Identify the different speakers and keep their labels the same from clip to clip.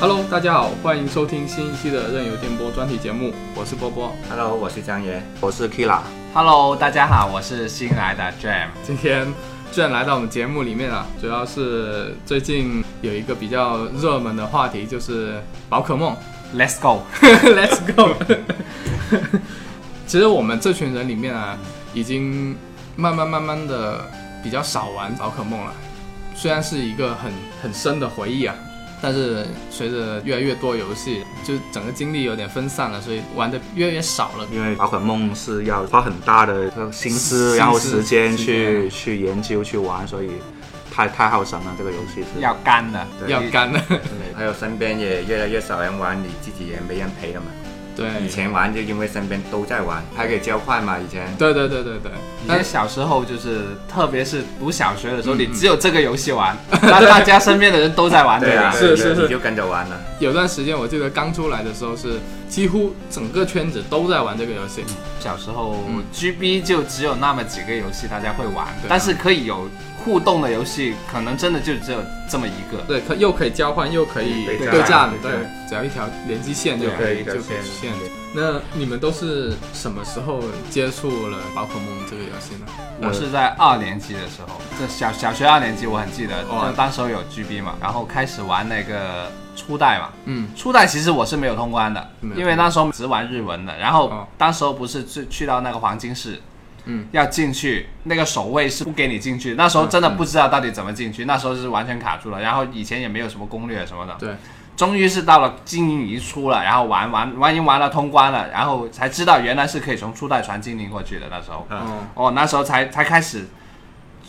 Speaker 1: Hello，大家好，欢迎收听新一期的任由电波专题节目，我是波波。
Speaker 2: Hello，我是张爷。
Speaker 3: 我是 Kira，
Speaker 4: Hello，大家好，我是新来的 Jam。
Speaker 1: 今天居然来到我们节目里面啊，主要是最近有一个比较热门的话题，就是宝可梦。
Speaker 4: Let's go。
Speaker 1: Let's go 。 其实我们这群人里面啊，已经慢慢慢慢的比较少玩宝可梦了，虽然是一个很很深的回忆啊，但是随着越来越多游戏，就整个精力有点分散了，所以玩的越来越少了。
Speaker 3: 因为宝可梦是要花很大的心
Speaker 1: 心思
Speaker 3: 思，然后时间
Speaker 1: 时
Speaker 3: 去去研究去玩，所以太太耗神了。这个游戏是
Speaker 4: 要干的，
Speaker 2: 对
Speaker 1: 要干了，
Speaker 2: 还有身边也越来越少人玩，你自己也没人陪了嘛。
Speaker 1: 对，
Speaker 2: 以前玩就因为身边都在玩，还可以交换嘛。以前
Speaker 1: 对对对对对，
Speaker 4: 以
Speaker 1: 但
Speaker 4: 前小时候就是，特别是读小学的时候，
Speaker 1: 嗯
Speaker 4: 你只有这个游戏 玩，那大家身边的人都在玩，
Speaker 2: 对啊，
Speaker 4: 吧？
Speaker 1: 是是
Speaker 2: 你
Speaker 1: 是
Speaker 2: 你就跟着玩了。
Speaker 1: 有段时间我记得刚出来的时候是几乎整个圈子都在玩这个游戏，
Speaker 4: 小时候
Speaker 1: 嗯
Speaker 4: GB 就只有那么几个游戏大家会玩
Speaker 1: 对啊，
Speaker 4: 但是可以有互动的游戏，可能真的就只有这么一个。
Speaker 1: 对，可又可以交换，又可以
Speaker 2: 对
Speaker 1: 对战，
Speaker 2: 对
Speaker 1: 对，只要一条联机线就
Speaker 4: 对
Speaker 1: 可以就
Speaker 2: 对
Speaker 1: 可以
Speaker 2: 对
Speaker 1: 实现。那你们都是什么时候接触了宝可梦这个游戏呢？
Speaker 4: 我是在二年级的时候，这小小学二年级我很记得，
Speaker 1: 哇
Speaker 4: 就当时候有 GB 嘛，然后开始玩那个初代嘛，
Speaker 1: 嗯，
Speaker 4: 初代其实我是没有通关的
Speaker 1: 没有，
Speaker 4: 因为那时候只玩日文的。然
Speaker 1: 哦
Speaker 4: 后当时候不是去去到那个黄金室，
Speaker 1: 嗯，
Speaker 4: 要进去，那个守卫是不给你进去。那时候
Speaker 1: 嗯
Speaker 4: 真的不知道到底怎么进去，那时候是完全卡住了。然后以前也没有什么攻略什么的，
Speaker 1: 对，
Speaker 4: 终于是到了精灵一出了，然后玩玩玩赢完了通关了，然后才知道原来是可以从初代传精灵过去的。那时候，
Speaker 1: 哦，
Speaker 4: 哦，那时候才才开始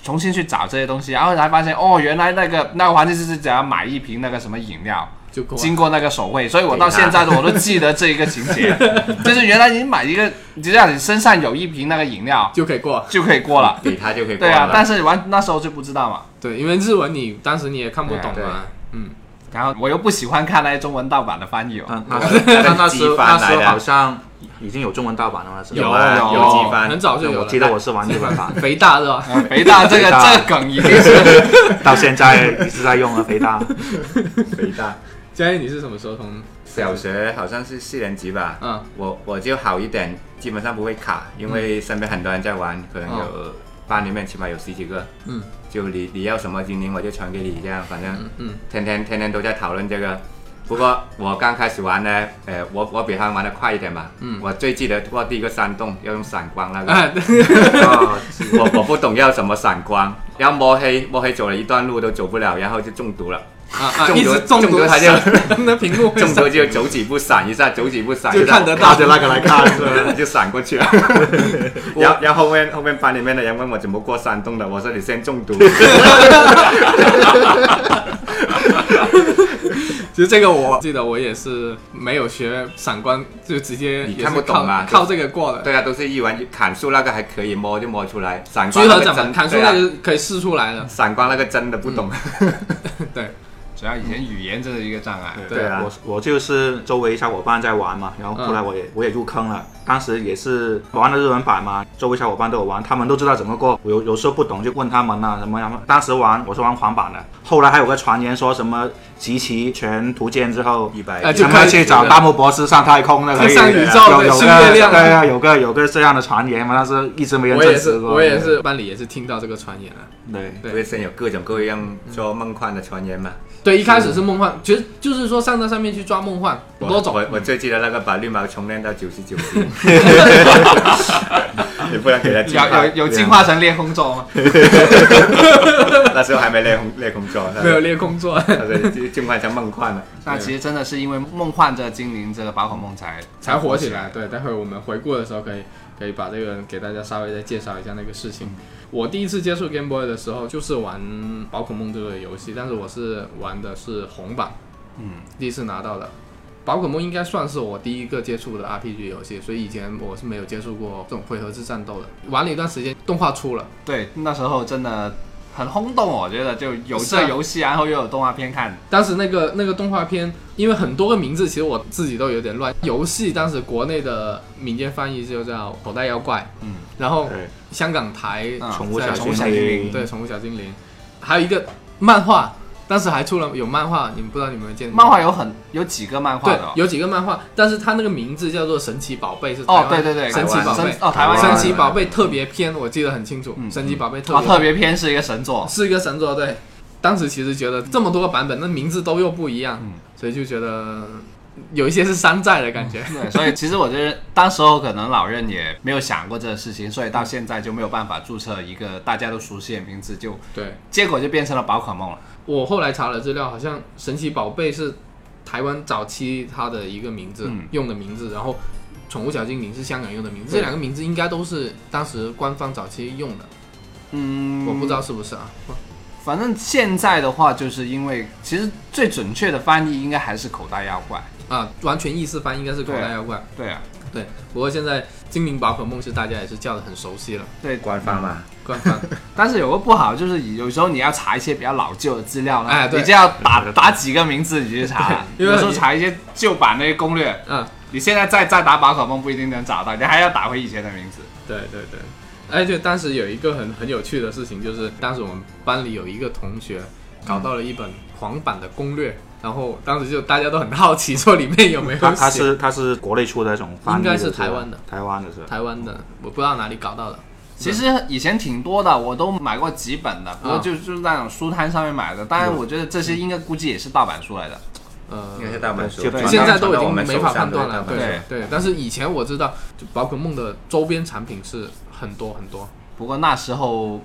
Speaker 4: 重新去找这些东西，然后才发现哦，原来那个那个环境是只要买一瓶那个什么饮料。
Speaker 1: 就够了。
Speaker 4: 经过那个手绘，所以我到现在都我都记得这一个情 节，就是原来你买一个，只要你身上有一瓶那个饮料
Speaker 1: 就可以过，
Speaker 4: 就可以过了。
Speaker 2: 给他就可以过
Speaker 4: 对啊，
Speaker 2: 了。
Speaker 4: 但是完那时候就不知道嘛，
Speaker 1: 对，因为日文你当时你也看不懂
Speaker 2: 对
Speaker 1: 嘛
Speaker 2: 啊，
Speaker 1: 嗯，
Speaker 4: 然后我又不喜欢看那些中文盗版的翻译 哦，
Speaker 3: 但那
Speaker 2: 机
Speaker 3: 时但那时候
Speaker 2: 翻
Speaker 3: 那
Speaker 2: 来的
Speaker 3: 时候好像已经有中文盗版了，那时候
Speaker 1: 有
Speaker 2: 啊有
Speaker 1: 有
Speaker 2: 几番
Speaker 1: 很早就有
Speaker 3: 我
Speaker 1: 了，
Speaker 3: 记，得我是玩日文版
Speaker 1: 肥大是吧？
Speaker 4: 呃肥大 这
Speaker 3: 肥
Speaker 4: 个
Speaker 3: 大
Speaker 1: 啊
Speaker 4: 这个梗已经是
Speaker 3: 到现在一直在用啊，肥
Speaker 1: 哦
Speaker 3: 大。
Speaker 2: 北大
Speaker 1: 佳音，你是什么时候从？
Speaker 2: 小学好像是四年级吧。
Speaker 1: 嗯，
Speaker 2: 我我就好一点，基本上不会卡，因为身边很多人在玩，可能有班里面起码有十几个。
Speaker 1: 嗯，
Speaker 2: 就你你要什么精灵我就传给你，这样反正。
Speaker 1: 嗯 嗯，
Speaker 2: 天天天天都在讨论这个。不过我刚开始玩呢，呃，我我比他们玩的快一点吧。
Speaker 1: 嗯
Speaker 2: 我最记得过第一个山洞要用闪光那个，
Speaker 1: 啊，
Speaker 3: 哦
Speaker 2: 我我不懂要什么闪 光，然后摸黑摸黑走了一段路都走不了，然后就中毒了。
Speaker 1: 啊啊！
Speaker 2: 中毒
Speaker 1: 一直中
Speaker 2: 中毒它就
Speaker 1: 闪那屏幕会
Speaker 2: 中
Speaker 1: 闪
Speaker 2: 毒就走几步闪一下，走几步闪一下，
Speaker 1: 就看得到
Speaker 2: 靠着那个来看，是吧就闪过 去了。然后然后后面后面班里面的人问我怎么过山洞的，我说你先中 毒。
Speaker 1: 其实这个我记得，我也是没有学闪光，就直接
Speaker 2: 你
Speaker 1: 也
Speaker 2: 看
Speaker 1: 是
Speaker 2: 不懂
Speaker 1: 靠
Speaker 2: 啊
Speaker 1: 靠这个过的。
Speaker 2: 对啊，都是一玩砍树那个还可以摸就摸出来，闪光
Speaker 1: 聚
Speaker 2: 那
Speaker 1: 合
Speaker 2: 个
Speaker 1: 掌
Speaker 2: 真
Speaker 1: 门砍出
Speaker 2: 对啊
Speaker 1: 来就可以试出来了。
Speaker 2: 闪光那个真的不懂。
Speaker 1: 对，
Speaker 4: 主要以前语言真的一个障碍，
Speaker 1: 对
Speaker 2: 啊，
Speaker 3: 我我就是周围小伙伴在玩嘛，然后后来我也、我也入坑了，当时也是玩的日文版嘛，周围小伙伴都有玩，他们都知道怎么过，我有有时候不懂就问他们呐、什么样。当时玩我是玩黄版的，后来还有个传言说什么集齐全图鉴之后。
Speaker 2: 一百
Speaker 1: 呃就
Speaker 3: 什
Speaker 1: 可
Speaker 3: 么
Speaker 1: 以
Speaker 3: 去找大木博士上太空的，可以
Speaker 1: 上宇宙
Speaker 3: 有
Speaker 1: 对
Speaker 3: 有
Speaker 1: 新月
Speaker 3: 个
Speaker 1: 亮
Speaker 3: 对啊，有个有个这样的传言嘛，但是一直没人
Speaker 1: 我也
Speaker 3: 证
Speaker 1: 是，
Speaker 3: 实过。
Speaker 1: 我也是班里也是听到这个传言啊了。
Speaker 3: 对，
Speaker 1: 对
Speaker 2: 微信有各种各样说梦幻的传言嘛。
Speaker 1: 对，一开始是梦幻，其实就是说上到上面去抓梦幻，
Speaker 2: 我
Speaker 1: 多种
Speaker 2: 嗯我我最记得那个把绿毛虫练到九十九 级，你不能给他进啊
Speaker 4: 有
Speaker 1: 啊
Speaker 4: 有有进化成裂空咒吗？
Speaker 2: 那时候还没练空练空座，
Speaker 1: 没有列工作。
Speaker 2: 那时候就进化成梦幻了。
Speaker 4: 那其实真的是因为梦幻这个精灵这个宝可梦才
Speaker 1: 才火起来。对，待会我们回顾的时候可以可以把这个给大家稍微再介绍一下那个事情。我第一次接触 Game Boy 的时候，就是玩宝可梦这个游戏，但是我是玩的是红版，嗯，第一次拿到的。宝可梦应该算是我第一个接触的 RPG 游戏，所以以前我是没有接触过这种回合制战斗的。玩了一段时间，动画出了，
Speaker 4: 对，那时候真的很轰动，我觉得就有
Speaker 1: 是啊
Speaker 4: 这游戏，然后又有动画片看，
Speaker 1: 当时那个那个动画片，因为很多个名字，其实我自己都有点乱。游戏当时国内的民间翻译就叫《口袋妖怪》，
Speaker 4: 嗯，
Speaker 1: 然后
Speaker 3: 对
Speaker 1: 香港台
Speaker 4: 嗯
Speaker 3: 宠物
Speaker 1: 在
Speaker 3: 小
Speaker 1: 宠物
Speaker 3: 精
Speaker 4: 小精灵
Speaker 3: 灵，
Speaker 1: 对，宠物小精灵，还有一个漫画，当时还出了有漫画，你们不知道你们有没有见过
Speaker 4: 漫画有很有几个漫画
Speaker 1: 对
Speaker 4: 的哦，
Speaker 1: 有几个漫画，但是它那个名字叫做《神奇宝贝》是台湾
Speaker 4: 哦，对对对，
Speaker 1: 神奇宝贝
Speaker 4: 神哦，台湾
Speaker 1: 神
Speaker 4: 有
Speaker 1: 奇宝贝特别篇我记得很清楚，神奇宝贝特
Speaker 4: 哦，
Speaker 1: 别
Speaker 4: 特别篇是一个神作，
Speaker 1: 是一个神作，对。当时其实觉得这么多个版本，那名字都又不一样，
Speaker 4: 嗯
Speaker 1: 所以就觉得有一些是山寨的感觉。
Speaker 4: 对，所以其实我觉得当时候可能老任也没有想过这个事情，所以到现在就没有办法注册一个大家都熟悉的名字，就
Speaker 1: 对
Speaker 4: 结果就变成了宝可梦了。
Speaker 1: 我后来查了资料，好像神奇宝贝是台湾早期它的一个名字、
Speaker 4: 嗯
Speaker 1: 用的名字，然后宠物小精灵是香港用的名字，
Speaker 4: 对
Speaker 1: 这两个名字应该都是当时官方早期用的，
Speaker 4: 嗯
Speaker 1: 我不知道是不是啊？
Speaker 4: 反正现在的话，就是因为其实最准确的翻译应该还是口袋妖怪。
Speaker 1: 啊，完全意思翻应该是口袋妖怪，
Speaker 4: 对啊，
Speaker 1: 对。不过现在精灵宝可梦是大家也是叫的很熟悉了，
Speaker 4: 对。
Speaker 2: 官方嘛，
Speaker 1: 官 方。
Speaker 4: 但是有个不好就是，有时候你要查一些比较老旧的资料呢，
Speaker 1: 哎对
Speaker 4: 你就要打打几个名字你去查，
Speaker 1: 对因为
Speaker 4: 有时候查一些旧版那些攻略，
Speaker 1: 嗯，
Speaker 4: 你现在再再打宝可梦不一定能找到，你还要打回以前的名字。
Speaker 1: 对对对，哎，对，当时有一个很很有趣的事情，就是当时我们班里有一个同学搞到了一本黄版的攻略，然后当时就大家都很好奇，说里面有没有
Speaker 3: 它它
Speaker 1: 写
Speaker 3: 是它是国内出的那种翻译
Speaker 1: 应该是
Speaker 3: 吧
Speaker 1: 台湾的
Speaker 3: 台湾的是吧。
Speaker 1: 台湾的，我不知道哪里搞到的。
Speaker 4: 其实以前挺多的，我都买过几本的，
Speaker 1: 嗯
Speaker 4: 不过就就是那种书摊上面买的。当然，我觉得这些应该估计也是盗版书来的。
Speaker 1: 呃
Speaker 2: 应，该是大本书
Speaker 3: 就，
Speaker 4: 对
Speaker 2: 传到
Speaker 1: 现在都已
Speaker 2: 传到我
Speaker 1: 经
Speaker 2: 们
Speaker 1: 没
Speaker 2: 手
Speaker 1: 法
Speaker 2: 上
Speaker 1: 判
Speaker 2: 的
Speaker 1: 断
Speaker 2: 大
Speaker 1: 了，
Speaker 2: 本
Speaker 4: 对
Speaker 2: 书
Speaker 1: 对对。但是以前我知道，就宝可梦的周边产品是很多很多，
Speaker 4: 不过那时候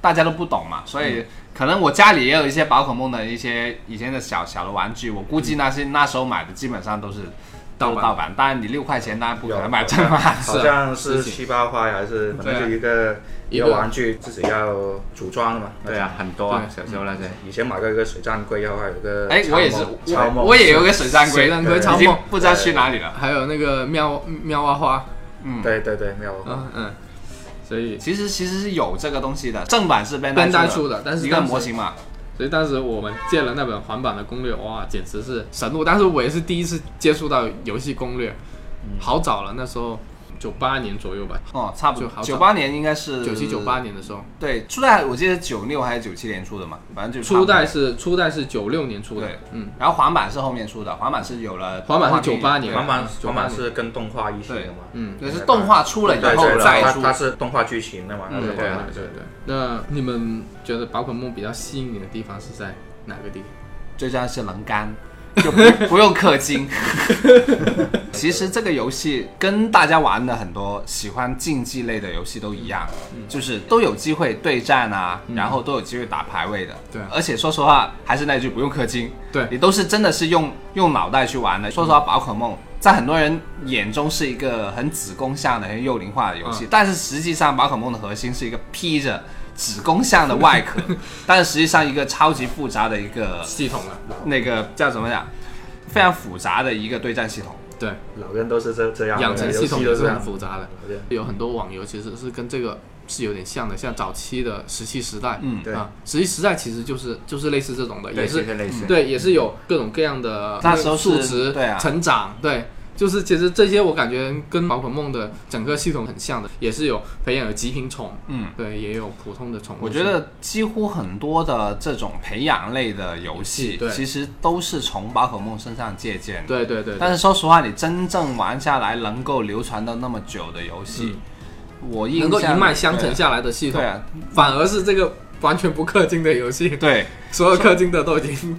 Speaker 4: 大家都不懂
Speaker 1: 嗯
Speaker 4: 嘛，所以可能我家里也有一些宝可梦的一些以前的小小的玩具，我估计那些那时候买的基本上都是
Speaker 1: 盗版
Speaker 4: 都是盗版。当然，你六块钱当然不可
Speaker 3: 有
Speaker 4: 能买正 版。
Speaker 1: 是
Speaker 3: 好
Speaker 1: 啊
Speaker 3: 像是
Speaker 1: 是啊
Speaker 3: 七八块还是反正就一个
Speaker 1: 一
Speaker 3: 一
Speaker 1: 个
Speaker 3: 个玩具自己要组装的嘛。
Speaker 2: 对啊，很多啊，
Speaker 1: 对嗯
Speaker 2: 小时候那些。
Speaker 3: 以前买过一个水战龟，然后还有一个
Speaker 4: 哎，我也是，
Speaker 3: 超梦
Speaker 4: 我我也有个水战龟，
Speaker 1: 水战龟
Speaker 4: 对
Speaker 1: 超梦
Speaker 4: 已经不知道去哪里了。
Speaker 1: 还有那个喵喵啊花，
Speaker 4: 嗯，
Speaker 3: 对对对，没有。
Speaker 1: 嗯嗯，所以
Speaker 4: 其实其实是有这个东西的，正版是
Speaker 1: Bandai
Speaker 4: 出
Speaker 1: 出的但是
Speaker 4: 一个
Speaker 1: 当时
Speaker 4: 模型嘛。
Speaker 1: 所以当时我们借了那本黄版的攻略，哇，简直是神物！但是我也是第一次接触到游戏攻略，好早了，那时候九八年左右吧，
Speaker 4: 哦，差不
Speaker 1: 就好找
Speaker 4: 多，九八年应该是
Speaker 1: 九七九八，年的时候，
Speaker 4: 对，初代我记得九六还是九七年出的嘛，反正就差不
Speaker 1: 初
Speaker 4: 多
Speaker 1: 代，是初代是九六年出的
Speaker 4: 对，
Speaker 1: 嗯，
Speaker 4: 然后黄版是后面出的，黄版是有了
Speaker 1: 黄版是
Speaker 4: 动画
Speaker 1: 98
Speaker 4: 片
Speaker 1: 年
Speaker 3: 满满
Speaker 1: 九八
Speaker 3: 满满是跟动画一起的嘛。
Speaker 1: 嗯
Speaker 4: 对，就是动画出了
Speaker 3: 对
Speaker 4: 以
Speaker 3: 对
Speaker 4: 后
Speaker 3: 对
Speaker 4: 再
Speaker 3: 它
Speaker 4: 出。
Speaker 3: 它是动画剧情的嘛。
Speaker 1: 对
Speaker 3: 它是
Speaker 1: 对嗯
Speaker 3: 动
Speaker 1: 对啊
Speaker 3: 画
Speaker 1: 对对。那你们觉得宝可梦比较吸引你的地方是在哪个地方？
Speaker 4: 最重要是能干，就不 不用氪金。 其实这个游戏跟大家玩的很多喜欢竞技类的游戏都一样，就是都有机会对战啊，然后都有机会打排位的。
Speaker 1: 对
Speaker 4: 而且说实话，还是那句不用氪金，
Speaker 1: 对
Speaker 4: 你都是真的是用用脑袋去玩的。说实话，宝可梦。在很多人眼中是一个很子宫向的、很幼龄化的游戏，但是实际上宝可梦的核心是一个披着子宫向的外壳，但是实际上一个超级复杂的一个
Speaker 1: 系统了，
Speaker 4: 那个叫怎么讲，非常复杂的一个对战系统。
Speaker 1: 对，
Speaker 3: 老人都是这这样的，
Speaker 1: 养成系统
Speaker 3: 游
Speaker 1: 也
Speaker 3: 戏都
Speaker 1: 是
Speaker 3: 这
Speaker 1: 很
Speaker 3: 样。
Speaker 1: 复杂的，
Speaker 3: 对
Speaker 1: 有很多网游其实是跟这个是有点像的，像早期的石器时代，
Speaker 4: 嗯
Speaker 3: 对
Speaker 1: 啊，石器时代其实就是就是类似这种的，也
Speaker 2: 对，
Speaker 1: 是嗯
Speaker 2: 其实类似。
Speaker 1: 对，也是有各种各样的
Speaker 4: 嗯那时候
Speaker 1: 数
Speaker 4: 是
Speaker 1: 值
Speaker 4: 对啊
Speaker 1: 成长，对，就是其实这些我感觉跟宝可梦的整个系统很像的，也是有培养有极品宠，
Speaker 4: 嗯，
Speaker 1: 对，也有普通的宠物。
Speaker 4: 我觉得几乎很多的这种培养类的游
Speaker 1: 游戏
Speaker 4: 戏
Speaker 1: 对，
Speaker 4: 其实都是从宝可梦身上借鉴的。
Speaker 1: 对对对，
Speaker 4: 但是说实话，你真正玩下来能够流传到那么久的游戏，我
Speaker 1: 嗯
Speaker 4: 印
Speaker 1: 能
Speaker 4: 象
Speaker 1: 够一脉相承
Speaker 4: 对
Speaker 1: 下来的系统
Speaker 4: 对，啊
Speaker 1: 反而是这个完全不氪金的游 戏，
Speaker 4: 对，
Speaker 1: 所有氪金的都已经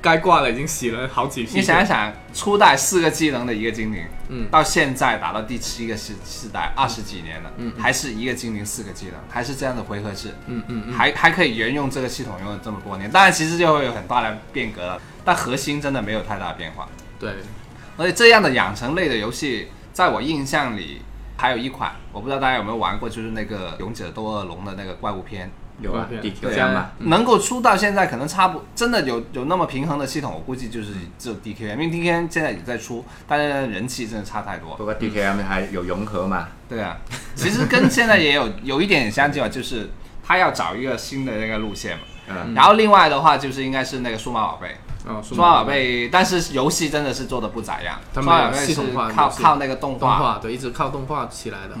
Speaker 1: 该挂了，已经洗了好几批。
Speaker 4: 你想一想，初代四个技能的一个精灵，
Speaker 1: 嗯
Speaker 4: 到现在打到第七个世世代，二十几年了，
Speaker 1: 嗯嗯
Speaker 4: 还是一个精灵四个技能，还是这样的回合制，
Speaker 1: 嗯嗯嗯，
Speaker 4: 还还可以沿用这个系统用了这么多年，当然其实就会有很大的变革了，但核心真的没有太大的变化。
Speaker 1: 对，
Speaker 4: 而且这样的养成类的游戏，在我印象里还有一款，我不知道大家有没有玩过，就是那个《勇者斗恶龙》的那个怪物篇。
Speaker 2: 有啊
Speaker 1: 对啊
Speaker 2: 地球
Speaker 1: 对
Speaker 2: 江
Speaker 1: 啊
Speaker 2: 嘛，
Speaker 4: 能够出到现在，可能差不真的有有那么平衡的系统，我估计就是只有 DQM，因为 DQM 现在也在出，但是人气真的差太多
Speaker 2: 不。过 DTM 还有融合嘛，
Speaker 4: 对啊，其实跟现在也有有一点相近吧，就是他要找一个新的那个路线嘛。
Speaker 2: 嗯，
Speaker 4: 然后另外的话就是应该是那个数码宝贝，
Speaker 1: 哦，
Speaker 4: 数码宝贝，但是游戏真的是做的不咋样。
Speaker 1: 它
Speaker 4: 数
Speaker 1: 没有
Speaker 4: 码宝贝
Speaker 1: 系
Speaker 4: 是
Speaker 1: 统化的
Speaker 4: 靠
Speaker 1: 游戏
Speaker 4: 靠那个动
Speaker 1: 动
Speaker 4: 画，嗯
Speaker 1: 画，对，一直靠动画起来的。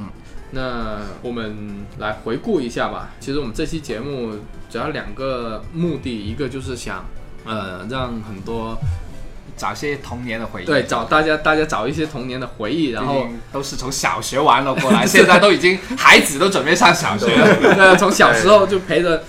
Speaker 1: 那我们来回顾一下吧。其实我们这期节目主要两个目的，一个就是想呃，让很多
Speaker 4: 找一些童年的回忆。
Speaker 1: 对找大家大家找一些童年的回忆，然
Speaker 4: 然
Speaker 1: 后
Speaker 4: 后都是从小学玩了过来，现在都已经孩子都准备上小学 了。
Speaker 1: 对，从小时候就陪着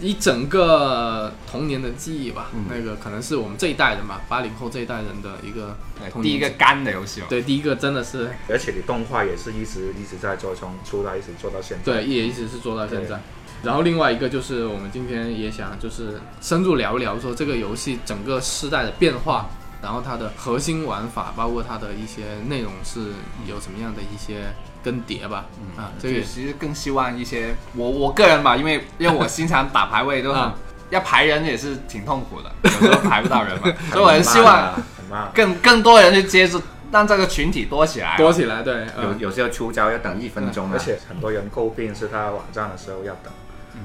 Speaker 1: 一整个童年的记忆吧。
Speaker 4: 嗯
Speaker 1: 那个可能是我们这一代人吧，八零后这一代人的一个童年
Speaker 4: 第一个
Speaker 1: 记
Speaker 4: 干的游戏哦
Speaker 1: 忆，，对，第一个真的是
Speaker 3: 而且你动画也是一直一直在做，从出来一直做到现在。
Speaker 1: 对，也一直是做到现在。然后另外一个就是我们今天也想就是深入聊一聊说这个游戏整个世代的变化，然后它的核心玩法，包括它的一些内容是有什么样的一些更迭吧。啊，这
Speaker 4: 这
Speaker 1: 个
Speaker 4: 个
Speaker 1: 也是
Speaker 4: 嗯其实更希望一些我我个人吧，因为因为我经常打排位都 很、
Speaker 1: 啊
Speaker 4: 要排人也是挺痛苦的，有时候排不到人 嘛，所以我很啊希望
Speaker 2: 啊
Speaker 3: 很慢，
Speaker 4: 更更多人去接触，让这个群体多起来。啊
Speaker 1: 多起来，对，
Speaker 2: 有
Speaker 1: 嗯，
Speaker 2: 有时候出招要等一分钟啊，
Speaker 3: 而且很多人诟病是他网站的时候要等，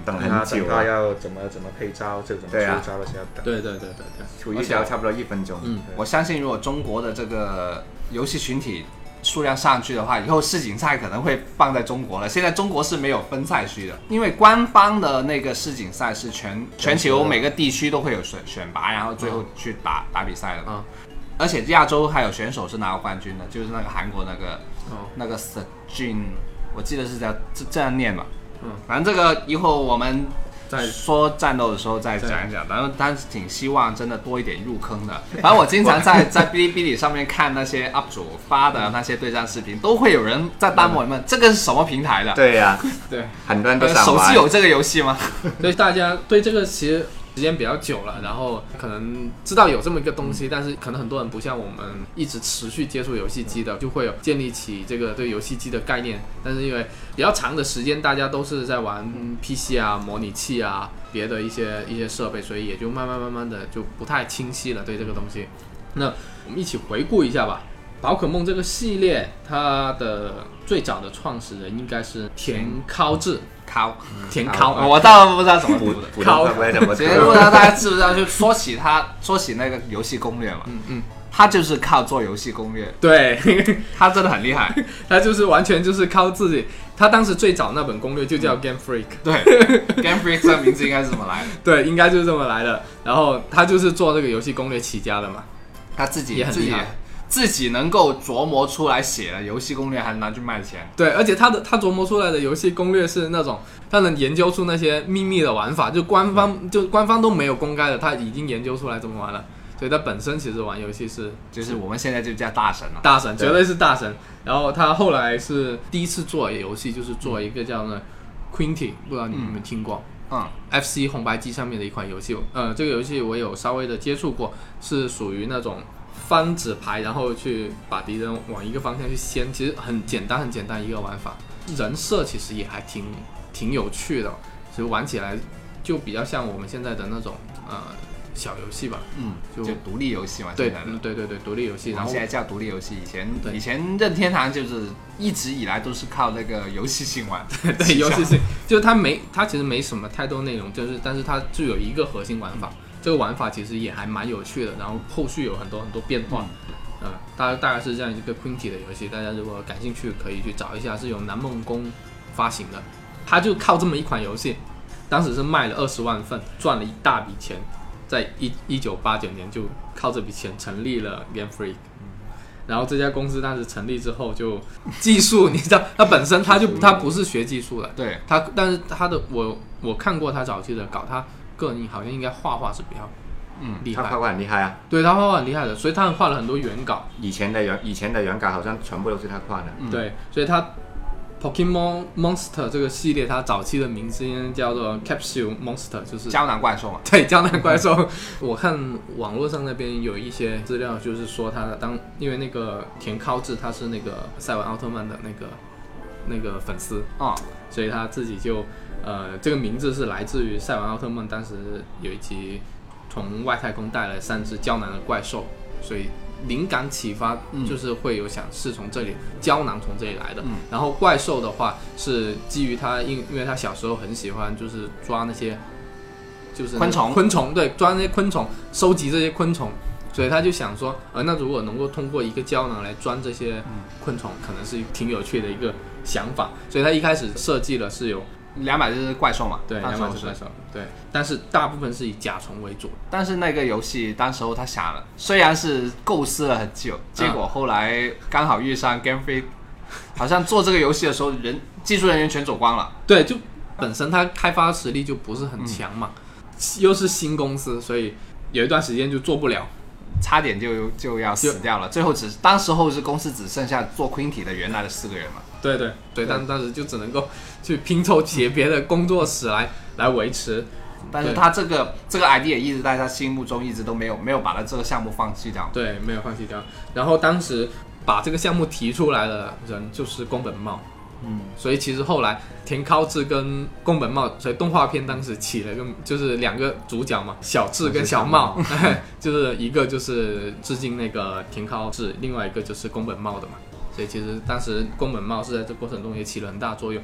Speaker 2: 等
Speaker 3: 他
Speaker 2: 很
Speaker 3: 等
Speaker 2: 久
Speaker 3: 他
Speaker 2: 啊，
Speaker 3: 要怎么怎么配招，就怎么
Speaker 2: 对啊
Speaker 3: 出招的时候要等。
Speaker 1: 对对对对对，
Speaker 2: 出一招差不多一分钟。
Speaker 1: 嗯
Speaker 4: 我相信，如果中国的这个游戏群体数量上去的话，以后世锦赛可能会放在中国了。现在中国是没有分赛区的，因为官方的那个世锦赛是全全球每个地区都会有选选拔，然后最后去打、打比赛的嘛。
Speaker 1: 啊
Speaker 4: 而且亚洲还有选手是拿过冠军的，就是那个韩国那个
Speaker 1: 哦，
Speaker 4: 那个 Sejin，我记得是叫这这样念吧。
Speaker 1: 嗯，
Speaker 4: 反正这个以后我们
Speaker 1: 在
Speaker 4: 说战斗的时候再讲一讲，然后但是挺希望真的多一点入坑的。反正我经常 在在哔哩哔哩上面看那些 UP 主发的那些对战视频，都会有人在弹幕里问这个是什么平台的？
Speaker 2: 对呀，
Speaker 1: 对。
Speaker 2: 很多人都
Speaker 4: 呃，
Speaker 2: 想
Speaker 4: 手
Speaker 2: 玩
Speaker 4: 机。有这个游戏吗？
Speaker 1: 所以大家对这个其实时间比较久了，然后可能知道有这么一个东西，但是可能很多人不像我们一直持续接触游戏机的，就会有建立起这个对游戏机的概念。但是因为比较长的时间，大家都是在玩 PC 啊、模拟器啊、别的一些一些设备，所以也就慢慢慢慢的就不太清晰了对这个东西。那我们一起回顾一下吧。宝可梦这个系列，它的最早的创始人应该是田尻智，
Speaker 4: 靠，
Speaker 1: 田尻啊
Speaker 4: 靠，我倒不知道怎么
Speaker 2: 普
Speaker 4: 读的。
Speaker 2: 普通话不会怎么
Speaker 4: 其实不 知道大家知不知道，就说起他，说起那个游戏攻略嘛，
Speaker 1: 嗯嗯，
Speaker 4: 他就是靠做游戏攻略，
Speaker 1: 对，
Speaker 4: 他真的很厉害。
Speaker 1: 他就是完全就是靠自己。他当时最早那本攻略就叫 Game Freak，、
Speaker 4: 对 ，Game Freak 这个名字应该是怎么来的？
Speaker 1: 对，应该就是这么来的。然后他就是做这个游戏攻略起家的嘛。
Speaker 4: 他自己
Speaker 1: 也很
Speaker 4: 自
Speaker 1: 厉
Speaker 4: 己
Speaker 1: 害
Speaker 4: 自己能够琢磨出来写的游戏攻略，还拿去卖钱。
Speaker 1: 对，而且他的他琢磨出来的游戏攻略是那种他能研究出那些秘密的玩法，就官方就官方都没有公开的，他已经研究出来怎么玩了。所以他本身其实玩游戏是
Speaker 4: 就是我们现在就叫大神了。
Speaker 1: 大神，
Speaker 2: 对
Speaker 1: 绝对是大神。然后他后来是第一次做游戏，就是做一个叫那 Quinty，不知道你们有没有听过？
Speaker 4: 嗯，
Speaker 1: FC 红白机上面的一款游戏，呃，这个游戏我有稍微的接触过，是属于那种翻纸牌，然后去把敌人往一个方向去掀，其实很简单，很简单一个玩法。人设其实也还挺挺有趣的，其实玩起来就比较像我们现在的那种呃小游戏吧。
Speaker 4: 嗯，
Speaker 1: 就
Speaker 4: 就独立游戏嘛，
Speaker 1: 对
Speaker 4: 现在，的
Speaker 1: 嗯，对对对，独立游戏，
Speaker 4: 然
Speaker 1: 然
Speaker 4: 后
Speaker 1: 后
Speaker 4: 现在叫独立游戏。以前
Speaker 1: 对，
Speaker 4: 以前任天堂就是一直以来都是靠那个游戏性玩
Speaker 1: 对，尤其是就是它没，它其实没什么太多内容，就是但是它就有一个核心玩法，这个玩法其实也还蛮有趣的，然后后续有很多很多变化，嗯，大大概是这样一个 Quinty 的游戏，大家如果感兴趣可以去找一下，是由南梦宫发行的，它就靠这么一款游戏，当时是卖了二十万份，赚了一大笔钱，在一一九八九年就靠这笔钱成立了 Game Freak。然后这家公司当时成立之后，就技术，你知道，它本身它就它不是学技术的，
Speaker 4: 对，
Speaker 1: 他，但是他的我我看过他早期的稿，他个人好像应该画画是比较
Speaker 4: 嗯
Speaker 1: 厉
Speaker 2: 他
Speaker 1: 害，
Speaker 2: 画画很厉害啊！
Speaker 1: 对他画画很厉害的，所以他画了很多原稿，
Speaker 2: 以前的原以前的原稿好像全部都是他画的。
Speaker 4: 嗯
Speaker 1: 对，所以他 Pokemon Monster 这个系列，它早期的名字应该叫做 Capsule Monster，就是
Speaker 4: 胶囊怪兽嘛。
Speaker 1: 对，江南怪兽。我看网络上那边有一些资料，就是说他当因为那个田尻智他是那个赛文奥特曼的那个那个粉丝
Speaker 4: 啊、
Speaker 1: 所以他自己就呃这个名字是来自于赛文奥特曼当时有一集从外太空带来三只胶囊的怪兽，所以灵感启发
Speaker 4: 嗯
Speaker 1: 就是会有想是从这里、胶囊从这里来的。
Speaker 4: 嗯
Speaker 1: 然后怪兽的话是基于他因因为他小时候很喜欢就是抓那些就是那
Speaker 4: 昆虫
Speaker 1: 昆虫对抓那些昆虫收集这些昆虫。所以他就想说，呃，那如果能够通过一个胶囊来装这
Speaker 4: 嗯
Speaker 1: 些昆虫，可能是挺有趣的一个想法。所以他一开始设计了是有
Speaker 4: 两百只怪兽嘛，
Speaker 1: 对，
Speaker 4: 当
Speaker 1: 两
Speaker 4: 时
Speaker 1: 百
Speaker 4: 候
Speaker 1: 只
Speaker 4: 是
Speaker 1: 怪兽，对，但是大部分是以甲虫为主，
Speaker 4: 但是那个游戏当时候他想了，虽然是构思了很久，结果后来刚好遇上 Game Freak，好像做这个游戏的时候人技术人员全走光了，
Speaker 1: 对，就本身它开发实力就不是很强
Speaker 4: 嗯
Speaker 1: 嘛，又是新公司，所以有一段时间就做不了。
Speaker 4: 差点就就要死掉了。最后只当时候是公司只剩下做 Quinty 的原来的四个人嘛，
Speaker 1: 对对对，但当时就只能够去拼凑起别的工作室来来维持。
Speaker 4: 但是
Speaker 1: 对
Speaker 4: 他这个这个 idea 一直在他心目中一直都没有没有把他这个项目放弃掉。
Speaker 1: 对，没有放弃掉。然后当时把这个项目提出来的人就是宫本茂，嗯，所以其实后来田尻智跟宫本茂，所以动画片当时起了一个就是两个主角嘛，小智跟小茂， 就是一个就是致敬那个田尻智，另外一个就是宫本茂的嘛。所以其实当时宫本茂是在这过程中也起了很大作用。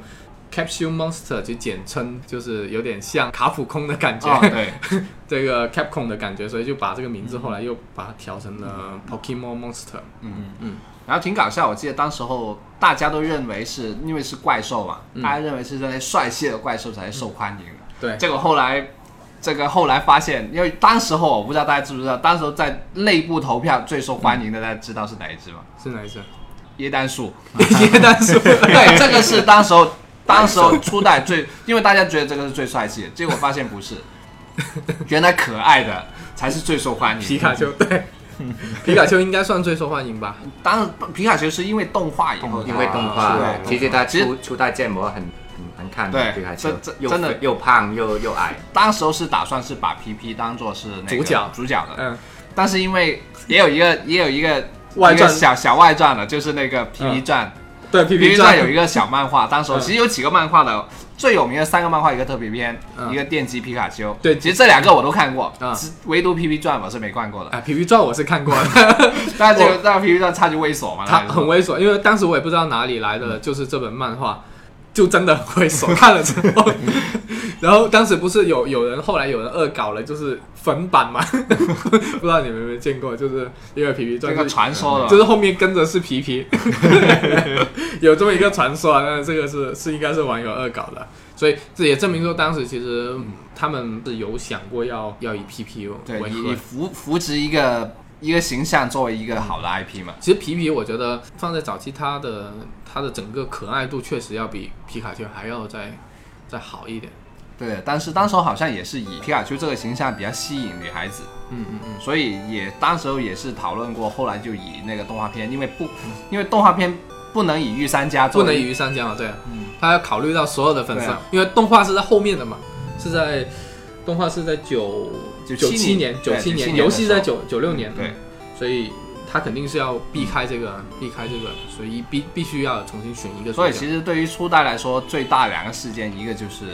Speaker 1: Capsule Monster 就简称就是有点像卡普空的感觉，
Speaker 4: 哦，对，
Speaker 1: 这个 Capcom 的感觉，所以就把这个名字后来又把它调成了 Pokemon Monster。
Speaker 4: 然后挺搞笑，我记得当时候大家都认为是因为是怪兽嘛，大家认为是这些帅气的怪兽才是受欢迎的。
Speaker 1: 对
Speaker 4: 结果后来，这个后来发现，因为当时候我不知道大家知不知道，当时候在内部投票最受欢迎的，大家知道是哪一只吗？
Speaker 1: 是哪一只？
Speaker 4: 椰蛋树。
Speaker 1: 椰蛋树。
Speaker 4: 对，哎这个是当时候当时候初代最，因为大家觉得这个是最帅气的，结果发现不 是，原来可爱的才是最受欢迎的。
Speaker 1: 皮卡丘， 对，皮卡丘应该算最受欢迎吧？
Speaker 4: 当然皮卡丘是因为动画以后，
Speaker 2: 因为动
Speaker 4: 啊
Speaker 2: 画
Speaker 4: 是的，
Speaker 2: 其实它
Speaker 4: 其实
Speaker 2: 初初代建模很很难看
Speaker 4: 对
Speaker 2: 的，皮卡丘
Speaker 4: 这这
Speaker 2: 又
Speaker 4: 真的
Speaker 2: 又胖又又矮，
Speaker 4: 当时候是打算是把皮皮当做是那个
Speaker 1: 主角
Speaker 4: 主角的，
Speaker 1: 嗯，
Speaker 4: 但是因为也有一个也有一个
Speaker 1: 外传
Speaker 4: 一个小小外传了，就是那个皮皮传，
Speaker 1: 对，皮
Speaker 4: 皮皮
Speaker 1: 皮
Speaker 4: 传
Speaker 1: 传
Speaker 4: 有一个小漫画，当时候
Speaker 1: 嗯
Speaker 4: 其实有几个漫画的，最有名的三个漫画，一个特别篇，
Speaker 1: 嗯
Speaker 4: 一个电击皮卡丘，
Speaker 1: 对
Speaker 4: 其实这两个我都看过
Speaker 1: 嗯，
Speaker 4: 只唯独皮皮传我是没看过的，
Speaker 1: 啊，皮皮传我是看过 的，
Speaker 4: 但这个但皮皮传超级猥琐嘛，
Speaker 1: 他
Speaker 4: 那个时候
Speaker 1: 很猥琐，因为当时我也不知道哪里来的，就是这本漫画。就真的很猥琐，看了之后， 然后当时不是有有人后来有人恶搞了，就是粉版嘛， 不知道你们有没有见过，就是因为皮皮
Speaker 4: 这
Speaker 1: 传
Speaker 4: 个
Speaker 1: 是
Speaker 4: 传说
Speaker 1: 就是
Speaker 4: 的。
Speaker 1: 后面跟着是皮皮， 有这么一个传说，啊，那这个是是应该是网友恶搞的，所以这也证明说当时其实他们是有想过要要以皮皮
Speaker 4: 对
Speaker 1: 为，核
Speaker 4: 以以扶扶植一个一个形象作为一个
Speaker 1: 嗯
Speaker 4: 好的 IP 嘛，
Speaker 1: 其实皮皮我觉得放在早期，它的它的整个可爱度确实要比皮卡丘还要再再好一点。
Speaker 4: 对，但是当时候好像也是以皮卡丘这个形象比较吸引女孩子，
Speaker 1: 嗯嗯嗯，
Speaker 4: 所以也当时候也是讨论过，后来就以那个动画片，因为不，因为动画片不能以御三家
Speaker 1: 嗯
Speaker 4: 作
Speaker 1: 不
Speaker 4: 为，
Speaker 1: 能以鱼三家嘛，对啊，他要考虑到所有的粉丝
Speaker 4: 嗯对啊，
Speaker 1: 因为动画是在后面的嘛，是在动画是在九
Speaker 4: 97
Speaker 1: 七年
Speaker 4: 对
Speaker 1: 九七
Speaker 4: 97年的时候嗯
Speaker 1: 游戏在九九六年，
Speaker 4: 对，嗯
Speaker 1: 所以他肯定是要避开这个，避开这个，所以必必须要重新选一个主角。
Speaker 4: 所以其实对于初代来说，最大两个事件，一个就是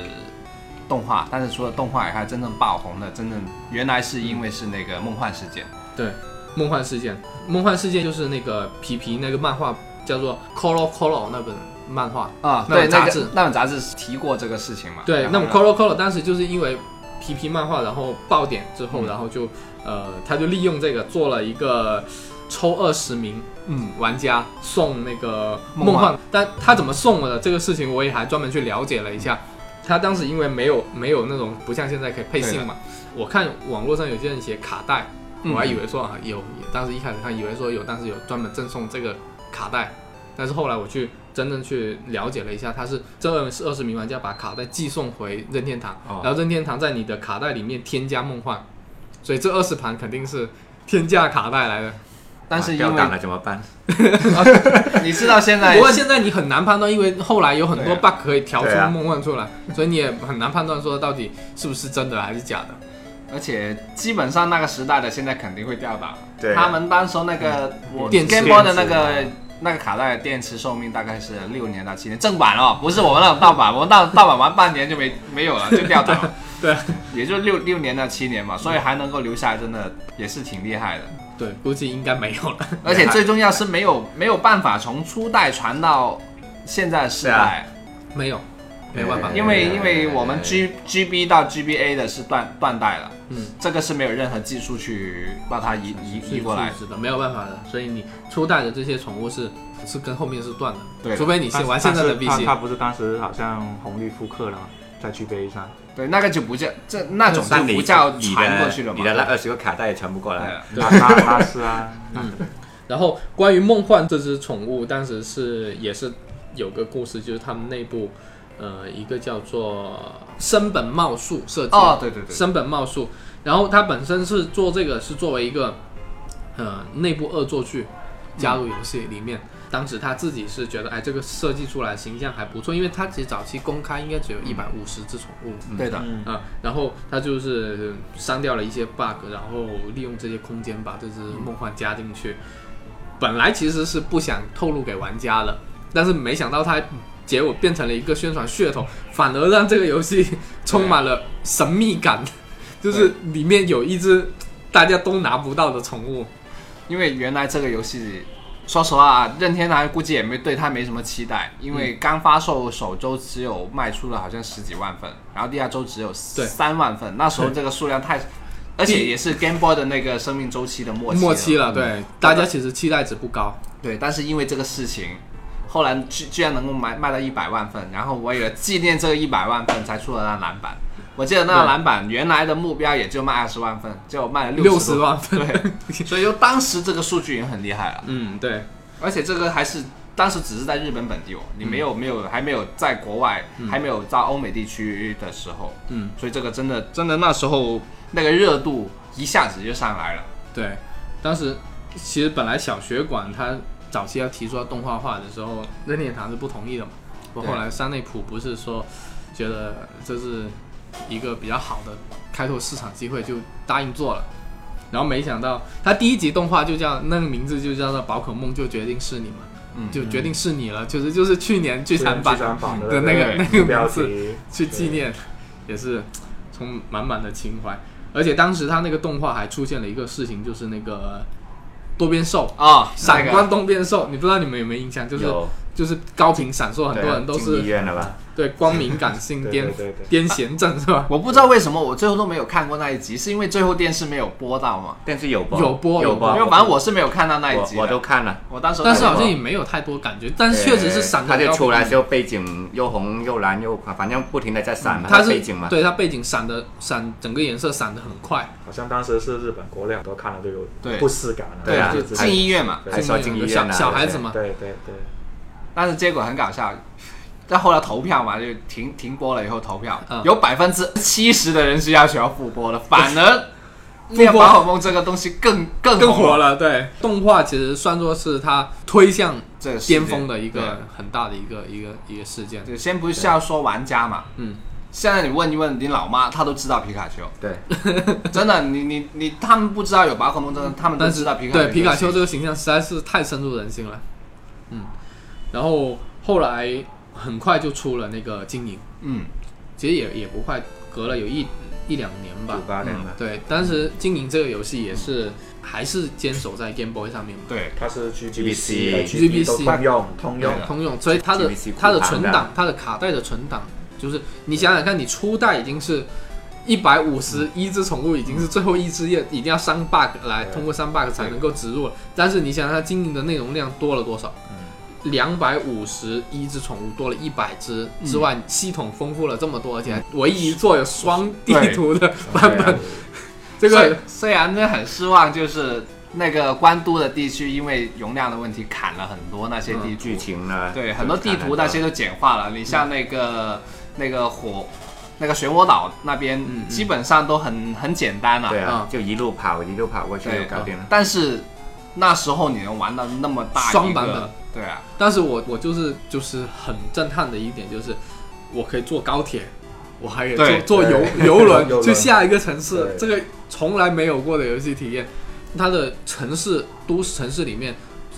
Speaker 4: 动画，但是除了动画以外，真正爆红的，真正原来是因为是那个梦幻事件，
Speaker 1: 对，梦幻世界，梦幻世界就是那个皮皮那个漫画叫做《Colo Colo》那本漫画，
Speaker 4: 啊
Speaker 1: 那本
Speaker 4: 对，
Speaker 1: 杂
Speaker 4: 那
Speaker 1: 志
Speaker 4: 个那本杂志提过这个事情嘛，
Speaker 1: 对，
Speaker 4: 然后
Speaker 1: 那么 Colo Colo 当时就是因为皮皮漫画，然后爆点之后，
Speaker 4: 嗯
Speaker 1: 然后就呃，他就利用这个做了一个抽二十名嗯玩家送那个
Speaker 4: 梦
Speaker 1: 梦
Speaker 4: 幻
Speaker 1: 幻，但他怎么送的这个事情，我也还专门去了解了一下。他当时因为没有没有那种不像现在可以配信嘛，我看网络上有些人写卡带，
Speaker 4: 嗯
Speaker 1: 我还以为说啊有，当时一开始看以为说有，当时有专门赠送这个卡带，但是后来我去真正去了解了一下，他是这是二十名玩家把卡带寄送回任天堂，
Speaker 2: 哦
Speaker 1: 然后任天堂在你的卡带里面添加梦幻，所以这二十盘肯定是天价卡带来的。
Speaker 4: 但
Speaker 1: 啊
Speaker 4: 是
Speaker 2: 哇
Speaker 4: 因
Speaker 2: 啊掉
Speaker 4: 为
Speaker 2: 档了怎么办？
Speaker 4: 你知道现在
Speaker 1: 不过现在你很难判断，因为后来有很多
Speaker 4: 对啊
Speaker 1: bug 可以调出
Speaker 2: 对啊
Speaker 1: 梦幻出来，所以你也很难判断说到底是不是真的还是假的。
Speaker 4: 而且基本上那个时代的现在肯定会掉档。
Speaker 2: 对
Speaker 4: 他们当时候那个我
Speaker 1: 嗯电池
Speaker 4: Game Boy 的那个那个卡带的电池寿命大概是六年到七年，正版哦，不是我们那种盗版，我们盗盗版玩半年就没没有了，就掉档了。
Speaker 1: 对，
Speaker 4: 也就六六年到七年嘛，所以还能够留下来，真的也是挺厉害的。
Speaker 1: 对，估计应该没有了。
Speaker 4: 而且最重要是没有没有办法从初代传到现在的时
Speaker 1: 啊
Speaker 4: 代，
Speaker 1: 没有，没有办法。
Speaker 4: 因为因为我们 G G B 到 G B A 的是断断代了，
Speaker 1: 嗯，
Speaker 4: 这个是没有任何技术去把它移移移过来。
Speaker 1: 是的，没有办法的。所以你初代的这些宠物是是跟后面是断的，
Speaker 4: 对的
Speaker 1: 除非你先玩现在的
Speaker 3: 但是
Speaker 1: BC，
Speaker 3: 他他不是当时好像红绿复刻了吗？在 GBA 上，
Speaker 4: 对，那个就不叫这那种
Speaker 2: 但
Speaker 4: 就
Speaker 2: 你
Speaker 4: 不叫
Speaker 2: 你
Speaker 4: 传过
Speaker 2: 的
Speaker 4: 去了嘛。
Speaker 2: 你的那二十个卡带也传不过来，
Speaker 4: 对
Speaker 3: 那那那是啊，
Speaker 1: 然后关于梦幻这只宠物，当时是也是有个故事，就是他们内部，呃，一个叫做升本茂树设计，
Speaker 4: 哦，对对对，
Speaker 1: 升本茂树，然后他本身是做这个是作为一个，呃，内部恶作剧
Speaker 4: 嗯
Speaker 1: 加入游戏里面。当时他自己是觉得，哎，这个设计出来形象还不错，因为他其实早期公开应该只有一百五十只宠物，
Speaker 4: 对的，
Speaker 3: 嗯
Speaker 1: 啊，然后他就是删掉了一些 bug，然后利用这些空间把这只梦幻加进去。本来其实是不想透露给玩家的，但是没想到它结果变成了一个宣传噱头，反而让这个游戏充满了神秘感，就是里面有一只大家都拿不到的宠物。
Speaker 4: 因为原来这个游戏，说实话啊，任天堂估计也没对它没什么期待，因为
Speaker 1: 嗯
Speaker 4: 刚发售首周只有卖出了好像十几万份，然后第二周只有
Speaker 1: 对
Speaker 4: 三万份，那时候这个数量太，而且也是 Game Boy 的那个生命周期的末期
Speaker 1: 末期
Speaker 4: 了。
Speaker 1: 了，对，大家其实期待值不高。
Speaker 4: 对，但是因为这个事情。后来居居然能够卖卖到一百万份，然后我也纪念这个一百万份才出了那蓝板。我记得那个蓝板原来的目标也就卖二十万份，结果卖了
Speaker 1: 六
Speaker 4: 十
Speaker 1: 十，万份，
Speaker 4: 对，所以就当时这个数据已经很厉害了。
Speaker 1: 嗯，对，
Speaker 4: 而且这个还是当时只是在日本本地哦，你没有、没有还没有在国外，还没有到欧美地区的时候，
Speaker 1: 嗯，
Speaker 4: 所以这个真的真的那时候那个热度一下子就上来了。
Speaker 1: 对，当时其实本来小学馆它早期要提出要动画化的时候，任天堂是不同意的嘛。不过后
Speaker 4: 对
Speaker 1: 来山内普不是说觉得这是一个比较好的开拓市场机会，就答应做了。然后没想到他第一集动画就叫那个名字就叫做《宝可梦》，就决定是你嘛，
Speaker 4: 嗯
Speaker 1: 就决定是你了，就是就是去年 剧场版
Speaker 3: 剧场版
Speaker 1: 的那个
Speaker 4: 对
Speaker 1: 那个
Speaker 3: 标
Speaker 1: 名字。
Speaker 3: 题，
Speaker 1: 去纪念，也是充满满的情怀。而且当时他那个动画还出现了一个事情，就是那个多边兽，
Speaker 4: 啊，
Speaker 1: 闪
Speaker 4: 那
Speaker 1: 光
Speaker 4: 个
Speaker 1: 多边兽，你不知道你们有没有印象？就是
Speaker 2: 有
Speaker 1: 就是高频闪烁，很
Speaker 2: 对啊
Speaker 1: 多人都
Speaker 2: 进医
Speaker 1: 是
Speaker 2: 院了吧？
Speaker 1: 对光敏感性
Speaker 3: 对
Speaker 1: 癫
Speaker 3: 对对对
Speaker 1: 癫痫症是吧？
Speaker 4: 我不知道为什么我最后都没有看过那一集，是因为最后电视没有播到嘛？
Speaker 2: 电视有播，
Speaker 1: 有播
Speaker 2: 有
Speaker 1: 有播
Speaker 4: 因为反正我是没有看到那一集
Speaker 2: 我我
Speaker 4: 的
Speaker 2: 都看了。
Speaker 4: 我当时
Speaker 1: 但是好像也没有太多感觉，但是确实是闪
Speaker 2: 它
Speaker 1: 的
Speaker 2: 呃就
Speaker 1: 高
Speaker 2: 出来
Speaker 1: 频。
Speaker 2: 时候背景又红又蓝又款，反正不停的在闪
Speaker 4: 嗯
Speaker 2: 嘛，
Speaker 1: 它
Speaker 2: 它
Speaker 1: 是
Speaker 2: 背景嘛。
Speaker 1: 对它背景闪的闪，整个颜色闪的很快，
Speaker 3: 好像当时是日本国内很多看了都有
Speaker 4: 对
Speaker 3: 不适感了，
Speaker 2: 对啊
Speaker 3: 就
Speaker 1: 就
Speaker 3: 直
Speaker 4: 进医院嘛，
Speaker 2: 还说进医院
Speaker 1: 小
Speaker 2: 啊
Speaker 1: 小孩子嘛，
Speaker 3: 对对对，
Speaker 4: 但是结果很搞笑。但后来投票嘛，就停停播了以后投票，
Speaker 1: 嗯
Speaker 4: 有百分之七十的人是要求要复播的，反而
Speaker 1: 播
Speaker 4: 练宝可梦这个东西更更
Speaker 1: 更
Speaker 4: 红
Speaker 1: 火。了。对，动画其实算作是它推向
Speaker 4: 这个世界
Speaker 1: 巅峰的一个很大的一个一个一个事件。
Speaker 4: 对，先不是要说玩家嘛，
Speaker 1: 嗯，
Speaker 4: 现在你问一问你老妈，她都知道皮卡丘，
Speaker 2: 对，
Speaker 4: 真的，你你你，他们不知道有宝可梦这个，他们都
Speaker 1: 但
Speaker 4: 知
Speaker 1: 是
Speaker 4: 道皮卡丘
Speaker 1: 对皮卡丘这
Speaker 4: 这
Speaker 1: 个形象实在是太深入人心了。嗯，然后后来很快就出了那个经营，
Speaker 4: 嗯，
Speaker 1: 其实也也不快，隔了有一一两年吧
Speaker 2: 九。八年吧。
Speaker 1: 对，当时经营这个游戏也是还是坚守在 Game Boy 上面嘛。
Speaker 4: 对，
Speaker 3: 它是
Speaker 2: GBC
Speaker 3: 呃
Speaker 1: GBC
Speaker 3: 都通用通用
Speaker 4: 对，的
Speaker 1: 通用，所以它的
Speaker 2: GBC
Speaker 1: 它的
Speaker 2: 库藏
Speaker 1: 存
Speaker 2: 的
Speaker 1: 档，它的卡带的存档，就是你想想看，你初代已经是一百五十一只宠物，已经是最后一只页，一定要删 bug 来
Speaker 3: 对
Speaker 1: 通过删 bug 才能够植入了。但是你想想，它经营的内容量多了多少？两百五十一只宠物多了一百只之外，系统丰富了这么多，而且还唯一一座有双地
Speaker 4: 对
Speaker 1: 图的版
Speaker 3: 对
Speaker 1: 本
Speaker 3: 啊，
Speaker 1: 这
Speaker 4: 虽
Speaker 1: 个
Speaker 4: 虽然这很失望，就是那个关都的地区因为容量的问题砍了很多那些地
Speaker 2: 剧
Speaker 4: 区，
Speaker 2: 情呢？
Speaker 4: 对，
Speaker 2: 就
Speaker 4: 很多地
Speaker 2: 看
Speaker 4: 图
Speaker 2: 了
Speaker 4: 那些都简化了。你像那个那个火，那个漩涡岛那
Speaker 1: 嗯
Speaker 4: 边，
Speaker 1: 嗯
Speaker 4: 基本上都很很简单了。
Speaker 2: 对啊
Speaker 1: 啊，
Speaker 2: 就一路跑一路跑过去
Speaker 4: 对
Speaker 2: 就搞定了。
Speaker 4: 但是那时候你能玩到那么大一个
Speaker 1: 双版本，
Speaker 4: 对啊，
Speaker 1: 但是我我就是就是很震撼的一点就是，我可以坐高铁，我还可以
Speaker 4: 对
Speaker 1: 坐坐游
Speaker 3: 对
Speaker 1: 游轮
Speaker 3: 游轮
Speaker 1: 去下一个城市
Speaker 3: 对，
Speaker 1: 这个从来没有过的游戏体验。它的城市都市城市里面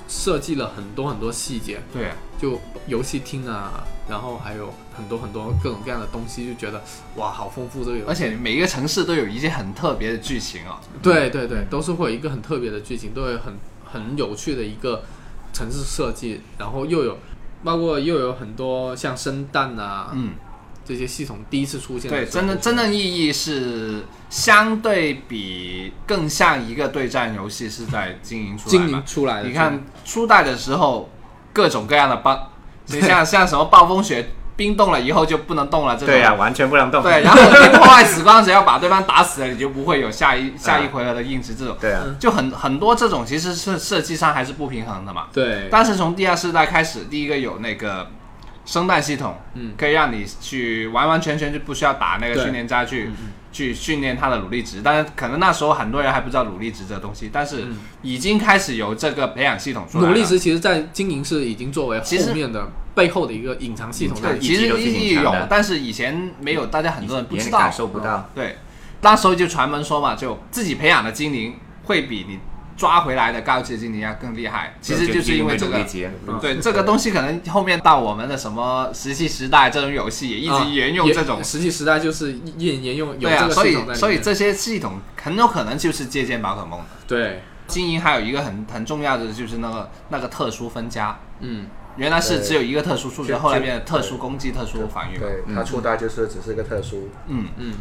Speaker 1: 设计了很多很多细节，
Speaker 4: 对啊，
Speaker 1: 就游戏厅啊，然后还有很多很多各种各样的东西，就觉得哇，好丰富这个游戏。
Speaker 4: 而且每一个城市都有一些很特别的剧情哦。
Speaker 1: 对对对，都是会有一个很特别的剧情，都有很很有趣的一个城市设计，然后又有包括又有很多像生蛋啊，
Speaker 4: 嗯，
Speaker 1: 这些系统第一次出现的
Speaker 4: 对，
Speaker 1: 时候
Speaker 4: 真正真正意义是相对比更像一个对战游戏是在经营出来嘛
Speaker 1: 经营出来的。
Speaker 4: 你看初代的时候，各种各样的 bug，就像像什么暴风雪冰冻了以后就不能动了这种。
Speaker 2: 对呀、啊完全不能动。
Speaker 4: 嗯对，然后你破坏死光，只要把对方打死了，你就不会有下一下一回合的硬直这种。
Speaker 2: 对啊，
Speaker 4: 就很很多这种其实是设计上还是不平衡的嘛。
Speaker 1: 对，
Speaker 4: 但是从第二世代开始，第一个有那个生蛋系统，
Speaker 1: 嗯，
Speaker 4: 可以让你去完完全全就不需要打那个
Speaker 1: 对
Speaker 4: 训练家去去训练它的努力值。但是可能那时候很多人还不知道努力值这个东西，但是已经开始有这个培养系统出来了。
Speaker 1: 努力值其实，在经营是已经作为
Speaker 4: 其实
Speaker 1: 后面的背后的一个隐藏系统在
Speaker 4: 对，
Speaker 2: 一级
Speaker 4: 其实
Speaker 2: 都是隐
Speaker 4: 一直
Speaker 2: 藏
Speaker 4: 有
Speaker 2: 的，
Speaker 4: 但是以前没有，大家很多人不
Speaker 2: 也
Speaker 4: 知道嗯
Speaker 2: 感。受不到。
Speaker 4: 对，那时候就传闻说嘛，就自己培养的精灵会比你抓回来的高级精灵要更厉害。其实就是因为这
Speaker 2: 努力
Speaker 4: 个。
Speaker 2: 值
Speaker 1: 嗯
Speaker 4: 对这个东西，可能后面到我们的什么石器时代这种游戏，也一直沿用这种
Speaker 1: 啊也实际时代就是沿沿用有
Speaker 4: 对
Speaker 1: 这
Speaker 4: 啊，
Speaker 1: 个
Speaker 4: 所
Speaker 1: 系统在里
Speaker 4: 以
Speaker 1: 面。
Speaker 4: 所以这些系统很有可能就是借鉴宝可梦的。
Speaker 1: 对，
Speaker 4: 经营还有一个很很重要的就是那个那个特殊分家，
Speaker 1: 嗯，
Speaker 4: 原来是只有一个特殊数值，
Speaker 3: 对
Speaker 4: 后来变成特殊攻击、特殊防御嘛。
Speaker 3: 对，它初代就是只是一个特殊，
Speaker 4: 嗯
Speaker 1: 嗯，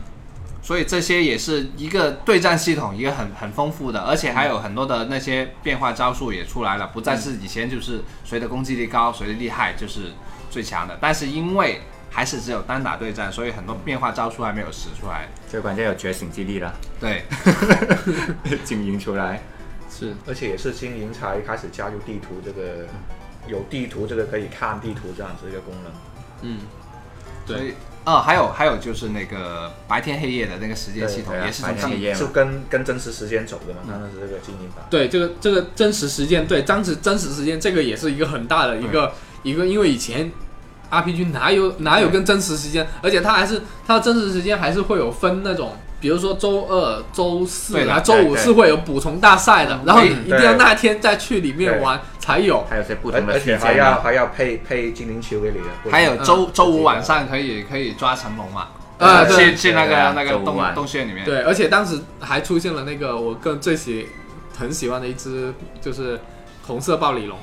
Speaker 4: 所以这些也是一个对战系统，一个很很丰富的，而且还有很多的那些变化招数也出来了，不再是以前就是谁的攻击力高，谁的厉害就是最强的。但是因为还是只有单打对战，所以很多变化招数还没有使出来。
Speaker 2: 最关键有觉醒之力了，
Speaker 4: 对，
Speaker 2: 经营出来。
Speaker 1: 是
Speaker 3: 而且也是经营才开始加入地图这个，有地图这个可以看地图这样子一个功能。
Speaker 1: 嗯，对
Speaker 4: 所以哦，还有还有就是那个白天黑夜的那个时间系统
Speaker 2: 对对啊
Speaker 4: 也是从
Speaker 2: 白
Speaker 4: 上
Speaker 2: 天黑夜
Speaker 3: 是跟跟真实时间走的嘛？当然是这个经营法。
Speaker 1: 对，这个这个真实时间，对，真实真实时间这个也是一个很大的一个一个，因为以前 RPG 哪有哪有跟真实时间，而且它还是它真实时间还是会有分那种。比如说周二、周四
Speaker 4: 对的
Speaker 1: 啊，周五
Speaker 2: 对
Speaker 1: 是会有补充大赛的，然后你一定要
Speaker 3: 对
Speaker 1: 那天再去里面
Speaker 3: 对
Speaker 1: 玩才有。
Speaker 2: 还有些不
Speaker 3: 而
Speaker 2: 同的
Speaker 3: 而
Speaker 2: 区
Speaker 3: 且还
Speaker 2: 间
Speaker 3: 要
Speaker 2: 啊，
Speaker 3: 还要配配精灵球给你的，不
Speaker 4: 还有
Speaker 1: 嗯
Speaker 4: 周周五
Speaker 3: 记得
Speaker 4: 晚上可以可以抓成龙嘛？
Speaker 1: 啊对
Speaker 4: 去去那
Speaker 2: 对
Speaker 4: 个
Speaker 2: 啊
Speaker 4: 那个
Speaker 2: 周五
Speaker 4: 洞
Speaker 2: 晚
Speaker 4: 洞穴里面。
Speaker 1: 对，而且当时还出现了那个我更最喜很喜欢的一只就是红色暴鲤龙，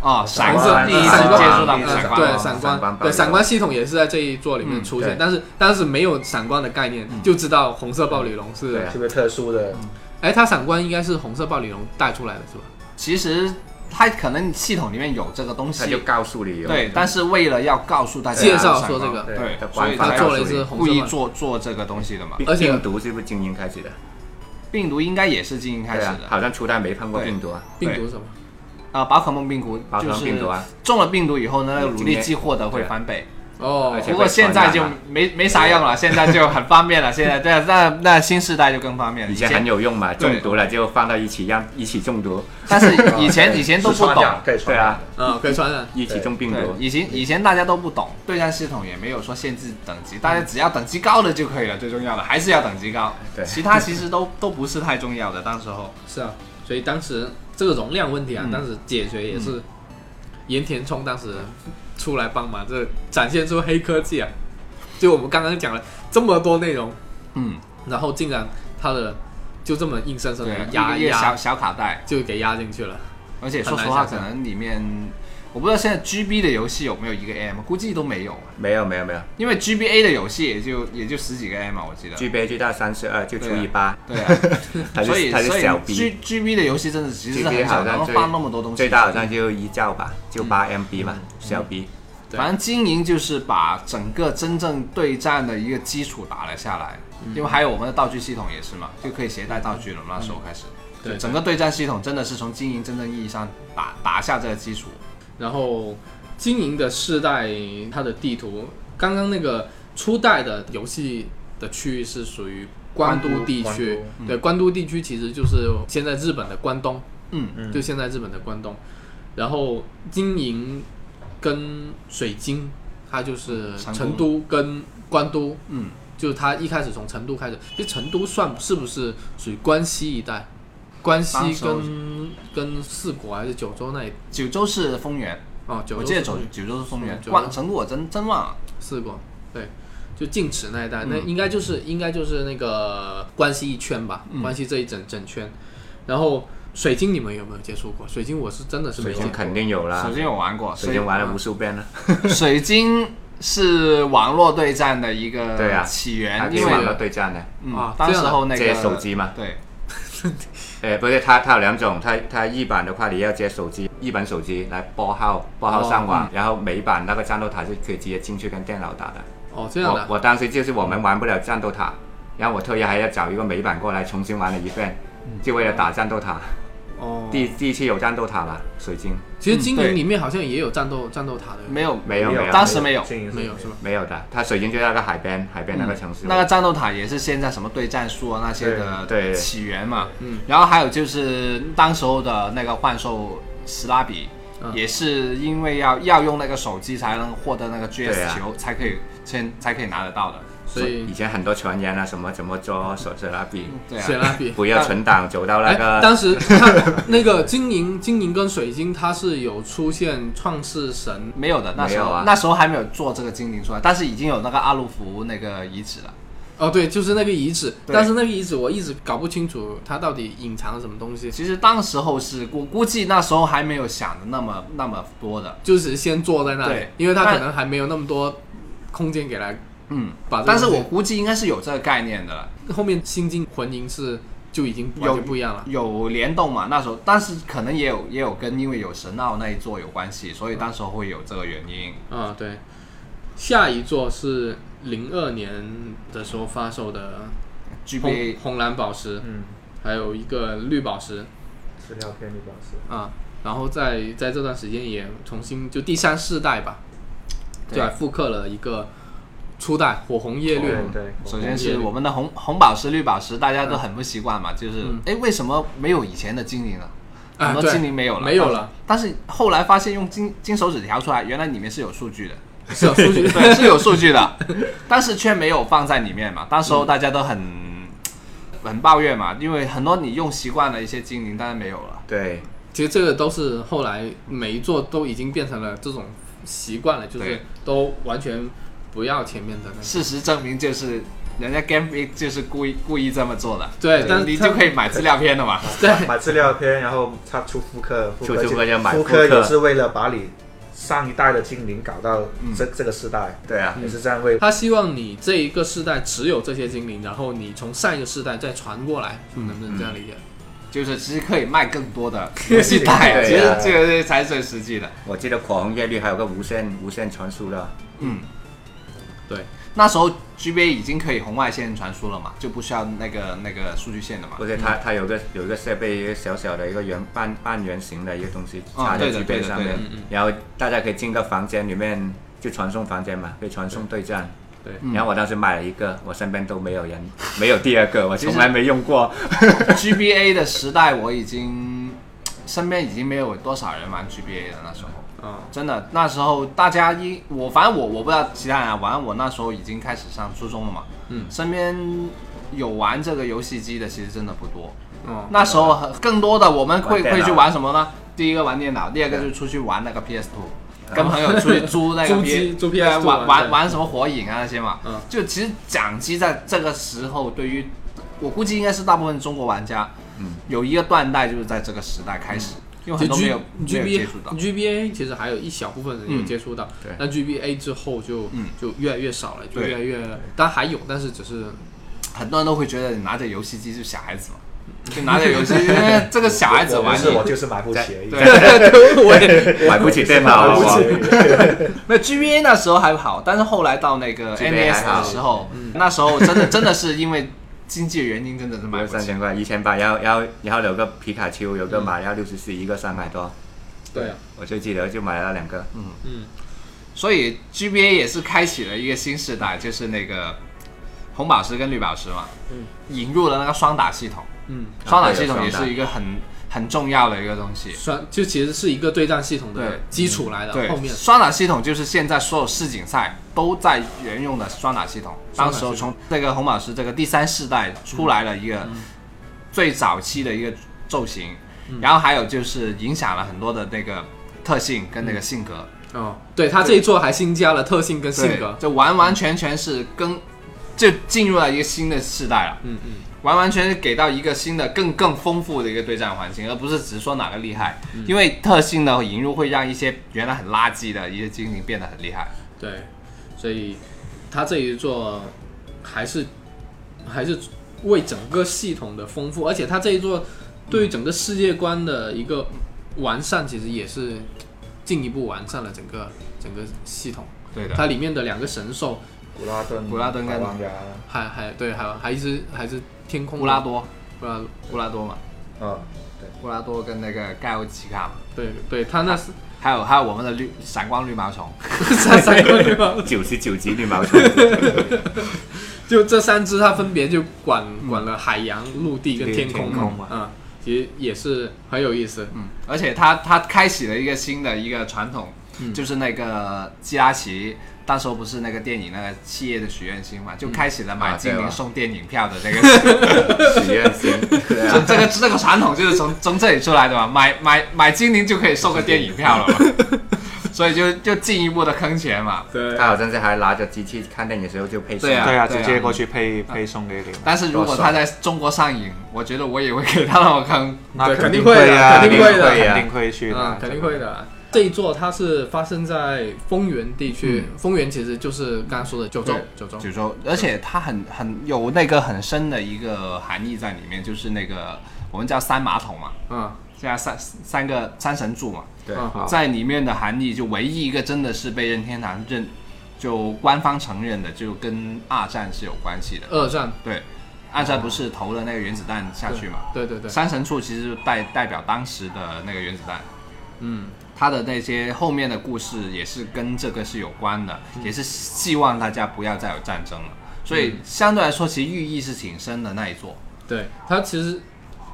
Speaker 4: 哦，闪
Speaker 1: 红色
Speaker 4: 光第一次
Speaker 1: 闪光
Speaker 4: 接触到
Speaker 2: 嗯
Speaker 4: 闪光，
Speaker 1: 呃对闪
Speaker 2: 光闪光
Speaker 1: 光，
Speaker 2: 暴鲤
Speaker 1: 对
Speaker 2: 龙
Speaker 1: 闪光系统也是在这一座里面
Speaker 4: 嗯
Speaker 1: 出现
Speaker 3: 对，
Speaker 1: 但是但是没有闪光的概念，就知道红色暴鲤龙
Speaker 2: 对
Speaker 1: 是
Speaker 2: 啊，
Speaker 3: 是不是特殊的？
Speaker 1: 哎，它闪光应该是红色暴鲤龙带出来的是吧？
Speaker 4: 其实它可能系统里面有这个东
Speaker 2: 他就
Speaker 4: 西，
Speaker 2: 告诉你有。
Speaker 4: 对，但是为了要告诉大家
Speaker 1: 介绍说这
Speaker 4: 闪光
Speaker 1: 个
Speaker 3: 对
Speaker 4: 对
Speaker 2: 它，
Speaker 4: 所
Speaker 2: 官
Speaker 4: 以
Speaker 2: 方
Speaker 4: 它
Speaker 1: 他
Speaker 2: 告
Speaker 1: 做
Speaker 2: 诉
Speaker 1: 了一
Speaker 2: 你
Speaker 1: 只红
Speaker 4: 故
Speaker 1: 色
Speaker 4: 意
Speaker 1: 暴鲤，
Speaker 4: 做做这个东西的嘛。
Speaker 2: 病
Speaker 1: 而且
Speaker 2: 病毒是不是精英开始的？
Speaker 4: 病毒应该也是精英开
Speaker 2: 对
Speaker 4: 始
Speaker 2: 啊，
Speaker 4: 的，
Speaker 2: 好像初代没碰过病毒啊，
Speaker 1: 病毒是什么？
Speaker 4: 啊，宝可梦病毒
Speaker 2: 包
Speaker 4: 就
Speaker 2: 装
Speaker 4: 是
Speaker 2: 病毒啊，
Speaker 4: 中了病毒以后呢，那个
Speaker 2: 嗯
Speaker 4: 努
Speaker 2: 今
Speaker 4: 力
Speaker 2: 天
Speaker 4: 激获得会
Speaker 2: 对啊
Speaker 4: 翻倍。
Speaker 1: 哦
Speaker 2: 而，且
Speaker 4: 不过现在就
Speaker 2: 会传染
Speaker 4: 没没啥用了，现在就很方便了。现在对，那那新时代就更方便了。
Speaker 2: 以
Speaker 4: 以
Speaker 2: 前很有用嘛，
Speaker 4: 对
Speaker 2: 中毒了就放到一起让一起中毒，
Speaker 4: 但是以前以前都不
Speaker 3: 呃
Speaker 4: 懂
Speaker 3: 是传，染可以传染的。
Speaker 1: 嗯，可以传染。
Speaker 2: 一起中病
Speaker 4: 对
Speaker 2: 毒，。
Speaker 4: 以前以前大家都不懂，对战系统也没有说限制等级，大家只要等级高的就可以了。最重要的还是要等级高，
Speaker 2: 对
Speaker 4: 其他其实都 都不是太重要的。当时候，
Speaker 1: 是啊，所以当时这个容量问题啊，
Speaker 4: 嗯
Speaker 1: 当时解决也是盐田聪当时出来帮忙，这展现出黑科技啊。就我们刚刚讲了这么多内容，
Speaker 4: 嗯，
Speaker 1: 然后竟然他的就这么硬生生的
Speaker 4: 对，
Speaker 1: 压
Speaker 4: 一个小
Speaker 1: 压
Speaker 4: 小卡带，
Speaker 1: 就给压进去了。
Speaker 4: 而且
Speaker 1: 很
Speaker 4: 说
Speaker 1: 难
Speaker 4: 实话，
Speaker 1: 想
Speaker 4: 可
Speaker 1: 象
Speaker 4: 能里面我不知道现在 GB 的游戏有没有一个 M，估计都没有，啊
Speaker 2: 没有没有没有
Speaker 4: 因为 GBA 的游戏也就也就十几个 M 嘛，我记得。
Speaker 2: ，G 杯最大三十二就除
Speaker 4: 对啊
Speaker 2: 以八，
Speaker 4: 对啊，
Speaker 2: 它
Speaker 4: 所
Speaker 2: 是
Speaker 4: 以
Speaker 2: 它是
Speaker 4: 所以
Speaker 2: 小
Speaker 4: G
Speaker 2: B。
Speaker 4: G B 的游戏真的其实
Speaker 2: G
Speaker 4: 是
Speaker 2: B
Speaker 4: 很少
Speaker 2: 好
Speaker 4: 能
Speaker 2: 像
Speaker 4: 够
Speaker 2: 最
Speaker 4: 放那么多东西。
Speaker 2: 最大好像就一兆吧，就八
Speaker 4: 嗯
Speaker 2: MB 吧，小 B。
Speaker 1: 对
Speaker 4: 反正经营就是把整个真正对战的一个基础打了下来，因为还有我们的道具系统也是嘛，就可以携带道具了。那时候开始，
Speaker 1: 对
Speaker 4: 就整个对战系统真的是从经营真正意义上打打下这个基础。
Speaker 1: 然后经营的世代，它的地图，刚刚那个初代的游戏的区域是属于关
Speaker 4: 关
Speaker 1: 都
Speaker 4: 都
Speaker 1: 地
Speaker 3: 关
Speaker 1: 区
Speaker 3: 都，
Speaker 1: 对，关都地区其实就是现在日本的关东，
Speaker 4: 嗯，
Speaker 1: 就现在日本的关东，然后金营跟水晶，它就是
Speaker 4: 嗯成
Speaker 1: 成
Speaker 4: 都
Speaker 1: 都跟关都，
Speaker 4: 嗯，
Speaker 1: 就是它一开始从成都开始，其实成都算是不是属于关西一带？关西
Speaker 4: 当时候
Speaker 1: 跟跟四国还是九州那里？
Speaker 4: 九州是丰原，
Speaker 1: 哦，九州
Speaker 4: 我记得
Speaker 1: 是
Speaker 4: 九九州是丰原
Speaker 1: 九，州
Speaker 4: 忘成都我真真忘了。
Speaker 1: 四国，对，就晋池那一带，那
Speaker 4: 嗯
Speaker 1: 应该就是应该就是那个关西一圈吧，
Speaker 4: 嗯
Speaker 1: 关西这一整整圈，然后。水晶你们有没有接触过？
Speaker 4: 嗯
Speaker 1: 水晶我是真的是没
Speaker 2: 水
Speaker 1: 有见
Speaker 2: 晶
Speaker 1: 过。
Speaker 2: 肯定有啦
Speaker 4: 水，晶有玩过，
Speaker 2: 水晶玩了无数遍了。
Speaker 4: 水晶是网络对战的一
Speaker 2: 对
Speaker 4: 个
Speaker 2: 啊
Speaker 4: 起
Speaker 2: 还
Speaker 4: 源，
Speaker 2: 可以
Speaker 4: 因为
Speaker 2: 玩到对战的。
Speaker 4: 嗯
Speaker 1: 啊，
Speaker 4: 当时候那
Speaker 2: 这
Speaker 4: 个
Speaker 2: 手机嘛
Speaker 4: 对，
Speaker 2: 诶、不是，它它有两种，它它一版的话，你要接手机，一本手机来拨号，拨号上
Speaker 4: 哦嗯
Speaker 2: 网，然后美版那个战斗塔是可以直接进去跟电脑打的。
Speaker 1: 哦，这样的
Speaker 2: 我我当时就是我们玩不了战斗塔，然后我特意还要找一个美版过来重新玩了一遍，
Speaker 1: 嗯
Speaker 2: 就为了打战斗塔。
Speaker 1: 哦。
Speaker 2: 第第一期有战斗塔了，水晶
Speaker 1: 其实精
Speaker 4: 嗯对
Speaker 1: 灵里面好像也有战斗战斗塔的，
Speaker 4: 啊没有
Speaker 2: 没有没有
Speaker 4: 当时没有
Speaker 3: 经营是
Speaker 1: 没有是吧？
Speaker 2: 没有的，它水晶就在那个海边海边那个城市。
Speaker 1: 嗯
Speaker 4: 那个战斗塔也是现在什么对战术啊那些
Speaker 2: 对
Speaker 4: 的
Speaker 2: 对
Speaker 4: 起源嘛。
Speaker 1: 嗯，
Speaker 4: 然后还有就是当时候的那个幻兽史拉比，
Speaker 1: 嗯
Speaker 4: 也是因为要要用那个手机才能获得那个
Speaker 2: 啊
Speaker 4: GS 球，才可以先才可以拿得到的。
Speaker 1: 所以
Speaker 2: 以前很多传言啊，什么怎么做手势拉比，
Speaker 4: 对
Speaker 1: 写
Speaker 4: 啊，
Speaker 1: 蜡笔。
Speaker 2: 不要存档，走到
Speaker 1: 嗯
Speaker 2: 那
Speaker 1: 哎，
Speaker 2: 个。
Speaker 1: 当时他那个精灵、精灵跟水晶，它是有出现创世神
Speaker 4: 没有的，那时候、
Speaker 2: 没有啊
Speaker 4: 那时候还没有做这个精灵出来，但是已经有那个阿鲁福那个遗址了。
Speaker 1: 哦，对，就是那个遗址，
Speaker 4: 对
Speaker 1: 但是那个遗址我一直搞不清楚它到底隐藏了什么东西，
Speaker 4: 其实当时候是我估计那时候还没有想的那么那么多的，
Speaker 1: 就是先坐在那里
Speaker 4: 对，
Speaker 1: 因为它
Speaker 4: 但
Speaker 1: 可能还没有那么多空间给它
Speaker 4: 嗯，
Speaker 2: 啊
Speaker 1: 把这个东西。
Speaker 4: 但是我估计应该是有这个概念的了。
Speaker 1: 后面新进魂银是就已经完
Speaker 4: 有
Speaker 1: 全不一样了。
Speaker 4: 有联动嘛？那时候，但是可能也有也有跟因为有神奥那一座有关系，所以当时候会有这个原因。
Speaker 1: 啊，对，下一座是零二年的时候发售的
Speaker 4: GBA
Speaker 1: 红红蓝宝石，
Speaker 3: 嗯，
Speaker 1: 还有一个绿宝石
Speaker 3: 资料片里表示。
Speaker 1: 啊。然后在在这段时间也重新就第三世代吧，
Speaker 4: 对
Speaker 1: 对，啊复刻了一个初代火红叶绿，
Speaker 3: 对，
Speaker 4: 首先是我们的红红宝石、绿宝石，大家都很不习惯嘛，就是
Speaker 1: 嗯
Speaker 4: 哎、诶为什么没有以前的精灵了？
Speaker 1: 啊
Speaker 4: 很多
Speaker 1: 对
Speaker 4: 精灵没有了，
Speaker 1: 没有 了
Speaker 4: 但。但是后来发现用金金手指条出来，原来里面是有 数据的，
Speaker 1: 是有数据，
Speaker 4: 对，是有数据的，但是却没有放在里面嘛。当
Speaker 1: 嗯
Speaker 4: 时候大家都很、很抱怨嘛，因为很多你用习惯了一些精灵，但是没有了。
Speaker 2: 对，
Speaker 1: 其实这个都是后来每一座都已经变成了这种习惯了，就是
Speaker 4: 对
Speaker 1: 都完全不要前面的那个。
Speaker 4: 事实证明，就是人家 Game Freak 就是故意故意这么做的。
Speaker 1: 对但是
Speaker 4: 你
Speaker 1: 他
Speaker 4: 就可以买资料片了嘛。
Speaker 1: 对，
Speaker 3: 买资料片，然后他出复刻，复刻
Speaker 2: 出复刻就买
Speaker 3: 复
Speaker 2: 复
Speaker 3: 刻
Speaker 2: 刻
Speaker 3: 也是为了把你上一代的精灵搞到这、这个时代，
Speaker 2: 对啊，
Speaker 3: 也是这样为。
Speaker 1: 他希望你这一个世代只有这些精灵，然后你从上一个世代再传过来，能不能这样理解？
Speaker 4: 就是其实可以卖更多 的游戏带，其
Speaker 2: 对
Speaker 4: 实
Speaker 2: 啊
Speaker 4: 这个才是最实际的。
Speaker 2: 我记得火红叶绿还有个无线无线传输的，
Speaker 4: 嗯，
Speaker 1: 对，
Speaker 4: 那时候 GBA 已经可以红外线传输了嘛，就不需要那个那个数据线的嘛。
Speaker 2: 不是它它有个有一个设备，一个小小的一个圆半半圆形的一个东西
Speaker 4: 哦
Speaker 2: 插在
Speaker 4: 对的
Speaker 2: 机
Speaker 4: 对
Speaker 2: 背
Speaker 4: 的
Speaker 2: 上
Speaker 4: 对的
Speaker 2: 面
Speaker 1: 嗯，
Speaker 2: 然后大家可以进个房间里面就传送房间嘛，可以传送对战。
Speaker 1: 对
Speaker 4: 嗯
Speaker 2: 然后我当时买了一个，我身边都没有人， 没有第二个，我从来没用过。
Speaker 4: GBA 的时代，我已经身边已经没有多少人玩 GBA 了。那时候
Speaker 1: 啊、
Speaker 4: 真的，那时候大家一我反正我我不知道其他人啊玩，我那时候已经开始上初中了嘛。
Speaker 1: 嗯
Speaker 4: 身边有玩这个游戏机的，其实真的不多。
Speaker 1: 哦，
Speaker 4: 那时候很更多的我们
Speaker 2: 玩
Speaker 4: 会
Speaker 2: 电脑
Speaker 4: 会去玩什么呢？第一个玩电脑，第二个就出去玩那个 PS Two，跟朋友出去租那个
Speaker 1: 租机
Speaker 4: P
Speaker 1: 租
Speaker 4: 对
Speaker 1: PS2
Speaker 4: 玩
Speaker 1: 玩
Speaker 4: 玩
Speaker 1: 对
Speaker 4: 玩什么火影啊那些嘛
Speaker 1: 嗯。
Speaker 4: 就其实掌机在这个时候，对于我估计应该是大部分中国玩家，有一个断代就是在这个时代开始，因为
Speaker 1: 其
Speaker 4: 很多没有没
Speaker 1: 实
Speaker 4: 有
Speaker 1: G
Speaker 4: 接触到
Speaker 1: GBA。GBA 其实还有一小部分人有
Speaker 4: 嗯
Speaker 1: 接触到，
Speaker 2: 对
Speaker 1: 但 GBA 之后就、
Speaker 4: 嗯
Speaker 1: 就越来越少了，就
Speaker 4: 对
Speaker 1: 越来越，但还有，但是只是
Speaker 4: 很多人都会觉得你拿着游戏机就是小孩子嘛，就拿着游戏，因为这个小孩子
Speaker 3: 我不
Speaker 4: 玩
Speaker 3: 是
Speaker 4: 你
Speaker 3: 我就是买不起而已，
Speaker 2: 买不起电脑
Speaker 3: 买不
Speaker 2: 啊，我
Speaker 3: 起而已。
Speaker 4: 没有 GBA 那时候还好，但是后来到那个
Speaker 2: GBA
Speaker 4: NES
Speaker 2: 还好嗯
Speaker 4: 的时候，那时候真的真的是因为经济原因，真的是
Speaker 2: 买
Speaker 4: 买
Speaker 2: 了
Speaker 4: 不
Speaker 2: 三
Speaker 4: 起。
Speaker 2: 千块，以前吧，然后然后然后有个皮卡丘，有个马里奥六十四，一个三百多，
Speaker 1: 对啊，
Speaker 2: 我最记得就买了两个。
Speaker 1: 嗯，
Speaker 4: 所以 GBA 也是开启了一个新时代，就是那个红宝石跟绿宝石嘛，引入了那个双打系统，
Speaker 1: 嗯，
Speaker 4: 双打系
Speaker 2: 嗯啊
Speaker 4: 统
Speaker 2: 对
Speaker 4: 也
Speaker 2: 有双打
Speaker 4: 是一个很很重要的一个东西。
Speaker 1: 算就其实是一个对战系统的
Speaker 4: 对嗯
Speaker 1: 基础来的，
Speaker 4: 对
Speaker 1: 后，面
Speaker 4: 双打系统就是现在所有世锦赛都在沿用的双打系统。
Speaker 1: 双打
Speaker 4: 当
Speaker 1: 系
Speaker 4: 时
Speaker 1: 统
Speaker 4: 候从这个红宝石这个第三世代出来了一
Speaker 1: 嗯
Speaker 4: 个最早期的一个骤型，
Speaker 1: 嗯
Speaker 4: 然后还有就是影响了很多的那个特性跟那个性格。
Speaker 1: 哦，对他这一座还新加了特性跟性格
Speaker 4: 对，就完完全全是跟就进入了一个新的世代了。
Speaker 1: 嗯嗯，
Speaker 4: 完完全全给到一个新的、更更丰富的一个对战环境，而不是只说哪个厉害。
Speaker 1: 嗯
Speaker 4: 因为特性的引入会让一些原来很垃圾的一些精灵变得很厉害。
Speaker 1: 对，所以它这一座还是还是为整个系统的丰富，而且它这一座对于整个世界观的一个完善，其实也是进一步完善了整个整个系统。
Speaker 2: 对
Speaker 1: 它里面的两个神兽，
Speaker 3: 古拉登、
Speaker 4: 古拉登跟
Speaker 3: 海王牙，
Speaker 1: 还还对，还有还一只还是天空
Speaker 4: 乌拉多，
Speaker 1: 布拉多
Speaker 4: 乌拉多嘛，
Speaker 3: 嗯，
Speaker 4: 乌拉多跟那个盖欧奇卡嘛，
Speaker 1: 对对，它那是
Speaker 4: 还有还有我们的绿闪光绿毛虫，
Speaker 1: 三三个对吧？
Speaker 2: 九十九级绿毛虫，
Speaker 1: 就这三只，它分别就管管了海洋、陆地跟天空
Speaker 2: 天空
Speaker 1: 嘛
Speaker 2: 嘛，
Speaker 1: 嗯，其实也是很有意思。
Speaker 4: 嗯，而且他他开启了一个新的一个传统，
Speaker 2: 嗯
Speaker 4: 就是那个基拉奇。当时候不是那个电影那个企业的许愿星嘛，就开启了买
Speaker 2: 啊对
Speaker 4: 精
Speaker 2: 吧
Speaker 4: 灵送电影票的 这个，
Speaker 2: 许愿星，对啊
Speaker 4: 这这个这个传统就是从从这里出来的嘛，买买买精灵就可以送个电影票了 嘛，所以就就进一步的坑钱嘛。
Speaker 1: 对，
Speaker 2: 他好像是还拿着机器看电影的时候就配
Speaker 4: 对
Speaker 2: 上
Speaker 4: 啊
Speaker 3: 对啊，
Speaker 4: 对
Speaker 3: 直
Speaker 4: 啊
Speaker 3: 接过去配配送给你，
Speaker 4: 但是如果他在中国上映，我觉得我也会给他那么坑。
Speaker 3: 那
Speaker 1: 对肯定
Speaker 3: 定
Speaker 1: 会的
Speaker 3: 啊，
Speaker 1: 肯定会的
Speaker 3: 肯定会去的
Speaker 1: 嗯，，肯定会的。这一座它是发生在丰原地区，丰原其实就是刚刚说的九州
Speaker 4: 对，
Speaker 1: 九州，
Speaker 4: 九州，而且它很很有那个很深的一个含义在里面，就是那个我们叫三马桶嘛，
Speaker 1: 嗯，
Speaker 4: 现在三三个三神柱嘛，
Speaker 2: 对
Speaker 1: 嗯
Speaker 3: 好
Speaker 4: 在里面的含义就唯一一个真的是被任天堂认，就官方承认的，就跟二战是有关系的。
Speaker 1: 二战，
Speaker 4: 对，二战不是投了那个原子弹下去嘛？
Speaker 1: 对对对，
Speaker 4: 三神柱其实代代表当时的那个原子弹。
Speaker 1: 嗯，
Speaker 4: 他的那些后面的故事也是跟这个是有关的，也是希望大家不要再有战争了。所以相对来说，其实寓意是挺深的那一座。
Speaker 1: 对，它其实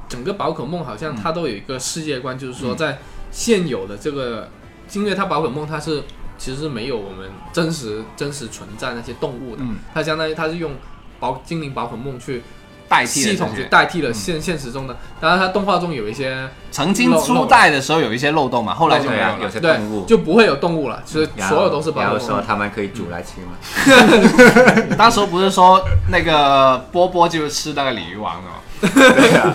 Speaker 1: 整个宝可梦好像它都有一个世界观，就是说在现有的这个，因为它宝可梦它是其实没有我们真实真实存在那些动物的，
Speaker 4: 嗯
Speaker 1: 它相当于它是用宝精灵宝可梦去
Speaker 4: 代替了
Speaker 1: 系统
Speaker 4: 这
Speaker 1: 去
Speaker 4: 些
Speaker 1: 代替了现现实中的，当然它动画中有一些
Speaker 4: 曾经初代的时候有一些漏洞嘛，后来就没
Speaker 2: 对
Speaker 4: 有
Speaker 2: 啊有
Speaker 4: 了。
Speaker 2: 些
Speaker 1: 对
Speaker 2: 动物，
Speaker 1: 就不会有动物了，其实
Speaker 2: 然后
Speaker 1: 所有都是宝
Speaker 2: 然后
Speaker 1: 可
Speaker 2: 说
Speaker 1: 梦。
Speaker 2: 他们可以煮来吃 嘛，
Speaker 4: 当时不是说那个波波就是吃那个鲤鱼王的嘛？
Speaker 2: 对啊，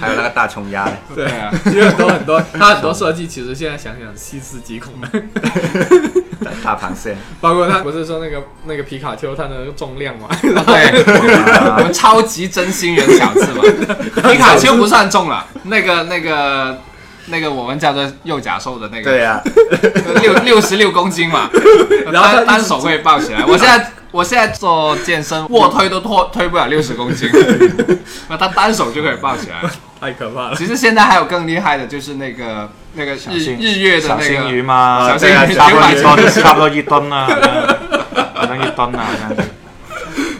Speaker 2: 还有那个大葱鸭呢，
Speaker 4: 对啊，
Speaker 1: 因为很多很多，它很多设计其实现在想想细思极恐的，
Speaker 2: 大大螃 蟹，
Speaker 1: 包括它不是说那个那个皮卡丘它的那个重量嘛，
Speaker 4: 对，我们超级真心人小智 嘛，皮卡丘不算重了，那个那个那个我们叫做右甲兽的那个
Speaker 2: 对啊，
Speaker 4: 六六十六公斤嘛，
Speaker 1: 然后他一
Speaker 4: 单
Speaker 1: 直
Speaker 4: 单手可以抱起来。我现在我现在做健身，卧推都拖推不了六十公斤，那他单手就可以抱起来。
Speaker 1: 太可怕了。
Speaker 4: 其实现在还有更厉害的，就是那个那个
Speaker 3: 小
Speaker 4: 日
Speaker 3: 心
Speaker 4: 日月的
Speaker 3: 小
Speaker 4: 那
Speaker 3: 心鱼
Speaker 4: 个，
Speaker 3: 嘛，
Speaker 4: 小心
Speaker 3: 对啊
Speaker 4: 鱼
Speaker 3: 差不多
Speaker 4: 900
Speaker 3: 一
Speaker 4: 公
Speaker 3: 吨，差不多一吨啊，好像一吨啊，好像是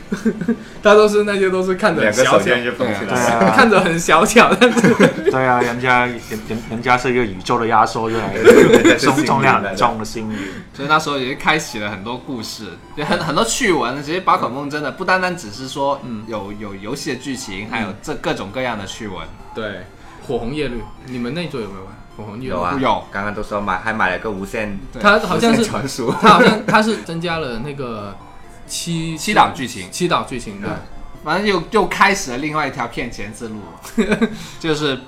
Speaker 1: 它都是那些都是看着
Speaker 2: 两
Speaker 1: 很
Speaker 2: 个
Speaker 1: 小
Speaker 2: 手
Speaker 1: 巧，
Speaker 2: 尖就蹦起
Speaker 3: 对
Speaker 2: 来了。
Speaker 3: 啊，
Speaker 1: 看着很小巧，但是
Speaker 3: 对啊，人家人人人家是一个宇宙的压缩出 来的，重重量很重的星云，
Speaker 4: 所以那时候也是开启了很多故事，也很很多趣闻。其实宝可梦真的不单单只是说嗯有有游戏的剧情，还有这各种各样的趣闻。
Speaker 1: 对火红叶绿，你们那座有没有玩火红叶绿？
Speaker 2: 有啊，
Speaker 4: 有
Speaker 2: 刚刚都说买，还买了个无线，
Speaker 4: 对
Speaker 1: 它好像
Speaker 2: 无
Speaker 1: 是
Speaker 2: 线 传输，
Speaker 1: 它好像它是增加了那个七
Speaker 4: 七岛剧情
Speaker 1: 七岛剧情的，
Speaker 4: 反正又又开始了另外一条骗钱之路， 就是，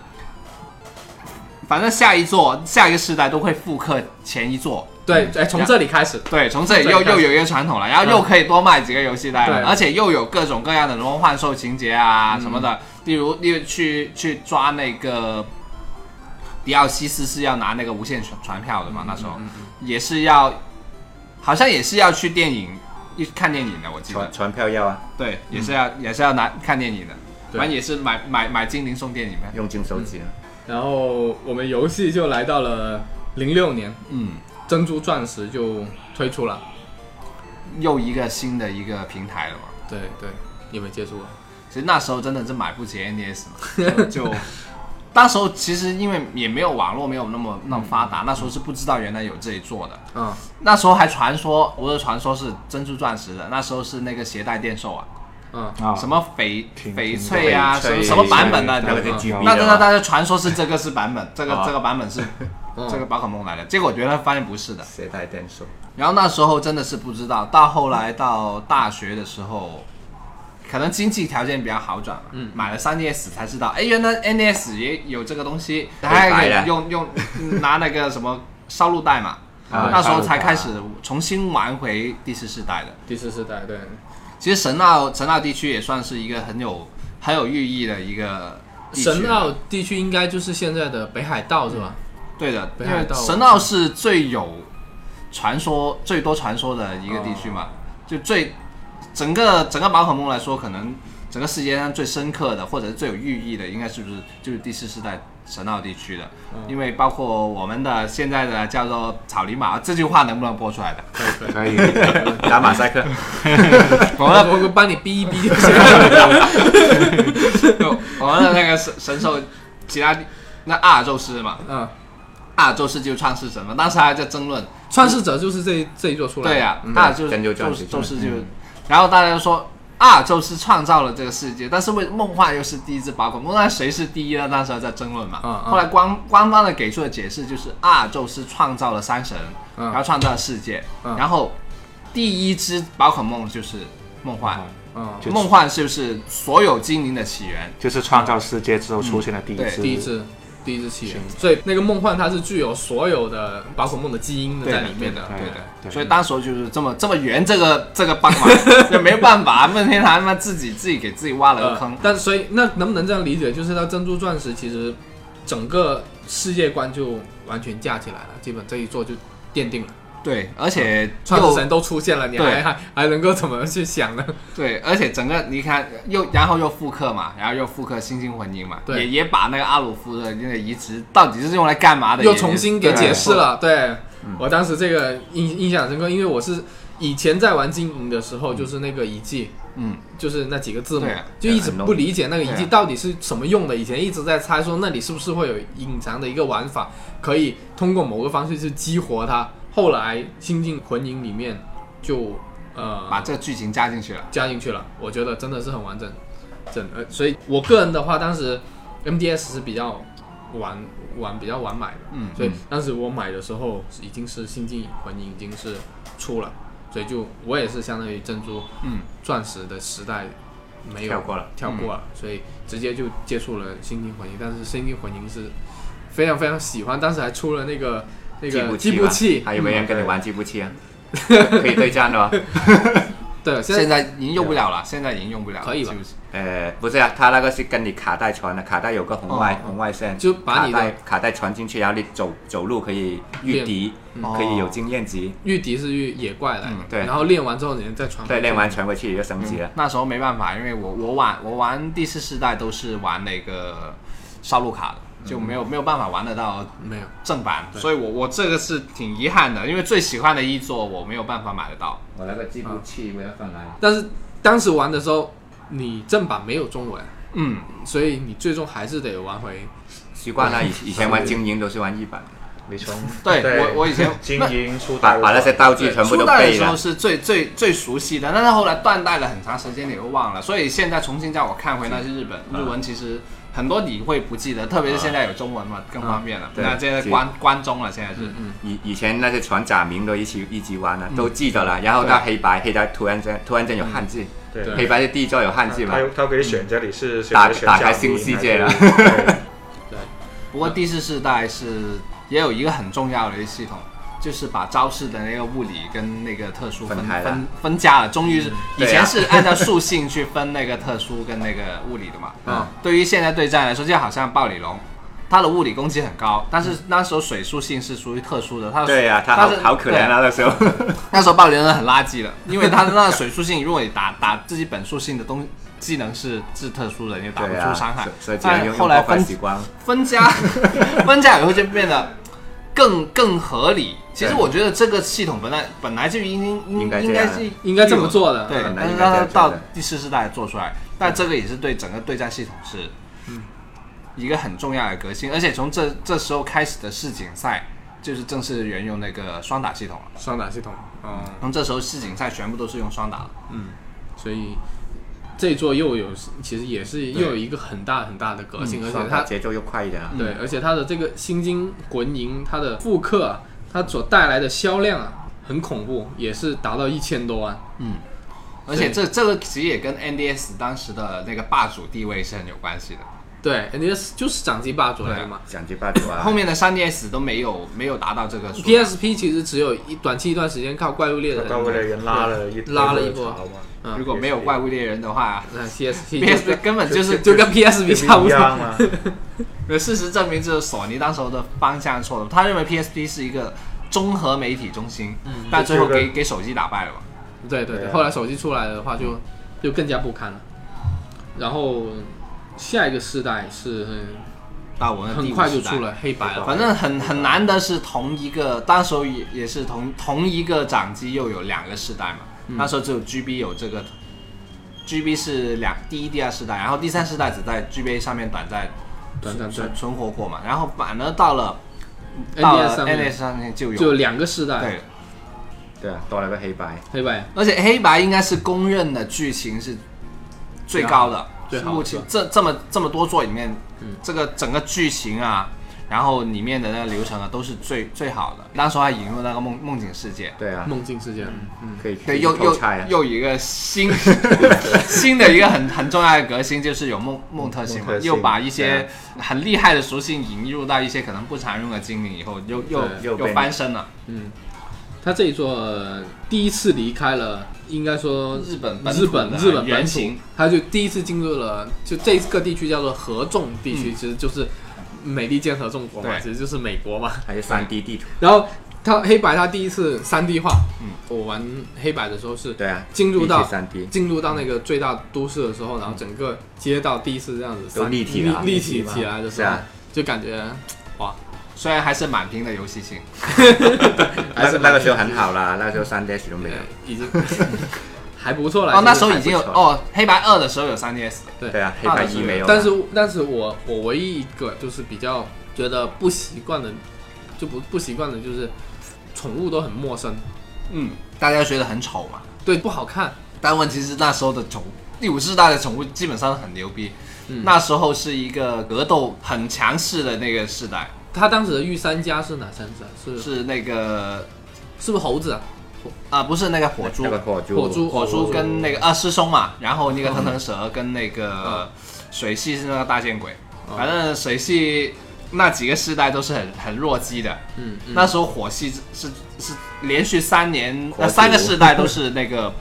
Speaker 4: 反正下一座下一个世代都会复刻前一座，
Speaker 1: 对，哎，从这里开始，
Speaker 4: 对，从这里
Speaker 1: 从这
Speaker 4: 又
Speaker 1: 里开
Speaker 4: 又
Speaker 1: 始
Speaker 4: 有一个传统了，然后
Speaker 1: 嗯
Speaker 4: 又可以多卖几个游戏带
Speaker 1: 对嗯
Speaker 4: 了，而且又有各种各样的魔幻兽情节啊什么的，例如例如去去抓那个迪奥西斯是要拿那个无限船船票的
Speaker 1: 嗯
Speaker 4: 嘛，那时候、也是要，好像也是要去电影一看电影的，我记得
Speaker 2: 传传票要啊，
Speaker 4: 对，也是要、也是要拿看电影的，
Speaker 1: 嗯对
Speaker 4: 反正也是买买买精灵送电影呗。
Speaker 2: 用金手指啊，
Speaker 1: 然后我们游戏就来到了零六年，
Speaker 4: 嗯，
Speaker 1: 珍珠钻石就推出了，
Speaker 4: 又一个新的一个平台了嘛。
Speaker 1: 对对，你们接触过？
Speaker 4: 其实那时候真的是买不起 NDS 嘛，就就当时候其实因为也没有网络没有那么那么发达，那时候是不知道原来有这一做的。
Speaker 1: 嗯，
Speaker 4: 那时候还传说，我的传说是珍珠钻石的，那时候是那个携带电兽啊，
Speaker 1: 嗯，
Speaker 3: 啊，
Speaker 4: 什么翡
Speaker 3: 挺
Speaker 4: �翡
Speaker 3: 挺
Speaker 4: 翠啊，什么
Speaker 2: 翡翠
Speaker 4: 什么版本的，
Speaker 2: 那个是
Speaker 4: 对
Speaker 2: G
Speaker 3: 那
Speaker 2: B
Speaker 4: 那那
Speaker 2: 的
Speaker 4: 大家传说是这个是版本，这个
Speaker 2: 啊
Speaker 4: 这个版本是
Speaker 1: 嗯
Speaker 4: 这个宝可梦来的，结果原来发现不是的。
Speaker 2: 携带电手，
Speaker 4: 然后那时候真的是不知道，到后来到大学的时候，可能经济条件比较好转嘛，
Speaker 1: 嗯
Speaker 4: 买了 3DS 才知道，哎，原来 NS 也有这个东西，
Speaker 2: 以摆的
Speaker 4: 还可以用用拿那个什么烧录带嘛，
Speaker 2: 啊
Speaker 4: 那时候
Speaker 2: 插入
Speaker 4: 才
Speaker 2: 卡
Speaker 4: 开始重新玩回第四世代的。
Speaker 1: 第四世代对，
Speaker 4: 其实神奥神奥地区也算是一个很有很有寓意的一个地区
Speaker 1: 神奥地区应该就是现在的北海道是吧？
Speaker 4: 对的，
Speaker 1: 北
Speaker 4: 因
Speaker 1: 海
Speaker 4: 为
Speaker 1: 道
Speaker 4: 神奥是最有传说、最多传说的一个地区嘛，就最整个整个宝可梦来说，可能整个世界上最深刻的，或者是最有寓意的，应该是不是就是第四世代神奥地区的？因为包括我们的现在的叫做草泥马，这句话能不能播出来的？
Speaker 1: 可以可以，
Speaker 2: 可以 打马赛克，
Speaker 4: 我们的
Speaker 1: 我我帮你逼一逼就行了。
Speaker 4: 我们的那个神神兽，其他地那阿尔宙斯嘛，
Speaker 1: 嗯，
Speaker 4: 阿尔宙斯就是创世神嘛，当时还在争论。
Speaker 1: 创世者就是这这一座出来的。
Speaker 4: 对啊呀、
Speaker 1: 嗯
Speaker 4: 那就是
Speaker 2: 真就
Speaker 4: 宙
Speaker 2: 这样
Speaker 4: 斯
Speaker 2: 子
Speaker 4: 宙斯就
Speaker 2: 嗯，
Speaker 4: 然后大家就说啊，宙斯创造了这个世界，但是为梦幻又是第一只宝可梦，那谁是第一呢？那时候在争论嘛。
Speaker 1: 嗯嗯
Speaker 4: 后来官官方的给出的解释就是啊，宙斯创造了山神，
Speaker 1: 嗯
Speaker 4: 然后创造了世界，
Speaker 1: 嗯
Speaker 4: 然后第一只宝可梦就是梦幻，
Speaker 1: 嗯，
Speaker 3: 就
Speaker 4: 梦幻就是所有精灵的起源。
Speaker 3: 就是创造世界之后出现的第一
Speaker 4: 对
Speaker 3: 只，
Speaker 1: 第一次。第一次起源，所以那个梦幻它是具有所有的宝可梦的基因的在里面的，
Speaker 3: 对啊
Speaker 1: 对
Speaker 3: 的
Speaker 1: 的。
Speaker 3: 对
Speaker 4: 所以当时候就是这么这么圆 这个这个帮忙，也没办法，任天堂他妈自己自己给自己挖了个坑
Speaker 1: 呃。但所以那能不能这样理解，就是它珍珠钻石其实整个世界观就完全架起来了，基本这一座就奠定了，
Speaker 4: 对，而且
Speaker 1: 嗯创
Speaker 4: 又
Speaker 1: 世神都出现了，你
Speaker 4: 对
Speaker 1: 还还还能够怎么去想呢？
Speaker 4: 对，而且整个你看又然后又复刻嘛，然后又复刻《星星魂音》嘛，
Speaker 1: 对
Speaker 4: 也也把那个阿鲁夫的那个移植到底是用来干嘛的，
Speaker 1: 又
Speaker 4: 也
Speaker 1: 重新给
Speaker 4: 对嗯
Speaker 1: 解释了。对我当时这个印印象深刻，因为我是以前在玩经营的时候，就是那个遗迹，
Speaker 4: 嗯，
Speaker 1: 就是那几个字母
Speaker 4: 对啊，
Speaker 1: 就一直不理解那个遗迹
Speaker 4: 对啊
Speaker 1: 到底是什么用的。以前一直在猜说那里是不是会有隐藏的一个玩法，可以通过某个方式去激活它。后来《新进魂影》里面就呃
Speaker 4: 把这个剧情加进去了。
Speaker 1: 加进去了，我觉得真的是很完整，整呃，所以我个人的话，当时 MDS 是比较晚晚比较晚买的，
Speaker 4: 嗯
Speaker 1: 所以当时我买的时候已经是《星际魂影》已经是出了，所以就我也是相当于珍珠
Speaker 4: 嗯，
Speaker 1: 钻石的时代没有
Speaker 2: 跳过了，嗯
Speaker 1: 跳过了，所以直接就接触了《星际魂影》，但是《星际魂影》是非常非常喜欢，当时还出了那个那
Speaker 2: 计
Speaker 1: 个
Speaker 2: 步
Speaker 1: 计
Speaker 2: 器
Speaker 1: 步
Speaker 2: 吧
Speaker 1: 器，
Speaker 2: 啊还有没有人跟你玩计步器啊？
Speaker 4: 嗯
Speaker 2: 可以对战的吗？哦
Speaker 1: 对，现在
Speaker 4: 现在已经用不了了，现在已经用不了了，
Speaker 1: 可以吧
Speaker 4: 是不是？
Speaker 2: 呃，不是啊，它那个是跟你卡带传的，卡带有个红
Speaker 4: 哦
Speaker 2: 外、红外线，
Speaker 1: 就把你的
Speaker 2: 卡带卡带传进去，然后你走走路可以御敌，
Speaker 4: 嗯
Speaker 2: 可以有经验值。
Speaker 1: 御敌是御野怪来的，
Speaker 2: 嗯对
Speaker 1: 然后练完之后你再传回去，
Speaker 2: 对，练完传回去也就升级了。
Speaker 4: 那时候没办法，因为我我玩我玩第四世代都是玩那个烧录卡的，就
Speaker 1: 嗯
Speaker 4: 没有、没有办法玩得到
Speaker 1: 没有。
Speaker 4: 正版，所以我我这个是挺遗憾的，因为最喜欢的一作我没有办法买得到。
Speaker 2: 我那个计步器我要放哪里？
Speaker 1: 但是当时玩的时候，你正版没有中文，
Speaker 4: 嗯，
Speaker 1: 所以你最终还是得玩回。
Speaker 2: 习惯了，以以前玩精英都是玩一版，
Speaker 3: 你从
Speaker 4: 对我我以前
Speaker 3: 经
Speaker 4: 那
Speaker 3: 营出
Speaker 2: 把把那些道具
Speaker 4: 对，
Speaker 2: 全部
Speaker 4: 初
Speaker 2: 都
Speaker 4: 代的
Speaker 2: 背
Speaker 4: 时候
Speaker 2: 了。
Speaker 4: 是最最最熟悉的，但是后来断代了很长时间，你又忘了，所以现在重新叫我看回那些日本
Speaker 2: 嗯
Speaker 4: 日文，其实很多你会不记得，特别是现在有中文嘛，更方便了。
Speaker 2: 嗯对
Speaker 4: 那现在关关中了，现在是
Speaker 2: 以以前那些传假名都一起一起玩了，啊
Speaker 4: 嗯
Speaker 2: 都记得了。然后到黑白，黑白突然间突然间有汉字，
Speaker 4: 嗯
Speaker 3: 对
Speaker 1: 对
Speaker 2: 黑白是第一周有汉字嘛
Speaker 3: 他？他可以选择你是选
Speaker 2: 打
Speaker 3: 择选
Speaker 2: 打
Speaker 3: 假
Speaker 2: 开
Speaker 3: 名
Speaker 2: 新世界了
Speaker 3: 还是对
Speaker 4: 不过第四世代是也有一个很重要的一个系统，就是把招式的那个物理跟那个特殊分
Speaker 2: 分开了
Speaker 4: 分分家了。终于是以
Speaker 2: 对啊
Speaker 4: 前是按照属性去分那个特殊跟那个物理的嘛。
Speaker 1: 嗯，
Speaker 4: 对于现在对战来说，就好像暴鲤龙。它的物理攻击很高，但是那时候水属性是属于特殊的。它的
Speaker 2: 对呀，他
Speaker 4: 但
Speaker 2: 好
Speaker 4: 是
Speaker 2: 好可怜啊，那时候。
Speaker 4: 对那时候暴鲤龙很垃圾的，因为它的那个水属性，如果你打打自己本属性的东技能是是特殊的，你就打不
Speaker 2: 对
Speaker 4: 出
Speaker 2: 啊，
Speaker 4: 伤害。
Speaker 2: 所以只能
Speaker 4: 但
Speaker 2: 用
Speaker 4: 后来
Speaker 2: 用破坏
Speaker 4: 分
Speaker 2: 时光。
Speaker 4: 分家， 分家以后就变得更更合理。其实
Speaker 2: 对
Speaker 4: 我觉得这个系统本来本来就应应
Speaker 2: 应该这
Speaker 4: 应
Speaker 2: 样
Speaker 4: 该
Speaker 2: 的
Speaker 4: 是
Speaker 1: 应该这么做的
Speaker 4: 对
Speaker 2: 本，来
Speaker 4: 但是
Speaker 2: 应该这
Speaker 4: 它
Speaker 2: 样
Speaker 4: 到
Speaker 2: 做的
Speaker 4: 第四世代做出来，但这个也是对整个对战系统是
Speaker 2: 嗯
Speaker 4: 一个很重要的革新，而且从这这时候开始的世锦赛就是正式沿用那个双打系统了。
Speaker 1: 双打系统，嗯，
Speaker 4: 从这时候世锦赛全部都是用双打了。
Speaker 1: 所以这一座又有其实也是又有一个很大很大的革
Speaker 2: 嗯
Speaker 1: 新，而且嗯它
Speaker 2: 节奏又快一点啊。
Speaker 1: 对，而且它的这个《心经魂营》它的复刻啊，它所带来的销量啊，很恐怖，也是达到一千多万。
Speaker 4: 而且这这个其实也跟 NDS 当时的那个霸主地位是很有关系的。
Speaker 1: 对，NDS 就是掌机霸主来的嘛。
Speaker 2: 讲句霸主啊，
Speaker 4: 后面的 3DS 都没有没有达到这个数量。
Speaker 1: PSP 其实只有一短期一段时间靠怪物 猎人
Speaker 3: 到位的人拉了一
Speaker 1: 拉了一波
Speaker 3: 波潮嘛，
Speaker 1: 嗯
Speaker 4: 如果没有怪物猎人 的话
Speaker 1: 那 PSP
Speaker 4: ，PSP 根本就是
Speaker 1: 就跟 PSP 差不
Speaker 3: 一样啊
Speaker 1: 多。
Speaker 3: 嘛。
Speaker 4: 呃，事实证明，就是索尼当时候的方向错了，他认为 PSP 是一个综合媒体中心，
Speaker 1: 嗯
Speaker 4: 但最后
Speaker 3: 就这
Speaker 4: 给
Speaker 3: 个
Speaker 4: 给手机打败了嘛。
Speaker 1: 对对
Speaker 3: 对
Speaker 1: 对，
Speaker 3: 啊
Speaker 1: 后来手机出来了的话就，就更加不堪了。然后下一个世代是
Speaker 4: 到我们的
Speaker 1: 很
Speaker 4: 呃第五
Speaker 1: 快就
Speaker 4: 世代
Speaker 1: 出了，黑白了，
Speaker 4: 反正很很难的是同一个，当时候也也是同同一个掌机又有两个世代嘛，
Speaker 1: 嗯
Speaker 4: 那时候只有 GB 有这个，GB 是两第一第二世代，然后第三世代只在 GB 上面短暂
Speaker 1: 短暂
Speaker 4: 存存活过嘛，然后反而到了
Speaker 1: 对
Speaker 4: 到了
Speaker 1: 上
Speaker 4: NS
Speaker 1: 面
Speaker 4: 上面就有
Speaker 1: 就两个世代，
Speaker 4: 对。
Speaker 2: 对啊，多了个黑白，
Speaker 1: 黑白
Speaker 4: 而且黑白应该是公认的剧情是最高的，
Speaker 1: 最
Speaker 4: 是
Speaker 1: 好的
Speaker 4: 目
Speaker 1: 是
Speaker 4: 前
Speaker 1: 吧
Speaker 4: 这这么这么多作里面，
Speaker 1: 嗯
Speaker 4: 这个整个剧情啊，然后里面的那个流程啊，都是最最好的。当时还引入那个梦梦境世界，
Speaker 2: 对啊，
Speaker 1: 梦境世界，嗯，
Speaker 2: 可以
Speaker 4: 对，又
Speaker 2: 偷
Speaker 4: 又
Speaker 2: 菜啊，
Speaker 4: 又一 个新新的一个很很重要的革新，就是有梦梦特性嘛
Speaker 3: 梦，特性
Speaker 4: 又把一
Speaker 2: 对啊
Speaker 4: 些很厉害的属性引入到一些可能不常用的精灵以后，又又
Speaker 1: 对
Speaker 2: 又
Speaker 4: 又
Speaker 2: 被
Speaker 4: 翻身了。
Speaker 1: 他这一座、呃第一次离开了，应该说
Speaker 4: 日本本土
Speaker 1: 日本
Speaker 4: 的啊
Speaker 1: 日本本
Speaker 4: 原
Speaker 1: 土
Speaker 4: 型，
Speaker 1: 他就第一次进入了就这个地区叫做合众地区，其实就是美利坚合众国嘛，
Speaker 4: 嗯对
Speaker 1: 其实就是美国嘛。
Speaker 2: 还有三 D 地图，
Speaker 1: 然后他黑白他第一次3 D 化，
Speaker 4: 嗯，
Speaker 1: 我玩黑白的时候是
Speaker 2: 对啊，
Speaker 1: 进入到
Speaker 2: 三 D，
Speaker 1: 进入到那个最大都市的时候，然后整个街道第一次这样子
Speaker 2: 都立体了啊
Speaker 1: 立
Speaker 2: 立
Speaker 1: 体
Speaker 2: 体嘛
Speaker 1: 起来的时
Speaker 2: 是
Speaker 1: 候，
Speaker 2: 啊
Speaker 1: 就感觉哇，
Speaker 4: 虽然还是满屏的游戏性，
Speaker 1: 还
Speaker 2: 那
Speaker 1: 是
Speaker 2: 个
Speaker 1: 蛮
Speaker 2: 那个时候很好啦，那个时候三 D 都没有，
Speaker 1: 哎已经 还不错了。
Speaker 4: 哦，那
Speaker 1: 其实
Speaker 4: 时候已经有
Speaker 2: 还不错
Speaker 4: 哦，黑白二的时候有 3DS，
Speaker 2: 对啊，黑白一没有啊，
Speaker 1: 但是但是我我唯一一个就是比较觉得不习惯的，就不不习惯的就是宠物都很陌生，
Speaker 4: 嗯，大家觉得很丑嘛。
Speaker 1: 对，不好看。
Speaker 4: 但问题是那时候的宠物，第五世代的宠物基本上很牛逼，
Speaker 1: 嗯
Speaker 4: 那时候是一个格斗很强势的那个世代，
Speaker 1: 他当时的御三家是哪三只啊？是是
Speaker 4: 是那个
Speaker 1: 不是猴子啊？
Speaker 4: 啊，不是那个火猪
Speaker 2: 那，个火猪，
Speaker 1: 火猪
Speaker 4: 火猪跟那个二师兄嘛，然后那个腾腾蛇跟那个水系是那个大剑鬼，
Speaker 1: 哦
Speaker 4: 反正水系那几个世代都是很很弱鸡的，
Speaker 1: 嗯，嗯
Speaker 4: 那时候火系是是是连续三年，
Speaker 2: 火
Speaker 4: 呃，
Speaker 2: 族
Speaker 4: 三个世代都是那个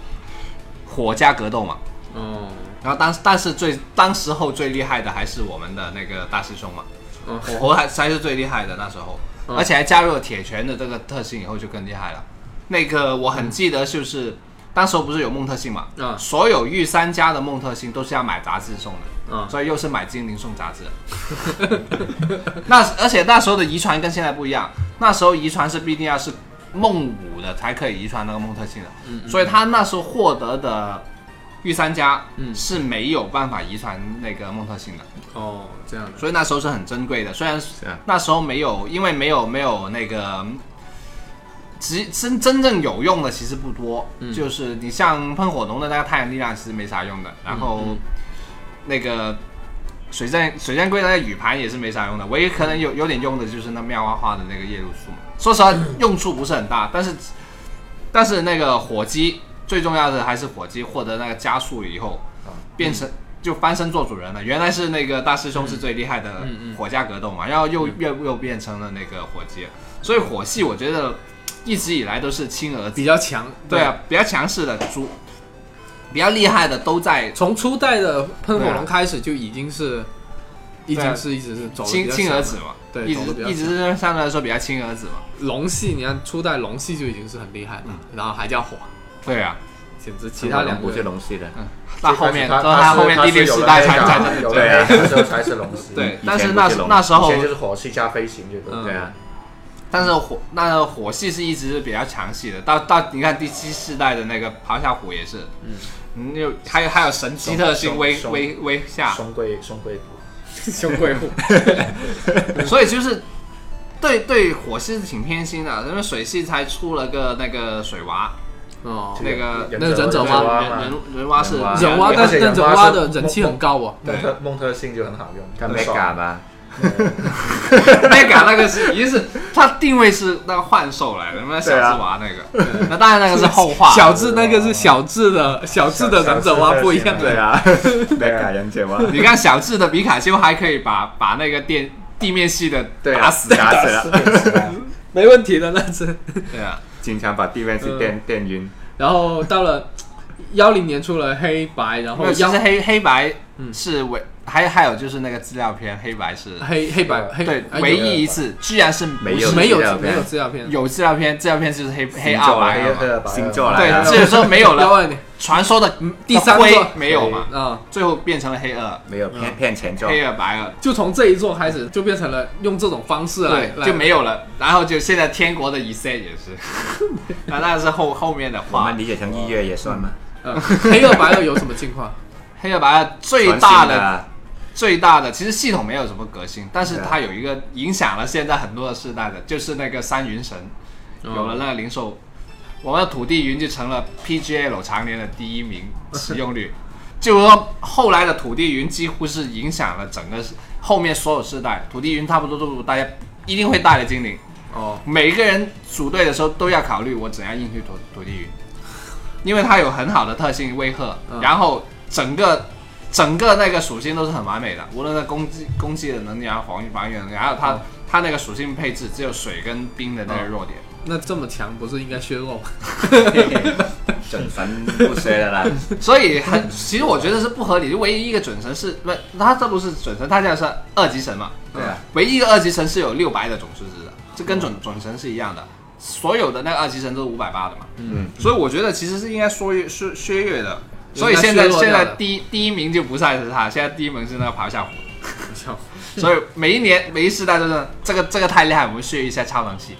Speaker 4: 火加格斗嘛。
Speaker 1: 哦
Speaker 4: 然后当但是最当时候最厉害的还是我们的那个大师兄嘛，
Speaker 1: 哦
Speaker 4: 火猴还才是最厉害的那时候，
Speaker 1: 嗯
Speaker 4: 而且还加入了铁拳的这个特性以后就更厉害了。那个我很记得就是。当时候不是有梦特性嘛？
Speaker 1: 嗯
Speaker 4: 啊所有御三家的梦特性都是要买杂志送的，
Speaker 1: 嗯
Speaker 4: 所以又是买精灵送杂志。 那而且那时候的遗传跟现在不一样，那时候遗传是必定要是梦五的才可以遗传那个梦特性的，所以他那时候获得的御三家
Speaker 1: 嗯
Speaker 4: 是没有办法遗传那个梦特性的，
Speaker 1: 哦这样的。
Speaker 4: 所以那时候是很珍贵的。虽然
Speaker 2: 啊
Speaker 4: 那时候没有，因为没有没有那个。其真真正有用的其实不多，
Speaker 1: 嗯
Speaker 4: 就是你像喷火龙的那个太阳力量其实没啥用的，然后
Speaker 1: 嗯
Speaker 4: 那个水战水战龟的那个雨盘也是没啥用的，唯一可能有有点用的就是那妙蛙花的那个夜露树嘛。说实话，
Speaker 1: 嗯
Speaker 4: 用处不是很大，但是但是那个火鸡最重要的还是火鸡获得那个加速以后，
Speaker 1: 啊
Speaker 4: 变成就翻身做主人了。原来是那个大师兄是最厉害的
Speaker 1: 嗯嗯嗯
Speaker 4: 火架格斗嘛，然后又又又变成了那个火鸡，所以火系我觉得一直以来都是亲儿子，
Speaker 1: 比较强，
Speaker 4: 对啊，比较强势的猪，比较厉害的都在
Speaker 1: 从初代的喷火
Speaker 4: 对
Speaker 1: 龙
Speaker 4: 啊
Speaker 1: 开始就已经是，已经是一直是走得比
Speaker 4: 亲
Speaker 1: 较
Speaker 4: 亲
Speaker 1: 强
Speaker 4: 儿
Speaker 1: 了
Speaker 4: 子嘛，
Speaker 1: 对
Speaker 4: 一
Speaker 1: 走得比
Speaker 4: 直
Speaker 1: 较
Speaker 4: 一直是相对来说比较亲儿子嘛，
Speaker 1: 龙系，你看初代龙系就已经是很厉害
Speaker 4: 嗯
Speaker 1: 了，然后还叫火，
Speaker 4: 对啊，
Speaker 1: 简直其他两
Speaker 2: 不是
Speaker 1: 个
Speaker 2: 龙系的，
Speaker 4: 到后面
Speaker 3: 他
Speaker 4: 到他后面第六世代才才才
Speaker 3: 有
Speaker 2: 对啊
Speaker 3: 那个时候才是龙 狮，
Speaker 4: 对
Speaker 2: 以，前
Speaker 4: 但是
Speaker 2: 不
Speaker 4: 那
Speaker 2: 是龙
Speaker 4: 那时
Speaker 3: 以
Speaker 4: 候
Speaker 3: 前就是火系加飞行这
Speaker 1: 嗯
Speaker 3: 个，
Speaker 2: 对啊，
Speaker 4: 但是火那个火系是一直是比较强系的，到到你看第七世代的那个咆哮虎也是，嗯，有还有还有神奇特性
Speaker 3: 熊
Speaker 4: 威
Speaker 3: 熊
Speaker 4: 威威下，
Speaker 3: 松龟松龟谷，
Speaker 1: 兄贵户，
Speaker 4: 所以就是对对火系是挺偏心的，因为水系才出了个那个水娃，
Speaker 1: 哦，
Speaker 4: 那个
Speaker 1: 那个忍者蛙
Speaker 3: 蛙
Speaker 4: 人
Speaker 3: 嘛
Speaker 4: 人，人蛙是
Speaker 2: 人蛙
Speaker 1: 忍蛙，
Speaker 3: 而
Speaker 1: 但
Speaker 3: 且
Speaker 1: 是但
Speaker 3: 忍
Speaker 1: 忍
Speaker 3: 蛙
Speaker 1: 蛙
Speaker 3: 是
Speaker 1: 的人气很高哦，
Speaker 4: 对
Speaker 3: 梦特梦特性就很好用，
Speaker 2: 看
Speaker 3: 很
Speaker 2: mega
Speaker 3: 爽。
Speaker 2: 吧，
Speaker 4: 那个那个是已经是它定位是那个幻兽来的，那小
Speaker 2: 对啊
Speaker 4: 智娃那个，嗯那当然那个是后话。
Speaker 1: 小智那个是小智的，小智的忍者蛙不一样
Speaker 2: 对
Speaker 1: 的。
Speaker 2: 啊，那感人者蛙，
Speaker 4: 你看小智的皮卡丘还可以把把那个电地面系的
Speaker 2: 对啊
Speaker 4: 打死，
Speaker 2: 打死了，
Speaker 1: 没问题的那只。
Speaker 4: 对啊，
Speaker 2: 经常把地面去电电晕，
Speaker 1: 然后到了幺零年出了黑白，然
Speaker 4: 没
Speaker 1: 后
Speaker 4: 有，其
Speaker 1: 幺
Speaker 4: 实黑黑白
Speaker 1: 嗯
Speaker 4: 是唯还还有就是那个资料片黑白是
Speaker 1: 黑黑白黑
Speaker 4: 对
Speaker 1: 哎
Speaker 4: 唯
Speaker 1: 有
Speaker 4: 一一次，居然是
Speaker 2: 没
Speaker 1: 有
Speaker 2: 有
Speaker 1: 没有
Speaker 2: 资料片
Speaker 1: 没有资料片，
Speaker 4: 有资料片，资料片就是黑黑
Speaker 2: 星
Speaker 4: 二
Speaker 2: 座啊
Speaker 4: 白
Speaker 2: 来
Speaker 4: 了嘛，
Speaker 2: 了，星座啊来
Speaker 4: 对，
Speaker 2: 了，
Speaker 4: 这个时候没有
Speaker 1: 幺
Speaker 4: 了，
Speaker 1: 二年
Speaker 4: 传说的
Speaker 1: 第三
Speaker 4: 灰
Speaker 1: 座
Speaker 4: 没有嘛，
Speaker 1: 啊。
Speaker 4: 最后变成了黑二，
Speaker 2: 没有骗骗钱做，
Speaker 4: 黑二白二，
Speaker 1: 就从这一座开始，就变成了用这种方式来，
Speaker 4: 对，
Speaker 1: 来
Speaker 4: 就没有了。然后就现在天国的以色也 是，那那是后后面的
Speaker 2: 我
Speaker 4: 话
Speaker 2: 们。理解成一月也算嘛，
Speaker 1: 呃黑二白二有什么情况？
Speaker 4: 黑二白二最大
Speaker 2: 全新
Speaker 4: 的
Speaker 2: 的
Speaker 4: 最大的，其实系统没有什么革新，但是
Speaker 2: 对啊
Speaker 4: 它有一个影响了现在很多的世代的，就是那个三云神，
Speaker 2: 哦
Speaker 1: 嗯
Speaker 4: 有了那个零售，我们的土地云就成了 PGL 常年的第 一名使用率。就是说，后来的土地云几乎是影响了整个后面所有世代，土地云差不多都是大家一定会带的精灵。
Speaker 1: 哦，
Speaker 4: 每一个人组队的时候都要考虑我怎样应对土土地云，因为它有很好的特性威吓，
Speaker 1: 嗯
Speaker 4: 然后整个整个那个属性都是很完美的，无论它攻击攻击的能力啊、防御防御能力，还有它、
Speaker 1: 嗯
Speaker 4: 它那个属性配置只有水跟冰的那个弱点。
Speaker 1: 那这么强不是应该削弱吗？
Speaker 2: 准神不衰了啦，
Speaker 1: 嗯
Speaker 4: 所以很，其实我觉得是不合理。唯一一个准神是不，他这不是准神，他现在是二级神嘛？
Speaker 2: 对啊，
Speaker 4: 唯一一个二级神是有六百的总数值的，这跟准准神是一样的。所有的那个二级神都是五百八的嘛。
Speaker 2: 嗯，
Speaker 4: 所以我觉得其实是应该削月削削月的。
Speaker 1: 嗯应该
Speaker 4: 所以现在
Speaker 1: 削弱掉
Speaker 4: 现
Speaker 1: 的
Speaker 4: 在第一第一名就不再是他，现在第一名是那个咆 哮虎。
Speaker 1: 笑
Speaker 4: 所以每一年每一世代都是这个这个太厉害，我们削一下超 能器，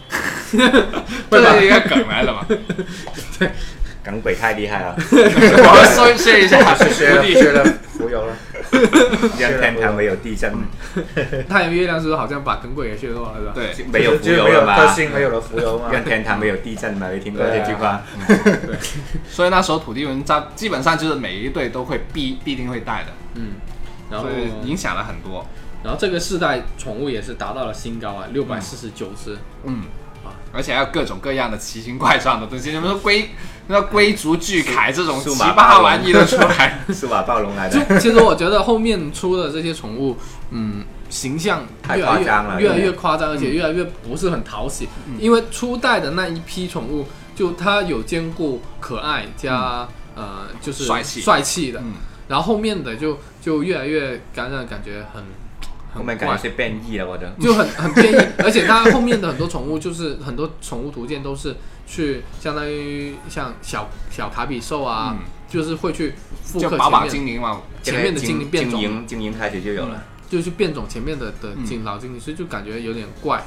Speaker 4: 这是一个梗来了嘛？
Speaker 2: 港鬼太厉害了，
Speaker 4: 我们削削一 下
Speaker 2: 缺
Speaker 4: 土
Speaker 2: 了
Speaker 4: 地
Speaker 2: 缺了浮游了，让天堂没有地震，
Speaker 1: 太阳月亮是不是好像把耿鬼给削弱了，是吧？
Speaker 4: 对，
Speaker 2: 没有浮
Speaker 5: 就
Speaker 2: 游
Speaker 5: 没有
Speaker 2: 了
Speaker 5: 特
Speaker 2: 吧？
Speaker 5: 性，没有了浮游嘛。
Speaker 2: 让天堂没有地震嘛？没听过这句话？
Speaker 4: 所以那时候土地文章基本上就是每一队都会必必定会带的，
Speaker 1: 嗯，然后
Speaker 4: 所以影响了很多。
Speaker 1: 然后这个世代宠物也是达到了新高啊，六百四十九只。
Speaker 4: 嗯
Speaker 1: 啊，
Speaker 4: 而且还有各种各样的奇形怪状的东西，什么说龟、那龟足巨铠这种
Speaker 2: 数
Speaker 4: 奇
Speaker 2: 数码
Speaker 4: 葩玩意都出来。
Speaker 2: 数码暴龙来的
Speaker 1: 就，嗯 其实我觉得后面出的这些宠物，嗯，形象
Speaker 2: 太
Speaker 1: 越来
Speaker 2: 夸张了
Speaker 1: 越越来
Speaker 2: 有
Speaker 1: 越
Speaker 2: 点
Speaker 1: 夸张，而且越来越不是很讨喜。因为初代的那一批宠物，就它有兼顾可爱加、呃，就是
Speaker 4: 帅气
Speaker 1: 帅气的，
Speaker 4: 嗯，
Speaker 1: 然后后面的就就越来越感染，感觉很
Speaker 2: 我
Speaker 1: 很
Speaker 2: 们感
Speaker 1: 怪
Speaker 2: 觉是变异了，我的。
Speaker 1: 就很很便宜，而且它后面的很多宠物就是很多宠物图鉴都是去相当于像小小卡比兽啊，
Speaker 4: 嗯
Speaker 1: 就是会去 复
Speaker 4: 就
Speaker 1: 刻
Speaker 4: 宝宝
Speaker 1: 前面
Speaker 4: 精灵嘛，
Speaker 1: 前面的精灵变
Speaker 2: 经
Speaker 1: 种，
Speaker 2: 营经营开始就有了，
Speaker 1: 就去变种前面的的
Speaker 4: 嗯
Speaker 1: 精老精灵，所以就感觉有点怪，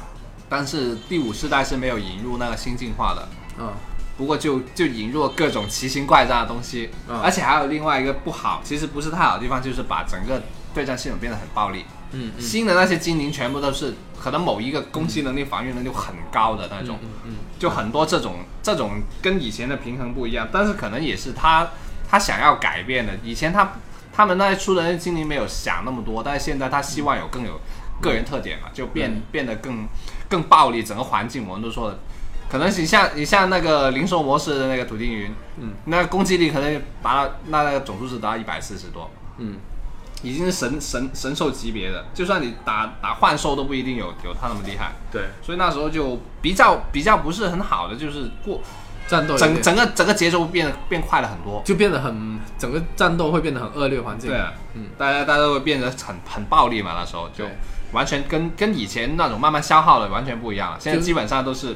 Speaker 4: 但是第五世代是没有引入那个新进化的。
Speaker 1: 嗯
Speaker 4: 不过就就引入了各种奇形怪状的东西，
Speaker 1: 嗯
Speaker 4: 而且还有另外一个不好，其实不是太好的地方，就是把整个对战系统变得很暴力。
Speaker 1: 嗯嗯
Speaker 4: 新的那些精灵全部都是可能某一个攻击能力、防御能力很高的那种，
Speaker 1: 嗯嗯，
Speaker 4: 就很多这种这种跟以前的平衡不一样，但是可能也是他他想要改变的。以前他他们那些出的那些精灵没有想那么多，但是现在他希望有更有个人特点嘛，就变、
Speaker 1: 嗯
Speaker 4: 变得更更暴力。整个环境我们都说了，可能你像你像那个零售模式的那个土地云，
Speaker 1: 嗯，
Speaker 4: 那攻击力可能达到那那个总数值达到一百四十多，
Speaker 1: 嗯，
Speaker 4: 已经是神神神兽级别的，就算你打打幻兽都不一定有有他那么厉害。
Speaker 1: 对，
Speaker 4: 所以那时候就比较比较不是很好的，就是过
Speaker 1: 战斗有
Speaker 4: 整
Speaker 1: 点
Speaker 4: 整个整个节奏变变快了很多。
Speaker 1: 就变得很整个战斗会变得很恶劣环境，
Speaker 4: 对啊，
Speaker 1: 嗯
Speaker 4: 大家大家都会变得很很暴力嘛，那时候就
Speaker 1: 对
Speaker 4: 完全跟跟以前那种慢慢消耗的完全不一样了。现在
Speaker 1: 就是
Speaker 4: 基本上都是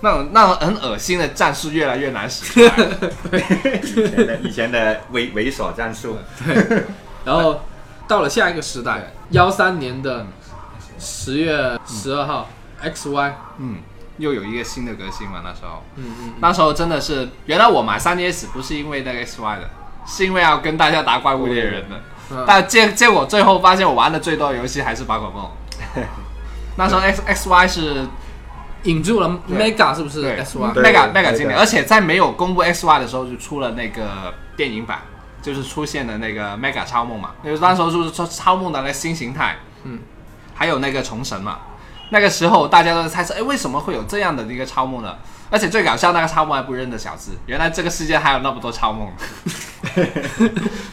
Speaker 4: 那种那种很恶心的战术越来越难使出 来了。
Speaker 2: 以前的以前的猥猥琐战术，
Speaker 1: 然后到了下一个时代，幺三年的十月十二号、x Y，
Speaker 4: 嗯嗯，又有一个新的革新嘛，那时候
Speaker 1: 嗯嗯。
Speaker 4: 那时候真的是，原来我买3 DS 不是因为那个 XY 的，是因为要跟大家打怪物猎人的。
Speaker 1: 嗯
Speaker 4: 但结结果最后发现，我玩的最多的游戏还是宝可 梦。那时候 X X Y 是
Speaker 1: 引住了
Speaker 4: 对
Speaker 1: Mega 是不是
Speaker 4: 对
Speaker 1: S Y？
Speaker 5: 嗯对
Speaker 4: mega
Speaker 5: 对
Speaker 4: mega 经典，
Speaker 5: 对
Speaker 4: 而且在没有公布 X Y 的时候就出了那个电影版，就是出现的那个 mega 超梦嘛，就是那时候就是说超梦的那个新形态，
Speaker 1: 嗯，
Speaker 4: 还有那个虫神嘛。那个时候大家都在猜测，哎，为什么会有这样的一个超梦呢？而且最搞笑，那个超梦还不认得小智，原来这个世界还有那么多超梦。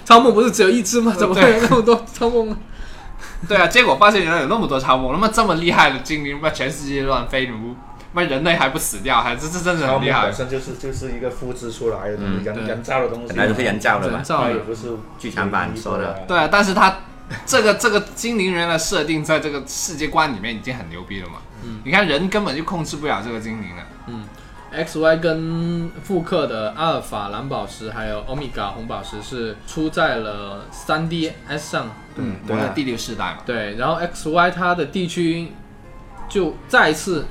Speaker 1: 超梦不是只有一只吗？怎么会有那么多超梦呢？
Speaker 4: 对啊，结果发现原来有那么多超梦，那么这么厉害的精灵，那全世界乱飞，你不，那人类还不死掉，还这这真的
Speaker 5: 然后我
Speaker 4: 很
Speaker 5: 们
Speaker 4: 厉害
Speaker 5: 本。身就是就是一个复制出来的
Speaker 2: 嗯
Speaker 5: 人
Speaker 1: 对
Speaker 5: 人造的东西，
Speaker 2: 本来就是人造的嘛
Speaker 1: 人。造
Speaker 5: 它
Speaker 1: 的
Speaker 5: 也不是
Speaker 2: 剧场版说的，
Speaker 4: 对啊，但是他这个这个精灵人的设定在这个世界观里面已经很牛逼了嘛。嗯，你看人根本就控制不了这个精灵了。
Speaker 1: X Y 跟复刻的阿尔法蓝宝石还有欧米伽红宝石是出在了 3DS 上，
Speaker 4: 嗯，
Speaker 3: 对
Speaker 4: 我
Speaker 3: 啊
Speaker 4: 的第六世代嘛。
Speaker 1: 对，然后 X Y 它的地区就再次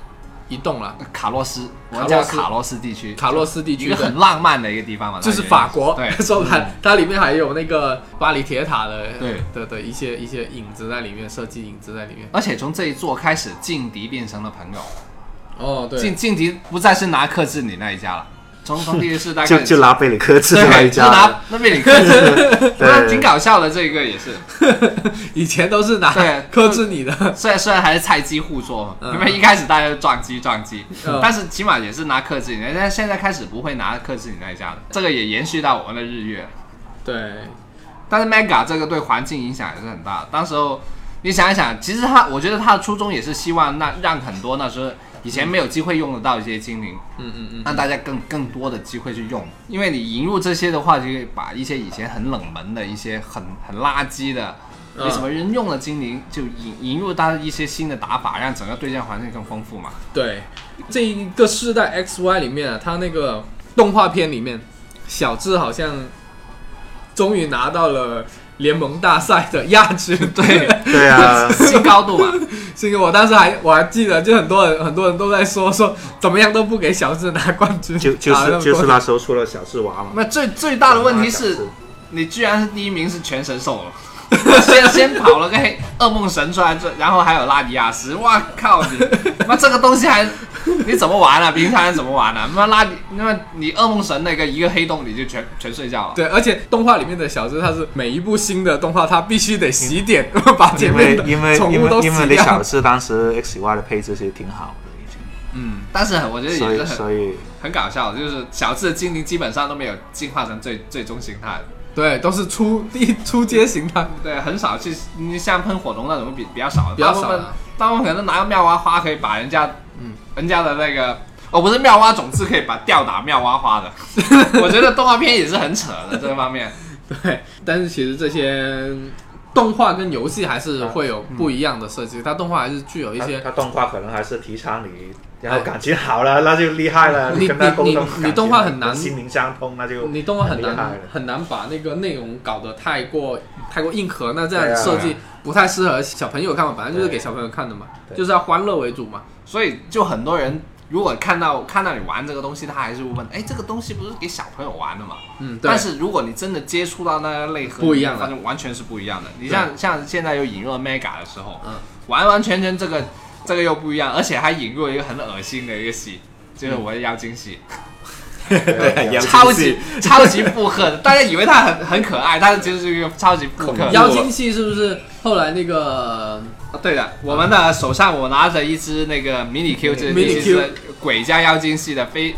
Speaker 1: 移动了，
Speaker 4: 卡洛斯，我
Speaker 1: 卡洛
Speaker 4: 们叫
Speaker 1: 斯
Speaker 4: 卡洛斯地区，
Speaker 1: 卡洛斯地
Speaker 4: 一
Speaker 1: 区
Speaker 4: 个
Speaker 1: 的
Speaker 4: 很。浪漫的一个地方嘛，
Speaker 1: 就是
Speaker 4: 那个
Speaker 1: 法国，
Speaker 4: 对
Speaker 1: 说白，嗯它里面还有那个巴黎铁塔的，
Speaker 4: 对
Speaker 1: 的的一些一些影子在里面，设计影子在里面。
Speaker 4: 而且从这一座开始，劲敌变成了朋友，
Speaker 1: 哦，
Speaker 4: 劲
Speaker 1: 对，
Speaker 4: 劲敌不再是拿克制你那一家了，从从第一世代
Speaker 3: 就
Speaker 4: 开始
Speaker 3: 就拿贝里克制
Speaker 4: 对
Speaker 3: 那一
Speaker 4: 就
Speaker 3: 家
Speaker 4: 拿，那边你克 制，那挺搞笑的这一个也是，
Speaker 1: 以前都是拿
Speaker 4: 对
Speaker 1: 克制你的，
Speaker 4: 虽然虽然还是菜鸡互啄嘛，
Speaker 1: 嗯
Speaker 4: 因为一开始大家都撞击撞击
Speaker 1: 嗯，
Speaker 4: 但是起码也是拿克制你，人家现在开始不会拿克制你那一家了，这个也延续到我们的日月了。
Speaker 1: 对，
Speaker 4: 但是 Mega 这个对环境影响也是很大。当时候你想一想，其实他，我觉得他的初衷也是希望那让很多那时候以前没有机会用得到一些精灵，
Speaker 1: 嗯嗯嗯，
Speaker 4: 让大家更更多的机会去用。因为你引入这些的话，就会把一些以前很冷门的一些很很垃圾的。
Speaker 1: 嗯
Speaker 4: 没什么人用的精灵，就引引入它的一些新的打法，让整个对战环境更丰富嘛。
Speaker 1: 对，这一个世代 X Y 里面啊，它那个动画片里面，小智好像终于拿到了联盟大赛的亚 军。对，
Speaker 3: 对啊，
Speaker 4: 新高度嘛，
Speaker 1: 这个我当时还我还记得，就很多人很多人都在说说怎么样都不给小智拿冠军，
Speaker 3: 就就
Speaker 1: 打得那
Speaker 3: 是
Speaker 1: 么
Speaker 3: 就是
Speaker 1: 多
Speaker 3: 那时候出了小智娃嘛。
Speaker 4: 那最最大的问题是
Speaker 3: 小智，
Speaker 4: 你居然是第一名是全神兽了。先先跑了个黑噩梦神出来，这然后还有拉迪亚斯，哇靠你！那这个东西还你怎么玩啊？平常人怎么玩啊？那拉迪，那你噩梦神那个一个黑洞你就全全睡觉了。
Speaker 1: 对，而且动画里面的小智，他是每一部新的动画，他必须得洗点，把前
Speaker 3: 因
Speaker 1: 面
Speaker 3: 为
Speaker 1: 的
Speaker 3: 因为
Speaker 1: 宠
Speaker 3: 因
Speaker 1: 物都
Speaker 3: 为因为
Speaker 1: 洗
Speaker 3: 你小
Speaker 1: 掉。
Speaker 3: 智当时 X Y 的配置其实挺好的，已经，
Speaker 1: 嗯，
Speaker 4: 但是我觉得
Speaker 3: 所
Speaker 4: 也是很
Speaker 3: 以所以
Speaker 4: 很搞笑，就是小智的精灵基本上都没有进化成最最终形态的，
Speaker 1: 对，都是出一出街形态。
Speaker 4: 对，很少去你像喷火龙那种比比较少，
Speaker 1: 比较
Speaker 4: 大部
Speaker 1: 少
Speaker 4: 分
Speaker 1: 啊
Speaker 4: 大部分可能拿个妙蛙花可以把人家，
Speaker 1: 嗯
Speaker 4: 嗯，人家的那个哦不是妙蛙种子可以把吊打妙蛙花 的，我觉得动画片也是很扯的这方面，
Speaker 1: 对，但是其实这些动画跟游戏还是会有不一样的设计，它动画还是具有一
Speaker 5: 它
Speaker 1: 些。
Speaker 5: 它动画可能还是提倡你，然后感情好了，那就厉害了。
Speaker 1: 你
Speaker 5: 跟他沟
Speaker 1: 你
Speaker 5: 通，
Speaker 1: 你你动画很难
Speaker 5: 感情心灵相通，那就
Speaker 1: 你动画很
Speaker 5: 很厉害
Speaker 1: 难
Speaker 5: 了
Speaker 1: 很难把那个内容搞得太过太过硬核，那这样
Speaker 5: 对啊
Speaker 1: 设计不太适合小朋友看嘛，本来就是给
Speaker 5: 对
Speaker 1: 小朋友看的嘛，
Speaker 5: 对
Speaker 1: 就是要欢乐为主嘛。
Speaker 4: 所以就很多人如果看到看到你玩这个东西，他还是会问，哎，这个东西不是给小朋友玩的吗？
Speaker 1: 嗯，对
Speaker 4: 但是如果你真的接触到那个内核，
Speaker 1: 不一样了
Speaker 4: 反正完全是不一样的。你像像现在又引入了 Mega 的时候，
Speaker 1: 嗯，
Speaker 4: 完完全全这个这个又不一样，而且还引入了一个很恶心的一个戏，就是我的妖精戏，
Speaker 1: 嗯
Speaker 2: 对妖精戏
Speaker 4: 超级超级附和的，大家以为它很很可爱，但是其实是一个超级附和。
Speaker 1: 妖精系是不是后来那个
Speaker 4: 对的，我们的手上我拿着一只那个 Mini Q，这
Speaker 1: Mini
Speaker 4: 这是鬼加妖精系的非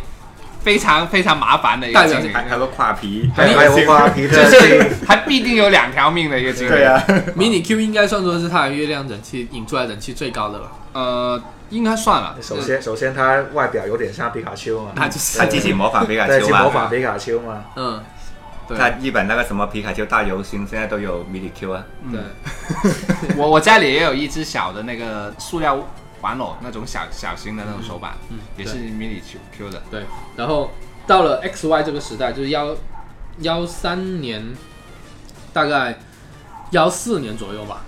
Speaker 4: 非常非常麻烦的一
Speaker 1: 代
Speaker 4: 个
Speaker 1: 表
Speaker 4: 精灵
Speaker 2: 还，还有个跨皮，
Speaker 5: 还有
Speaker 2: 有
Speaker 5: 还有瓜皮
Speaker 4: 就
Speaker 5: 特，
Speaker 4: 是还必定有两条命的一个精灵。
Speaker 2: 对啊，
Speaker 1: 呃迷你 Q 应该算作是它的月亮人气引出来人气最高的了，
Speaker 4: 呃，应该算了。
Speaker 5: 首先首先它外表有点像皮卡丘 嘛，
Speaker 1: 那就是
Speaker 2: 他自己模仿皮卡
Speaker 5: 对，
Speaker 2: 丘啊
Speaker 5: 去模
Speaker 2: 嘛。
Speaker 5: 仿皮卡丘嘛，
Speaker 1: 嗯，对
Speaker 2: 他日本那个什么皮卡丘大游行，现在都有 mini Q 啊，
Speaker 5: 嗯
Speaker 1: 对，
Speaker 4: 我我家里也有一只小的那个塑料玩偶，那种小小型的那种手把，
Speaker 1: 嗯
Speaker 4: 也是 mini Q Q 的。
Speaker 1: 对，然后到了 X Y 这个时代，就是幺幺三年，大概幺四年左右吧，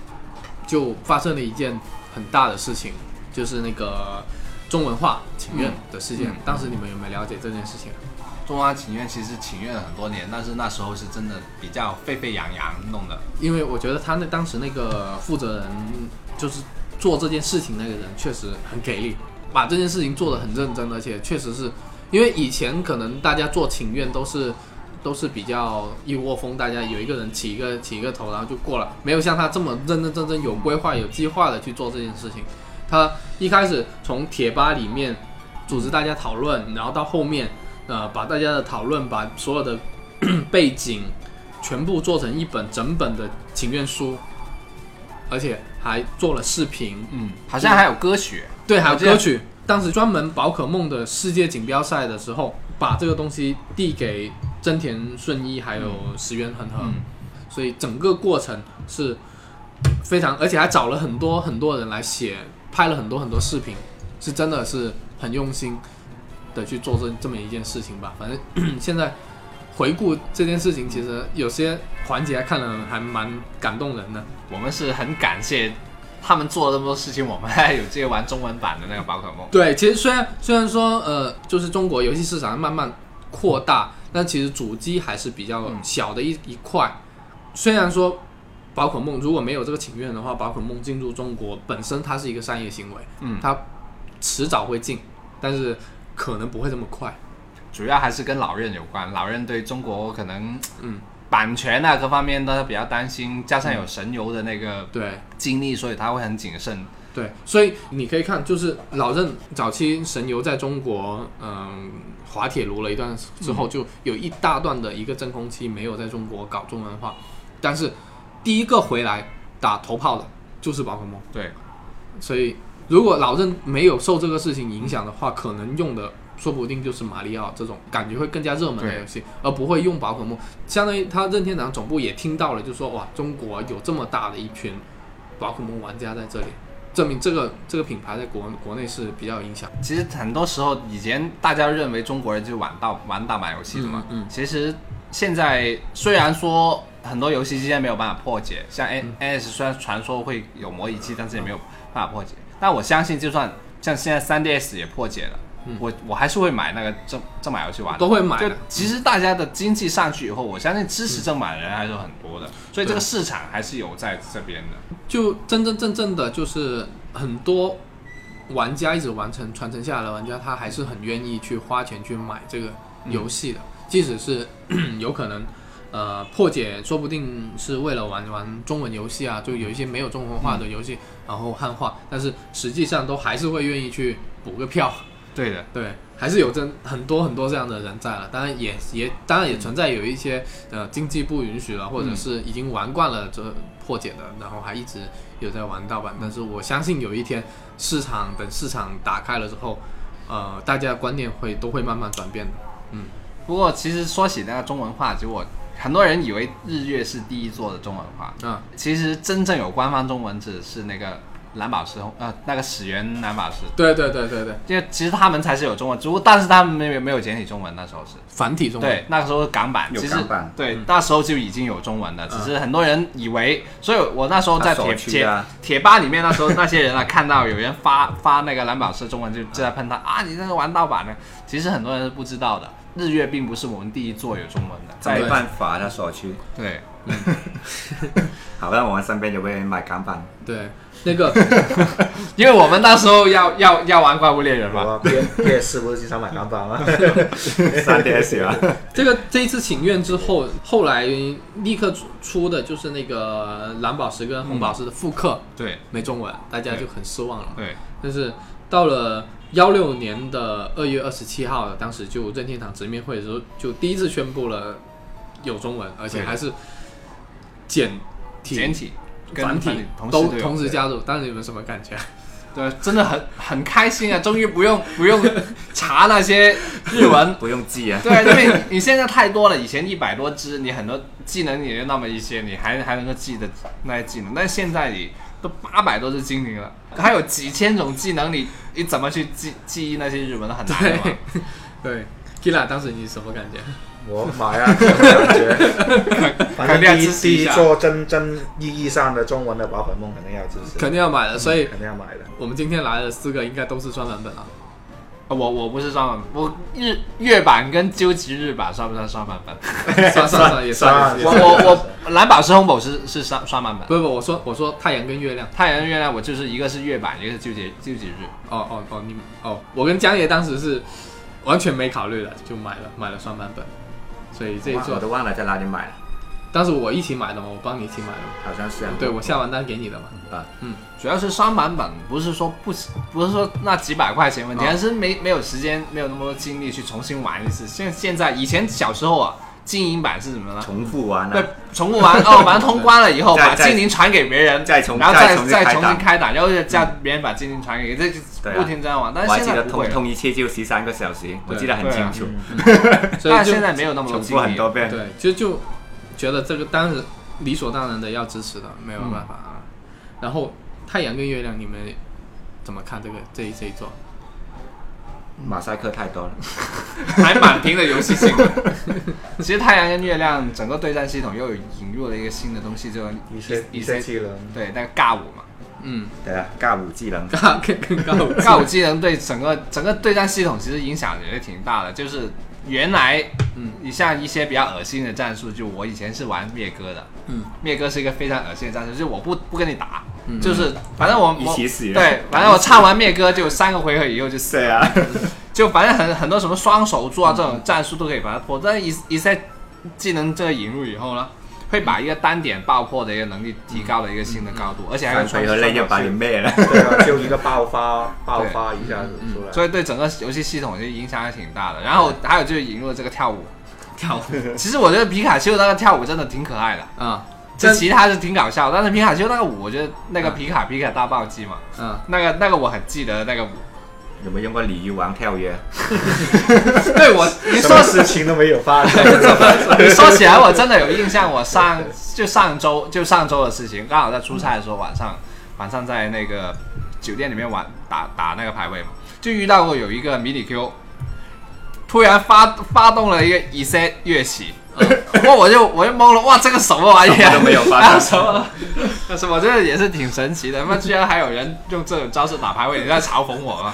Speaker 1: 就发生了一件很大的事情，就是那个中文化请愿的事件。
Speaker 4: 嗯嗯
Speaker 1: 当时你们有没有了解这件事情？
Speaker 4: 中华情愿其实请愿了很多年，但是那时候是真的比较沸沸扬扬弄的。
Speaker 1: 因为我觉得他那当时那个负责人，就是做这件事情那个人确实很给力，把这件事情做得很认真，而且确实是因为以前可能大家做请愿都是 都是比较一窝蜂，大家有一个人起一个起一个头，然后就过了，没有像他这么认认真真有规划有计划的去做这件事情。它一开始从贴吧里面组织大家讨论，然后到后面呃把大家的讨论，把所有的 背景全部做成一本整本的请愿书，而且还做了视频，
Speaker 4: 嗯，好像还有歌曲，
Speaker 1: 对，还有
Speaker 4: 我记得
Speaker 1: 歌曲。当时专门宝可梦的世界锦标赛的时候，把这个东西递给真田顺一还有石原恒河，
Speaker 4: 嗯
Speaker 1: 所以整个过程是非常，而且还找了很多很多人来写，拍了很多很多视频，是真的是很用心的去做这这么一件事情吧。反正 现在回顾这件事情，其实有些环节还看了还蛮感动人的。
Speaker 4: 我们是很感谢他们做了这么多事情，我们还有这个玩中文版的那个宝可梦。
Speaker 1: 对，其实虽然虽然说呃，就是中国游戏市场慢慢扩大，但其实主机还是比较小的一、一块。虽然说宝可梦如果没有这个请愿的话，宝可梦进入中国本身它是一个商业行为，
Speaker 4: 嗯
Speaker 1: 它迟早会进，但是可能不会这么快。
Speaker 4: 主要还是跟老任有关，老任对中国可能
Speaker 1: 嗯
Speaker 4: 版权啊各方面都比较担心，加上有神游的那个
Speaker 1: 对
Speaker 4: 经历，所以他会很谨慎。
Speaker 1: 对，所以你可以看，就是老任早期神游在中国，嗯，滑铁卢了一段之后，就有一大段的一个真空期没有在中国搞中文化，但是第一个回来打头炮的就是宝可梦，
Speaker 4: 对，
Speaker 1: 所以如果老任没有受这个事情影响的话，可能用的说不定就是马里奥这种感觉会更加热门的
Speaker 4: 对
Speaker 1: 游戏，而不会用宝可梦。相当于他任天堂总部也听到了，就说哇，中国有这么大的一群宝可梦玩家在这里，证明这个这个品牌在国国内是比较有影响。
Speaker 4: 其实很多时候以前大家认为中国人就玩盗玩盗版游戏的嘛，
Speaker 1: 嗯嗯
Speaker 4: 其实现在虽然说很多游戏之间没有办法破解，像 A
Speaker 1: 嗯
Speaker 4: N S 虽然传说会有模拟器，但是也没有办法破解。但我相信，就算像现在3 D S 也破解了，我我还是会买那个正正版游戏玩
Speaker 1: 嗯
Speaker 4: 的，
Speaker 1: 都会买的嗯
Speaker 4: 就其实大家的经济上去以后，我相信支持正版的人还是有很多的，所以这个市场还是有在这边的。
Speaker 1: 就真真正正的就是很多玩家一直完成传承下来的玩家，他还是很愿意去花钱去买这个游戏的，即使是 有可能。呃，破解说不定是为了玩玩中文游戏啊，就有一些没有中文化的游戏，然后汉化，但是实际上都还是会愿意去补个票，
Speaker 4: 对的，
Speaker 1: 对，还是有真很多很多这样的人在了，当然也也当然也存在有一些呃经济不允许了，或者是已经玩惯了这破解的，然后还一直有在玩盗版。但是我相信有一天市场等市场打开了之后，呃，大家的观念会都会慢慢转变的。
Speaker 4: 不过其实说起那个中文化，结果很多人以为日月是第一座的中文化，
Speaker 1: 啊、
Speaker 4: 其实真正有官方中文字是那个蓝宝石，呃，那个始源蓝宝石，
Speaker 1: 对对对对对，
Speaker 4: 因为其实他们才是有中文，只不过但是他们没有没有简体中文，那时候是。
Speaker 1: 繁体中文。
Speaker 4: 对，那个时候是港版，
Speaker 2: 有
Speaker 4: 其实
Speaker 2: 港版
Speaker 4: 对，那时候就已经有中文了，只是很多人以为，所以我那时候在
Speaker 2: 他手
Speaker 4: 铁
Speaker 2: 区
Speaker 4: 铁
Speaker 2: 啊
Speaker 4: 铁吧里面，那时候那些人啊，看到有人发 发那个蓝宝石中文，就就在喷他啊，你那个玩盗版的，其实很多人是不知道的，日月并不是我们第一座有中文的，在
Speaker 2: 没辦法啦，傻豬。
Speaker 4: 对，
Speaker 2: 好啦，我身邊有個人賣港 版，
Speaker 1: 对，那个
Speaker 4: 因为我们那时候要要要玩怪物猎人嘛，
Speaker 5: 哇，P P S 不是经常买港版吗？
Speaker 2: 三 DS 啊，
Speaker 1: 这个这一次请愿之后，后来立刻出出的就是那个蓝宝石跟红宝石的复刻、
Speaker 4: 对
Speaker 1: 没中文，大家就很失望了嘛。
Speaker 4: 对，
Speaker 1: 但是到了幺六年的二月二十七号，当时就任天堂直面会的时候，就第一次宣布了有中文，而且还是简体、
Speaker 4: 简体跟
Speaker 1: 繁
Speaker 4: 繁
Speaker 1: 体
Speaker 4: 同
Speaker 1: 都
Speaker 4: 时
Speaker 1: 同时
Speaker 4: 时
Speaker 1: 加入。当时你们什么感觉？
Speaker 4: 对，真的很很开心啊！终于不用不用查那些日文，
Speaker 2: 不用知啊。
Speaker 4: 对，因为你现在太多了，以前一百多只，你很多技能也就那么一些，你还还能够记得那些技能，但现在你都八百多只精灵了，还有几千种技能，你你怎么去记记忆那些日文都很难的嘛
Speaker 1: 对对，Kira 当时你什么感 觉？
Speaker 5: 我买啊，这种感觉。反正第
Speaker 4: 肯定要支
Speaker 5: 一
Speaker 4: 持一
Speaker 5: 第一
Speaker 4: 下
Speaker 5: 座真真意义上的中文的宝可梦肯定要支持，
Speaker 1: 肯定要买的，所以
Speaker 5: 肯定要买的。
Speaker 1: 我们今天来的四个应该都是双版本 啊。
Speaker 4: 我我不是双版，我日月版跟究极日版算不算双版本？
Speaker 1: 算算算也算
Speaker 5: 算
Speaker 1: 也
Speaker 4: 我
Speaker 1: 算。
Speaker 4: 我我蓝宝石红宝石是双双版本，
Speaker 1: 不不，我说我说太阳跟月亮。
Speaker 4: 太阳月亮我就是一个是月版，一个是究极究极日。
Speaker 1: 哦哦哦，你哦，我跟江爷当时是完全没考虑的，就买了买了双版本，所以这一
Speaker 2: 我
Speaker 1: 座
Speaker 2: 都忘了在哪裡買啦，
Speaker 1: 当时我一起买的嘛，我帮你一起买的嘛，
Speaker 4: 嗯
Speaker 2: 好像是啊。
Speaker 1: 对我下完单给你的嘛。
Speaker 2: 啊，
Speaker 1: 嗯，
Speaker 4: 主要是双版本，不是说不不是说那几百块钱问题，
Speaker 1: 啊
Speaker 4: 而是没没有时间，没有那么多精力去重新玩一次。现现在以前小时候啊，金银版是什么呢？
Speaker 2: 重复玩
Speaker 4: 对
Speaker 2: 啊，，
Speaker 4: 重复 玩哦，玩通关了以后，
Speaker 2: 再
Speaker 4: 把
Speaker 2: 再
Speaker 4: 精灵传给别人，
Speaker 2: 再重
Speaker 4: 然后
Speaker 2: 再
Speaker 4: 再
Speaker 2: 重新
Speaker 4: 再
Speaker 2: 开
Speaker 4: 重
Speaker 2: 档嗯
Speaker 4: 新开档，然后再别人把精灵传给，这就
Speaker 2: 对啊
Speaker 4: 不停这样玩。但
Speaker 2: 我还
Speaker 4: 是
Speaker 2: 记
Speaker 4: 现在
Speaker 2: 得
Speaker 4: 不会
Speaker 2: 通
Speaker 4: 了，
Speaker 2: 通一切就十三个小时，我记得很
Speaker 4: 对
Speaker 2: 清
Speaker 4: 啊
Speaker 2: 楚，
Speaker 1: 所以
Speaker 4: 但
Speaker 1: 就
Speaker 4: 现在没有那么多
Speaker 2: 重
Speaker 4: 精
Speaker 2: 复很
Speaker 4: 力。
Speaker 2: 多遍。
Speaker 1: 对，就就觉得这个当时理所当然的要支持的，没有办法啊。
Speaker 4: 嗯
Speaker 1: 然后太阳跟月亮，你们怎么看这个这一这一座？
Speaker 2: 马赛克太多了，
Speaker 4: 嗯还蛮平的游戏性 的。其实太阳跟月亮整个对战系统又有引入了一个新的东西，就
Speaker 5: 一些一些技能，
Speaker 4: 对那个尬舞嘛，
Speaker 1: 嗯，
Speaker 2: 对啊，尬舞技 能，
Speaker 1: 尬跟跟尬舞，
Speaker 4: 尬舞 技能对整个整个对战系统其实影响也是挺大的。就是原来，嗯，你像一些比较恶心的战术，就我以前是玩灭哥的，
Speaker 1: 嗯，
Speaker 4: 灭哥是一个非常恶心的战术，就是我不不跟你打，就是反正我
Speaker 2: 嗯一
Speaker 4: 我
Speaker 2: 起死
Speaker 4: 对，反正我唱完灭哥就三个回合以后就死了
Speaker 2: 对啊，
Speaker 4: 就反正很很多什么双手做啊这
Speaker 2: 嗯
Speaker 4: 种战术都可以把它破，但是一一些技能这个引入以后呢，会把一个单点爆破的一个能力提高了一个新的高度，而且还
Speaker 2: 嗯
Speaker 4: 有
Speaker 2: 反
Speaker 4: 双
Speaker 2: 回合
Speaker 4: 双
Speaker 2: 内
Speaker 4: 手
Speaker 2: 就把你灭了。
Speaker 5: 对啊，就一个爆发爆发一下子出来，
Speaker 4: 所以对整个游戏系统就影响还挺大的。然后还有就是引入了这个跳舞， 跳舞。其实我觉得皮卡丘那个跳舞真的挺可爱的，
Speaker 1: 啊，
Speaker 4: 这其他是挺搞笑，但是皮卡丘那个舞，我觉得那个皮卡皮卡大暴击嘛，
Speaker 1: 嗯，
Speaker 4: 那个那个我很记得那个舞。
Speaker 2: 有没有用过鲤鱼王跳跃？
Speaker 4: 对我，你
Speaker 5: 什
Speaker 4: 说
Speaker 5: 么事情都没有发生，
Speaker 4: 你说起来，我真的有印象。我上就上周就上周的事情，刚好在出差的时候，晚上晚上在那个酒店里面玩打打那个排位嘛，就遇到过有一个迷你 Q，突然发发动了一个 E 以色乐器，哇，我就我就懵了，哇，这个什么玩意
Speaker 2: 什
Speaker 4: 儿？
Speaker 2: 么都没有发生
Speaker 4: 啊什么？那什么？这个也是挺神奇的，那居然还有人用这种招式打排位，你在嘲讽我吗？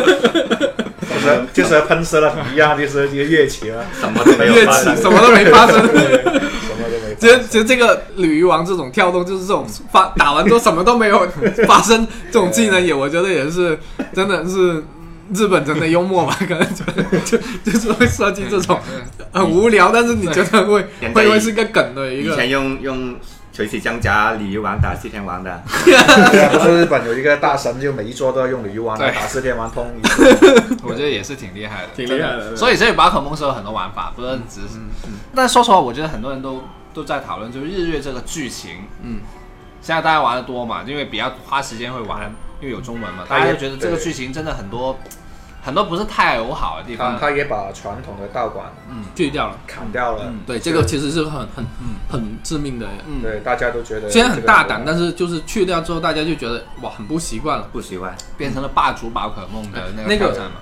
Speaker 5: 就是就是喷射了一样，就是一个乐器啊，
Speaker 2: 什么都没有
Speaker 1: 乐
Speaker 2: 发
Speaker 1: 器
Speaker 2: 生。
Speaker 1: 什么都没发生。
Speaker 5: 什么都没发
Speaker 1: 就
Speaker 5: 生。
Speaker 1: 就这个鲤鱼王这种跳动，就是这种发打完之后什么都没有发生，这种技能也我觉得也是真的是日本人的幽默吧，可能就就就是会设计这种很无聊，但是你觉得会
Speaker 2: 现在
Speaker 1: 会会是一个梗的一
Speaker 2: 以
Speaker 1: 个
Speaker 2: 前用用 锤子姜夹鲤鱼王打四天王的，
Speaker 5: 对啊，不是日本有一个大神，就每一桌都要用鲤鱼丸来
Speaker 4: 对
Speaker 5: 啊打四天丸通一次，
Speaker 4: 我觉得也是挺厉害的，
Speaker 1: 挺厉害的
Speaker 4: 真
Speaker 1: 对
Speaker 4: 所以这里宝可梦是有很多玩法，不是只
Speaker 1: 嗯
Speaker 4: 是。但说实话，我觉得很多人都都在讨论，就是日月这个剧情，
Speaker 1: 嗯，
Speaker 4: 现在大家玩的多嘛，因为比较花时间会玩，因为有中文嘛，
Speaker 5: 它
Speaker 4: 大
Speaker 5: 也
Speaker 4: 家就觉得这个剧情真的很多很多不是太友好的地
Speaker 5: 他
Speaker 4: 方。
Speaker 5: 他也把传统的道馆
Speaker 1: 锯嗯掉了。嗯
Speaker 5: 砍掉了，
Speaker 1: 对，这个其实是很很很致命的。
Speaker 4: 嗯，
Speaker 5: 对，大家都觉得
Speaker 1: 虽然很大胆，
Speaker 5: 这个
Speaker 1: 但是就是去掉之后，大家就觉得哇，很不习惯了。
Speaker 2: 不喜欢。
Speaker 4: 变成了霸主宝可梦的那
Speaker 1: 那
Speaker 4: 个
Speaker 1: 个
Speaker 4: 挑战嘛，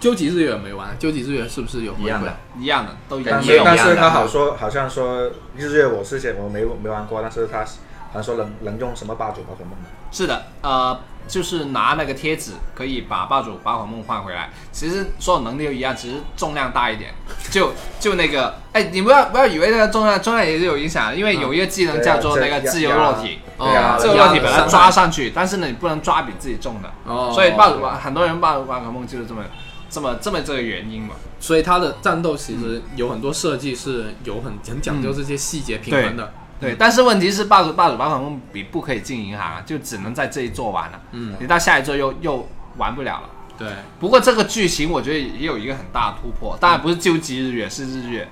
Speaker 1: 究极日月有没玩，究极日月是不是有回
Speaker 2: 一样
Speaker 1: 馈
Speaker 2: 的？
Speaker 4: 一样的都一
Speaker 5: 但
Speaker 4: 样
Speaker 2: 但也
Speaker 5: 是
Speaker 2: 有
Speaker 1: 啊
Speaker 5: 但
Speaker 2: 一样
Speaker 5: 是
Speaker 2: 的
Speaker 5: 他好说，好像说日月我之前我没没玩过，但是他好像说能能用什么霸主宝可梦的，
Speaker 4: 是的，呃，就是拿那个贴纸可以把霸主宝可梦换回来。其实所有能力都一样，只是重量大一点。就就那个，哎，你不要不要以为那个重量重量也是有影响的，因为有一个技能叫做那个自由落体，
Speaker 1: 嗯对啊
Speaker 4: 哦自由落体把它抓上去，但是呢，你不能抓比自己重的。
Speaker 1: 哦
Speaker 4: 所以霸主很多人霸主宝可梦就是这么这么这么这个原因嘛。
Speaker 1: 所以它的战斗其实有很多设计是有很很讲究这些细节平衡的。
Speaker 4: 对，但是问题是霸主霸主宝可梦比不可以进银行啊，就只能在这一座玩了、
Speaker 1: 嗯，
Speaker 4: 你到下一座又又玩不了了。
Speaker 1: 对，
Speaker 4: 不过这个剧情我觉得也有一个很大的突破，当然不是究极日月，是日月，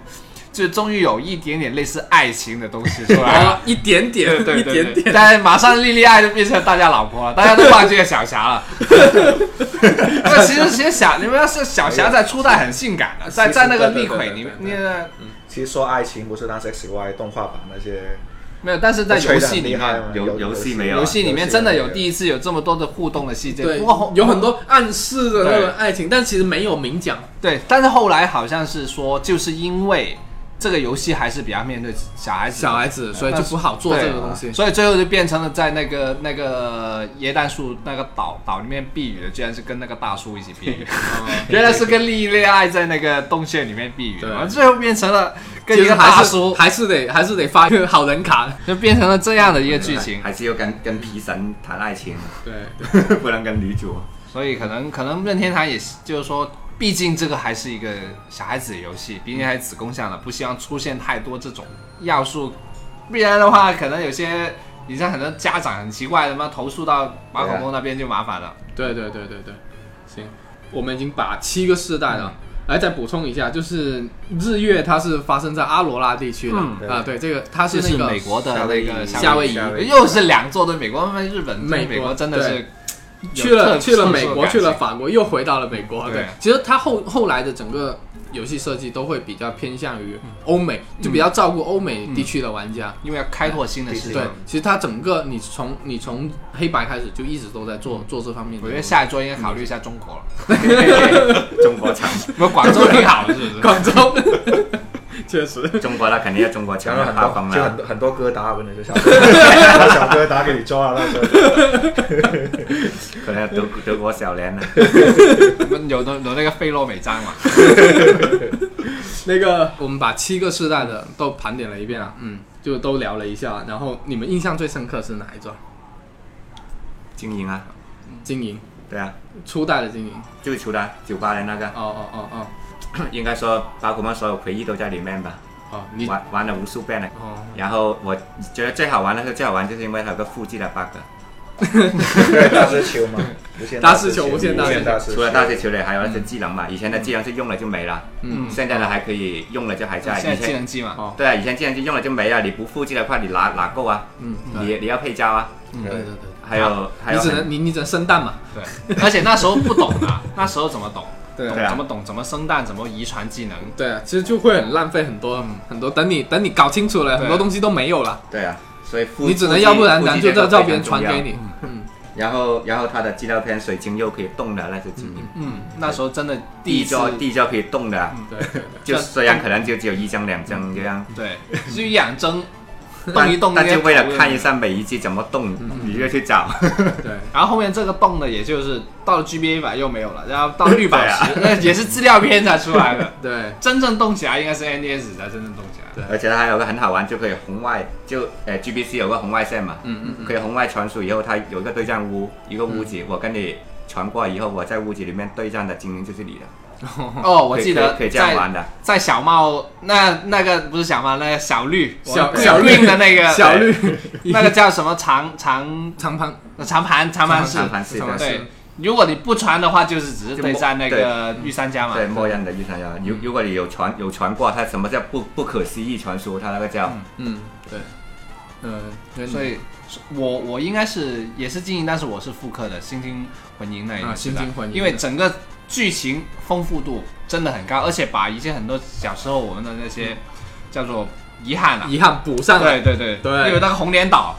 Speaker 4: 就终于有一点点类似爱情的东西出来了。
Speaker 1: 啊，一点点，
Speaker 4: 对对
Speaker 1: 一
Speaker 4: 对
Speaker 1: 点
Speaker 4: 对，
Speaker 1: 点，
Speaker 4: 但马上莉莉爱就变成大家老婆了，大家都忘记了小霞了。那其实其实小，你们要是小霞在初代很性感的，在在那个
Speaker 1: 对对
Speaker 4: 立
Speaker 1: 对
Speaker 4: 葵
Speaker 1: 对
Speaker 4: 里面，
Speaker 1: 对
Speaker 4: 那
Speaker 1: 对
Speaker 4: 个
Speaker 5: 其实说爱情不是当时 X Y 动画版那些，
Speaker 4: 没有，但是在游戏里
Speaker 5: 厉害啊
Speaker 4: 面，
Speaker 5: 嘛，
Speaker 2: 游游戏没有
Speaker 4: 游戏里面真的有
Speaker 5: 地。
Speaker 4: 第一次有这么多的互动的细节，
Speaker 1: 对
Speaker 4: 不过后，
Speaker 1: 有很多暗示的那
Speaker 4: 对
Speaker 1: 种爱情，但其实没有明讲。
Speaker 4: 对，但是后来好像是说，就是因为这个游戏还是比较面对小孩子的，
Speaker 1: 小孩子，所以就不好做
Speaker 4: 对
Speaker 1: 这个东西。
Speaker 4: 所以最后就变成了在那个那个椰蛋树那个岛岛里面避雨的，居然是跟那个大叔一起避 雨， 原来是跟莉莉爱在那个洞穴里面避雨，
Speaker 1: 哦对
Speaker 4: 然后最后变成了跟
Speaker 1: 其
Speaker 4: 一
Speaker 1: 实
Speaker 4: 个
Speaker 1: 还
Speaker 4: 大
Speaker 1: 是
Speaker 4: 叔，
Speaker 1: 还是得还是得发一个好人卡。
Speaker 4: 就变成了这样的一个剧情。
Speaker 2: 还是要跟跟皮神谈爱情，
Speaker 1: 对，
Speaker 2: 不能跟女主。
Speaker 4: 所以可能可能任天堂也是就是说，毕竟这个还是一个小孩子的游戏，毕竟还是子宫向的，不希望出现太多这种要素，不然的话可能有些你像很多家长很奇怪的嘛，投诉到宝可梦那边就麻烦了。
Speaker 1: 对对对对对，行，我们已经把七个世代了。来，再补充一下，就是日月它是发生在阿罗拉地区的、
Speaker 4: 嗯
Speaker 1: 啊，对，这个它
Speaker 4: 就是
Speaker 1: 那个
Speaker 4: 美国的
Speaker 5: 夏
Speaker 4: 那
Speaker 5: 威夷
Speaker 4: 个
Speaker 1: 夏威夷
Speaker 5: 夏威夷
Speaker 4: 又是两座对美国，慢慢日本对美
Speaker 1: 美
Speaker 4: 国
Speaker 1: 国
Speaker 4: 真的是有
Speaker 1: 去了
Speaker 4: 特
Speaker 1: 去了
Speaker 4: 特殊
Speaker 1: 美
Speaker 4: 的
Speaker 1: 国，
Speaker 4: 感
Speaker 1: 去了
Speaker 4: 情
Speaker 1: 法国，又回到了美国。
Speaker 4: 对
Speaker 1: 对，其实它后后来的整个游戏设计都会比较偏向于欧美，就比较照顾欧美地区的玩家。
Speaker 4: 因为要开拓新的市
Speaker 1: 对
Speaker 4: 场。，
Speaker 1: 其实它整个你从你从黑白开始就一直都在做做这方面的东西。
Speaker 4: 我觉得下一座应该考虑一下中国了，
Speaker 2: 中國 層，
Speaker 4: 不过广州挺好的，是不是？
Speaker 1: 广州确实
Speaker 2: 中國啦，肯定要中國啊層
Speaker 5: 然后
Speaker 2: 啦，
Speaker 5: 啊很
Speaker 2: 包咁
Speaker 5: 多就
Speaker 2: 啦
Speaker 5: 很。多很多疙瘩，我跟你说，小疙小疙瘩给你抓了，那时候
Speaker 2: 可能德德國小啊年啦，
Speaker 4: 我们 有有有那个费洛美章 嘛？
Speaker 1: 那个我们把七个世代的都盘点了一遍了，嗯，就都聊了一下。然后你们印象最深刻是哪一座？
Speaker 2: 經營啊，
Speaker 1: 经营
Speaker 2: 對啊，
Speaker 1: 初代的经营。
Speaker 2: 最初的九八年那個
Speaker 1: 哦，哦哦哦
Speaker 2: 應該說包括乜所有回憶都在裡面吧，
Speaker 1: 哦，你
Speaker 2: 玩玩了無數遍了。
Speaker 1: 哦，
Speaker 2: 然後我覺得最好玩的是最好玩，就是因為它有個複製的 bug。
Speaker 5: 对哎大师球嘛，无限
Speaker 1: 大
Speaker 5: 师
Speaker 1: 师球无限大
Speaker 5: 无
Speaker 1: 师
Speaker 5: 限大师球，
Speaker 2: 除了大师球类，还有那些技能嘛。以前的技能是用了就没了，
Speaker 1: 嗯
Speaker 2: 现在呢还可以用了就还在。
Speaker 4: 现在
Speaker 2: 以
Speaker 4: 技能
Speaker 2: 前
Speaker 4: 机嘛，
Speaker 1: 哦
Speaker 2: 对啊，以前技能就用了就没了，你不复制的话，你哪哪够啊？
Speaker 1: 嗯，
Speaker 2: 你你要配招啊，
Speaker 1: 对对对。
Speaker 2: 还有还
Speaker 1: 你
Speaker 2: 有
Speaker 1: 只
Speaker 2: 很
Speaker 1: 能你你只能生蛋嘛，
Speaker 4: 对， 而且那时候不懂啊， 那时候怎么懂？
Speaker 1: 对
Speaker 4: 懂
Speaker 2: 对啊
Speaker 4: 怎么懂？怎么生蛋？怎么遗传技能？
Speaker 1: 对啊，其实就会很浪费很多、
Speaker 4: 嗯
Speaker 1: 很多。等你等你搞清楚了，
Speaker 4: 对
Speaker 1: 很多东西都没有了，
Speaker 2: 对啊，所以复
Speaker 1: 你只能要不然咱就照照别人传给。
Speaker 2: 复制这个非常重
Speaker 1: 你。
Speaker 4: 嗯
Speaker 2: 要然后然后它的纪录片水晶又可以动的那些精灵，
Speaker 4: 嗯，那时候真的第一
Speaker 2: 地
Speaker 4: 次
Speaker 2: 胶地胶可以动的，啊
Speaker 1: 对对对，
Speaker 2: 就虽然可能就只有一张两张这样。
Speaker 4: 对，就一 两针动
Speaker 1: 嗯
Speaker 2: 但
Speaker 4: 一动，
Speaker 2: 但就为了看一
Speaker 4: 下。
Speaker 2: 下每一季怎么动，你就去找。
Speaker 1: 对
Speaker 4: 然后后面这个动的，也就是到了 GBA 版又没有了，然后到绿宝
Speaker 2: 对啊
Speaker 4: 石， 那也是资料片才出来的。
Speaker 1: 对
Speaker 4: 真正动起来应该是 NDS 才真正动起来。
Speaker 1: 对
Speaker 2: 而且它还有个很好玩，就可以红外，就呃 GBC 有个红外线嘛，
Speaker 1: 嗯嗯嗯
Speaker 2: 可以红外传输以后，它有一个对战屋，一个屋子，我跟你传过以后，我在屋子里面对战的精灵就是你的，
Speaker 4: 哦，我
Speaker 2: 可以
Speaker 4: 记得
Speaker 2: 可以可以这样
Speaker 4: 在
Speaker 2: 玩的，
Speaker 4: 在小茂那那个不是小茂，那个小绿
Speaker 1: 小
Speaker 4: 小
Speaker 1: 小绿
Speaker 4: 的那个
Speaker 1: 小绿
Speaker 4: 那个叫什么长长
Speaker 1: 长盘
Speaker 4: 长盘长盘式
Speaker 2: 长盘式
Speaker 1: 长
Speaker 2: 的
Speaker 1: 盘，
Speaker 4: 对
Speaker 1: 是，
Speaker 4: 如果你不传的话，就是只是
Speaker 2: 就
Speaker 4: 对
Speaker 2: 默
Speaker 4: 战那
Speaker 2: 对
Speaker 4: 个御三
Speaker 1: 啊
Speaker 4: 家嘛。
Speaker 2: 对，默认的预传要，
Speaker 1: 嗯
Speaker 2: 如如果你有传有传过，它什么叫不不可思议传输，它那个叫
Speaker 1: 嗯对，嗯、呃，
Speaker 4: 所以我我应该是也是经营，但是我是复刻的《星星魂营》那一
Speaker 1: 啊
Speaker 4: 个时代
Speaker 1: 星星魂营
Speaker 4: 因为整个剧情丰富度真的很高，而且把一些很多小时候我们的那些叫做遗憾啊，
Speaker 1: 遗憾补上了，
Speaker 4: 对对对
Speaker 1: 对
Speaker 4: 例如那个红莲岛。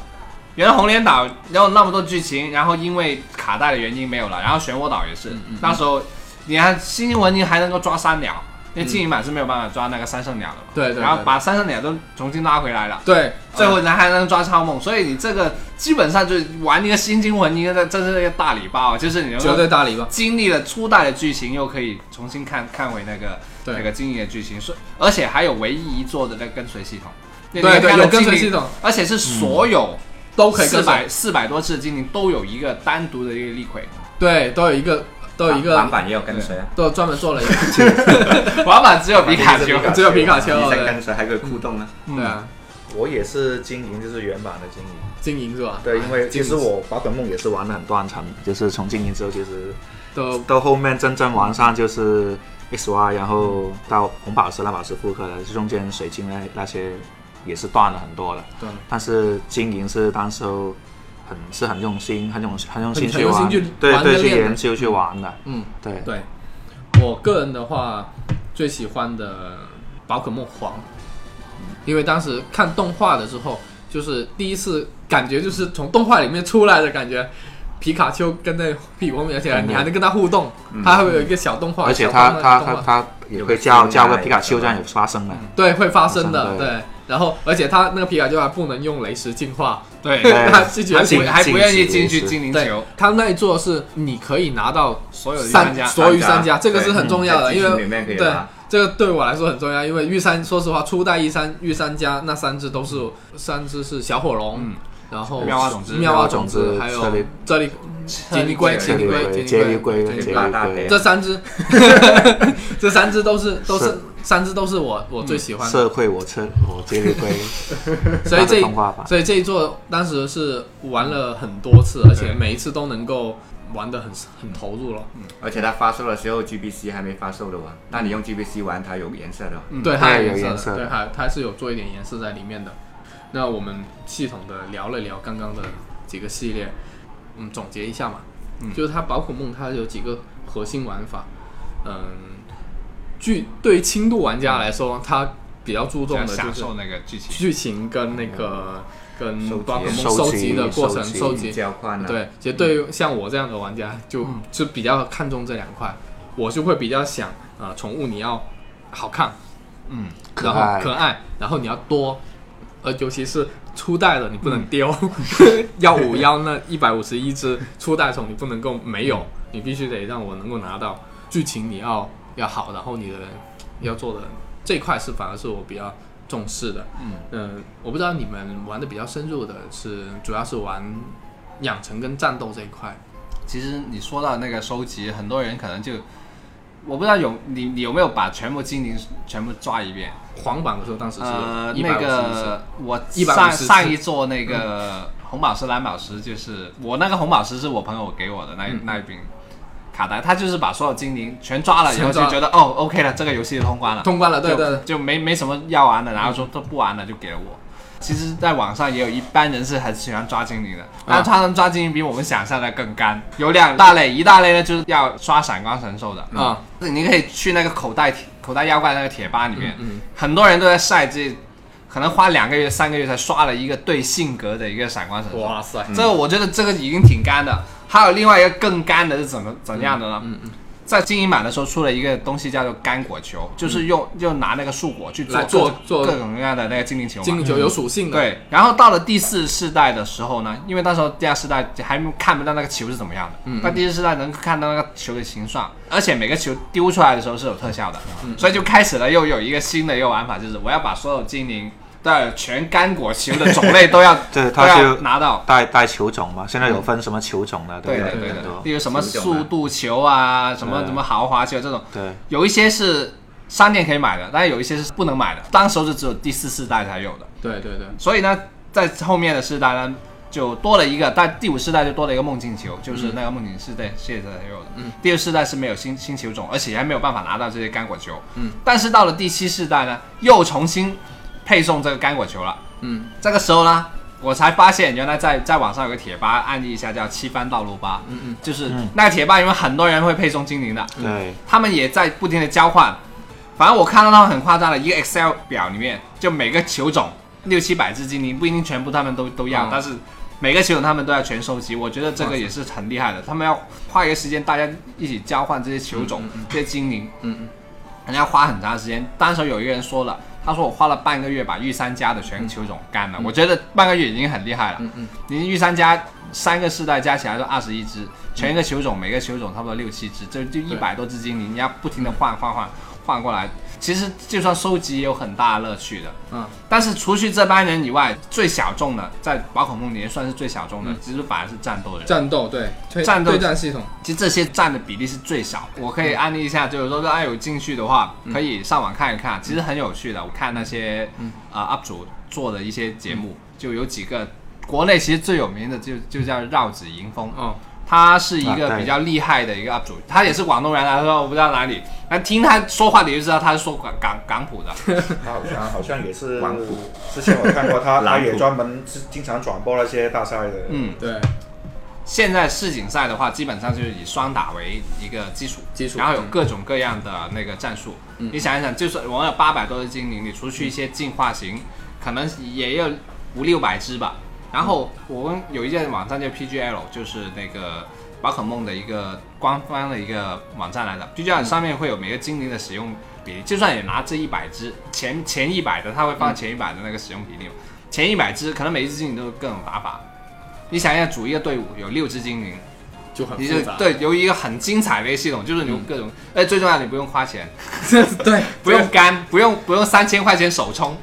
Speaker 4: 原来红莲岛然后那么多剧情，然后因为卡带的原因没有了，然后漩涡岛也
Speaker 1: 嗯
Speaker 4: 是，那时候你看《星星文营》还能够抓三鸟，因为经营版是没有办法抓那个三圣鸟的嘛，
Speaker 1: 嗯对对对
Speaker 4: 然后把三圣鸟都重新拉回来了，
Speaker 1: 对，
Speaker 4: 最后人还能抓超梦，所以你这个基本上就是玩一个新惊魂，一个真是一个大礼包啊！就是你能够
Speaker 1: 绝对大礼包，
Speaker 4: 经历了初代的剧情，又可以重新看看回那个
Speaker 1: 对
Speaker 4: 那个经营的剧情，所以而且还有唯一一座的那个跟随系统，对
Speaker 1: 对对有跟随系统，
Speaker 4: 而且是所有
Speaker 1: 都可以
Speaker 4: 嗯四
Speaker 1: 跟
Speaker 4: 百
Speaker 1: 随，
Speaker 4: 四百多次的精灵都有一个单独的一个例 会，
Speaker 1: 对，都有一个都有一
Speaker 2: 玩
Speaker 1: 个
Speaker 2: 板也有跟随啊，
Speaker 1: 都专门做了一个，
Speaker 4: 玩法只有皮卡丘，
Speaker 1: 只有皮卡丘，
Speaker 2: 医生
Speaker 1: 对
Speaker 2: 跟随还可以互动啊，
Speaker 4: 嗯
Speaker 1: 对啊，
Speaker 5: 我也是经营，就是原版的经营。
Speaker 1: 经营是吧？
Speaker 5: 对，因
Speaker 4: 啊
Speaker 5: 为其实
Speaker 1: 经营
Speaker 5: 我宝可梦也是玩的很断层，就是从经营之后，其实
Speaker 1: 都
Speaker 5: 到后面真正玩上就是 X Y，然后到红宝石、蓝宝石复刻了，中间水晶那那些也是断了很多了。
Speaker 1: 断了
Speaker 5: 但是经营是当时候很是很用心、很用很用心
Speaker 1: 很
Speaker 5: 去
Speaker 1: 用心
Speaker 5: 玩，
Speaker 1: 去
Speaker 5: 对
Speaker 1: 玩着
Speaker 5: 对，去
Speaker 1: 练的
Speaker 5: 研究去玩的。
Speaker 1: 嗯。
Speaker 5: 对，
Speaker 1: 对，我个人的话，最喜欢的宝可梦黄，因为当时看动画的时候，就是第一次感觉就是从动画里面出来的感觉。皮卡丘跟那比翁，而且你还能跟他互动，它还会有一个小动画，
Speaker 5: 嗯而且
Speaker 1: 小
Speaker 5: 它
Speaker 1: 动
Speaker 5: 它
Speaker 1: 画
Speaker 5: 它
Speaker 1: 动画
Speaker 5: 它也
Speaker 2: 有
Speaker 5: 会
Speaker 2: 个
Speaker 5: 叫
Speaker 2: 新
Speaker 5: 叫个
Speaker 2: 来
Speaker 5: 皮卡丘
Speaker 2: 的
Speaker 5: 这样有发生的。
Speaker 1: 对会发生的，
Speaker 5: 发生的
Speaker 1: 对。然后，而且它那个皮卡丘还不能用雷石进化，
Speaker 4: 对，
Speaker 5: 对
Speaker 1: 它拒绝
Speaker 4: 还
Speaker 5: 进
Speaker 4: 不还不愿意
Speaker 5: 进
Speaker 4: 进去
Speaker 5: 去
Speaker 4: 精灵
Speaker 1: 对
Speaker 4: 球，，
Speaker 1: 它那一座是你可以拿到
Speaker 4: 所有的
Speaker 1: 三
Speaker 4: 玩家
Speaker 1: 所有御三家，
Speaker 2: 家
Speaker 1: 这个是很重要的，
Speaker 2: 对啊
Speaker 1: 因
Speaker 2: 在
Speaker 1: 为
Speaker 2: 剧情里面可以
Speaker 1: 对
Speaker 2: 拿
Speaker 1: 这个对我来说很重要，因为御三，说实话，初代御三御三家那三只都是三只是小火龙，然后
Speaker 4: 妙蛙种子
Speaker 1: 妙蛙
Speaker 5: 妙
Speaker 1: 种
Speaker 5: 蛙种
Speaker 1: 子，
Speaker 5: 子
Speaker 1: 还有
Speaker 5: 这里
Speaker 1: 这里杰尼龟、杰
Speaker 5: 杰
Speaker 1: 尼
Speaker 5: 尼
Speaker 1: 龟、
Speaker 5: 龟
Speaker 1: 杰
Speaker 5: 杰
Speaker 1: 尼
Speaker 5: 尼龟
Speaker 1: 杰尼
Speaker 5: 杰尼
Speaker 1: 龟
Speaker 2: 大大
Speaker 5: 龟
Speaker 2: 的
Speaker 1: 这三只，这三只都是都是
Speaker 5: 是
Speaker 1: 三只都是我我最喜欢的，
Speaker 5: 社会我吃我接力龟，
Speaker 1: 所以这
Speaker 5: 通话法
Speaker 1: 所以这一座当时是玩了很多次，而且每一次都能够玩的很很投入了。
Speaker 2: 而且它发售的时候 GBC 还没发售的玩，但你用 GBC 玩它有颜色的。
Speaker 1: 对，
Speaker 5: 对
Speaker 1: 它
Speaker 5: 有
Speaker 1: 颜
Speaker 5: 颜
Speaker 1: 色
Speaker 5: 色
Speaker 1: 的，
Speaker 5: 的
Speaker 1: 对，它它是有做一点颜色在里面的。那我们系统的聊了聊刚刚的几个系列，嗯，总结一下嘛，就是它宝可梦它有几个核心玩法，嗯，剧对于轻度玩家来说，它比较注重
Speaker 4: 想
Speaker 1: 的就
Speaker 4: 享
Speaker 1: 是
Speaker 4: 受那个剧情。
Speaker 1: 剧情跟那个跟
Speaker 2: 收集
Speaker 1: 宝可梦
Speaker 5: 收
Speaker 1: 收
Speaker 5: 集
Speaker 1: 集的过
Speaker 5: 收
Speaker 1: 程，
Speaker 5: 集
Speaker 1: 收
Speaker 2: 比
Speaker 1: 集
Speaker 2: 交换啊，
Speaker 1: 对，其实对于像我这样的玩家，就就比较看重这两块，我就会比较想啊，呃宠物你要好看，
Speaker 4: 嗯，
Speaker 5: 可
Speaker 1: 然后
Speaker 5: 爱
Speaker 1: 可爱，然后你要多，呃，尤其是初代的你不
Speaker 4: 嗯
Speaker 1: 能 丢，幺五幺那一百五十一只初代宠你不能够没
Speaker 4: 嗯
Speaker 1: 有，你必须得让我能够拿到，剧情你要要好，然后你的要做的这一块是反而是我比较重视的，
Speaker 4: 嗯
Speaker 1: 呃我不知道你们玩的比较深入的是主要是玩养成跟战斗这一块。
Speaker 4: 其实你说到那个收集，很多人可能就，我不知道有你你有没有把全部精灵全部抓一遍？
Speaker 1: 黄榜的时候，当时是
Speaker 4: 呃，
Speaker 1: 一
Speaker 4: 那
Speaker 1: 百五十
Speaker 4: 个我
Speaker 1: 150
Speaker 4: 上
Speaker 1: 次嗯
Speaker 4: 上一座那个红宝石、蓝宝石，就是我那个红宝石是我朋友给我的
Speaker 1: 嗯
Speaker 4: 那一、那一柄卡带，他就是把所有精灵全抓了以后
Speaker 1: 全
Speaker 4: 就
Speaker 1: 抓
Speaker 4: 觉得哦 OK 了，这个游戏通关了，
Speaker 1: 通关了，对
Speaker 4: 就
Speaker 1: 对对，
Speaker 4: 就没没什么要玩的，然后说都不玩了就给了我。其实，在网上也有一般人是很喜欢抓精灵的，但
Speaker 1: 啊
Speaker 4: 他们抓精灵比我们想象的更干。有两大类，一大类呢就是要刷闪光神兽的
Speaker 1: 嗯啊，
Speaker 4: 你可以去那个口袋口袋妖怪那个贴吧里面，
Speaker 1: 嗯
Speaker 4: 很多人都在晒这，可能花两个月、三个月才刷了一个对性格的一个闪光神兽。
Speaker 1: 哇塞，
Speaker 4: 这个我觉得这个已经挺干的。还有另外一个更干的是怎么怎样的呢？嗯嗯在精英版的时候出了一个东西叫做干果球，就是用就拿那个树果去做
Speaker 1: 来做做
Speaker 4: 各种各样的那个精灵球嘛。
Speaker 1: 精灵球有属性的，
Speaker 4: 啊嗯对，然后到了第四世代的时候呢，因为那时候第二世代还看不到那个球是怎么样的，
Speaker 1: 嗯
Speaker 4: 但第四世代能看到那个球的形状，而且每个球丢出来的时候是有特效的，
Speaker 1: 嗯
Speaker 4: 所以就开始了又有一个新的一个玩法，就是我要把所有精灵的全干果球的种类都要
Speaker 5: 对
Speaker 4: 都
Speaker 5: 它
Speaker 4: 要
Speaker 5: 就
Speaker 4: 拿到。
Speaker 5: 带带球种嘛，现在有分什么球种的，
Speaker 4: 对
Speaker 5: 不
Speaker 4: 的，
Speaker 5: 对
Speaker 4: 对嗯的
Speaker 5: 很多，
Speaker 4: 例如什么速度球啊，什么
Speaker 5: 对
Speaker 4: 什么豪华球这种，
Speaker 5: 对
Speaker 4: 有一些是商店可以买的，但是有一些是不能买的，当时候是只有第四世代才有的。
Speaker 1: 对对对，
Speaker 4: 所以呢，在后面的世代呢，就多了一个，但第五世代就多了一个梦境球，就是那个梦境世代现在才有的。嗯，第六世代是没有新新球种，而且还没有办法拿到这些干果球。
Speaker 1: 嗯，
Speaker 4: 但是到了第七世代呢，又重新配送这个干果球了。
Speaker 1: 嗯
Speaker 4: 这个时候呢，我才发现原来在在网上有个贴吧，安利一下叫七番道路吧。嗯嗯，就是那个贴吧，因为很多人会配送精灵的，
Speaker 5: 对，
Speaker 4: 他们也在不停的交换。反正我看到他们很夸张的一个 Excel 表里面，就每个球种六七百只精灵，不一定全部他们都都要，
Speaker 1: 嗯
Speaker 4: 但是每个球种他们都要全收集。我觉得这个也是很厉害的，他们要花一个时间，大家一起交换这些球种、这些精灵，
Speaker 1: 嗯嗯，
Speaker 4: 人家花很长时间。当时有一个人说了，他说我花了半个月把御三家的全球种干了，我觉得半个月已经很厉害了。
Speaker 1: 嗯嗯，
Speaker 4: 您御三家三个世代加起来都二十一只，全一个球种，每个球种差不多六七只，这就一百多只精灵，你要不停的换换换换过来。其实就算收集也有很大的乐趣的。
Speaker 1: 嗯，
Speaker 4: 但是除去这帮人以外，最小众的在宝可梦里面算是最小众的，其实反而是战斗人。
Speaker 1: 战斗对，推
Speaker 4: 战斗
Speaker 1: 对战系统，
Speaker 4: 其实这些占的比例是最少的。我可以安利一下，就是说，大家有兴趣的话，可以上网看一看，其实很有趣的。我看那些啊、呃 UP 主做的一些节目，就有几个国内其实最有名的就就叫绕指迎风，
Speaker 1: 哦，
Speaker 4: 他是一
Speaker 5: 啊
Speaker 4: 个
Speaker 5: 对
Speaker 4: 比较厉害的一个 UP 主，他也是广东人啊，他说我不知道哪里，那听他说话你就知道他是说港港港普的。
Speaker 6: 他好像好像也是
Speaker 2: 王府，
Speaker 6: 之前我看 过他，他
Speaker 2: 狼
Speaker 6: 也
Speaker 2: 谷
Speaker 6: 专门是经常转播那些大赛的。
Speaker 4: 嗯，
Speaker 1: 对，
Speaker 4: 现在世锦赛的话，基本上就是以双打为一个基础，
Speaker 1: 基础嗯
Speaker 4: 然后有各种各样的那个战术。你想一想，就是我们有八百多只精灵，你除去一些进化型，可能也有五六百只吧。然后我们有一件网站叫 PGL，就是那个宝可梦的一个官方的一个网站来的。PGL 上面会有每个精灵的使用比例，就算你拿这一百只前前一百的，它会
Speaker 1: 嗯
Speaker 4: 放前一百的那个使用比例嘛。前一百只可能每一只精灵都有各种打法。你想一下，组一个队伍有六只精灵，
Speaker 1: 就很
Speaker 4: 你就
Speaker 1: 复杂，嗯
Speaker 4: 对由一个很精彩的一个系统，就是你用各种，哎、最重要的你不用花钱，
Speaker 1: 对，
Speaker 4: 不用干，不用不用三千块钱首充，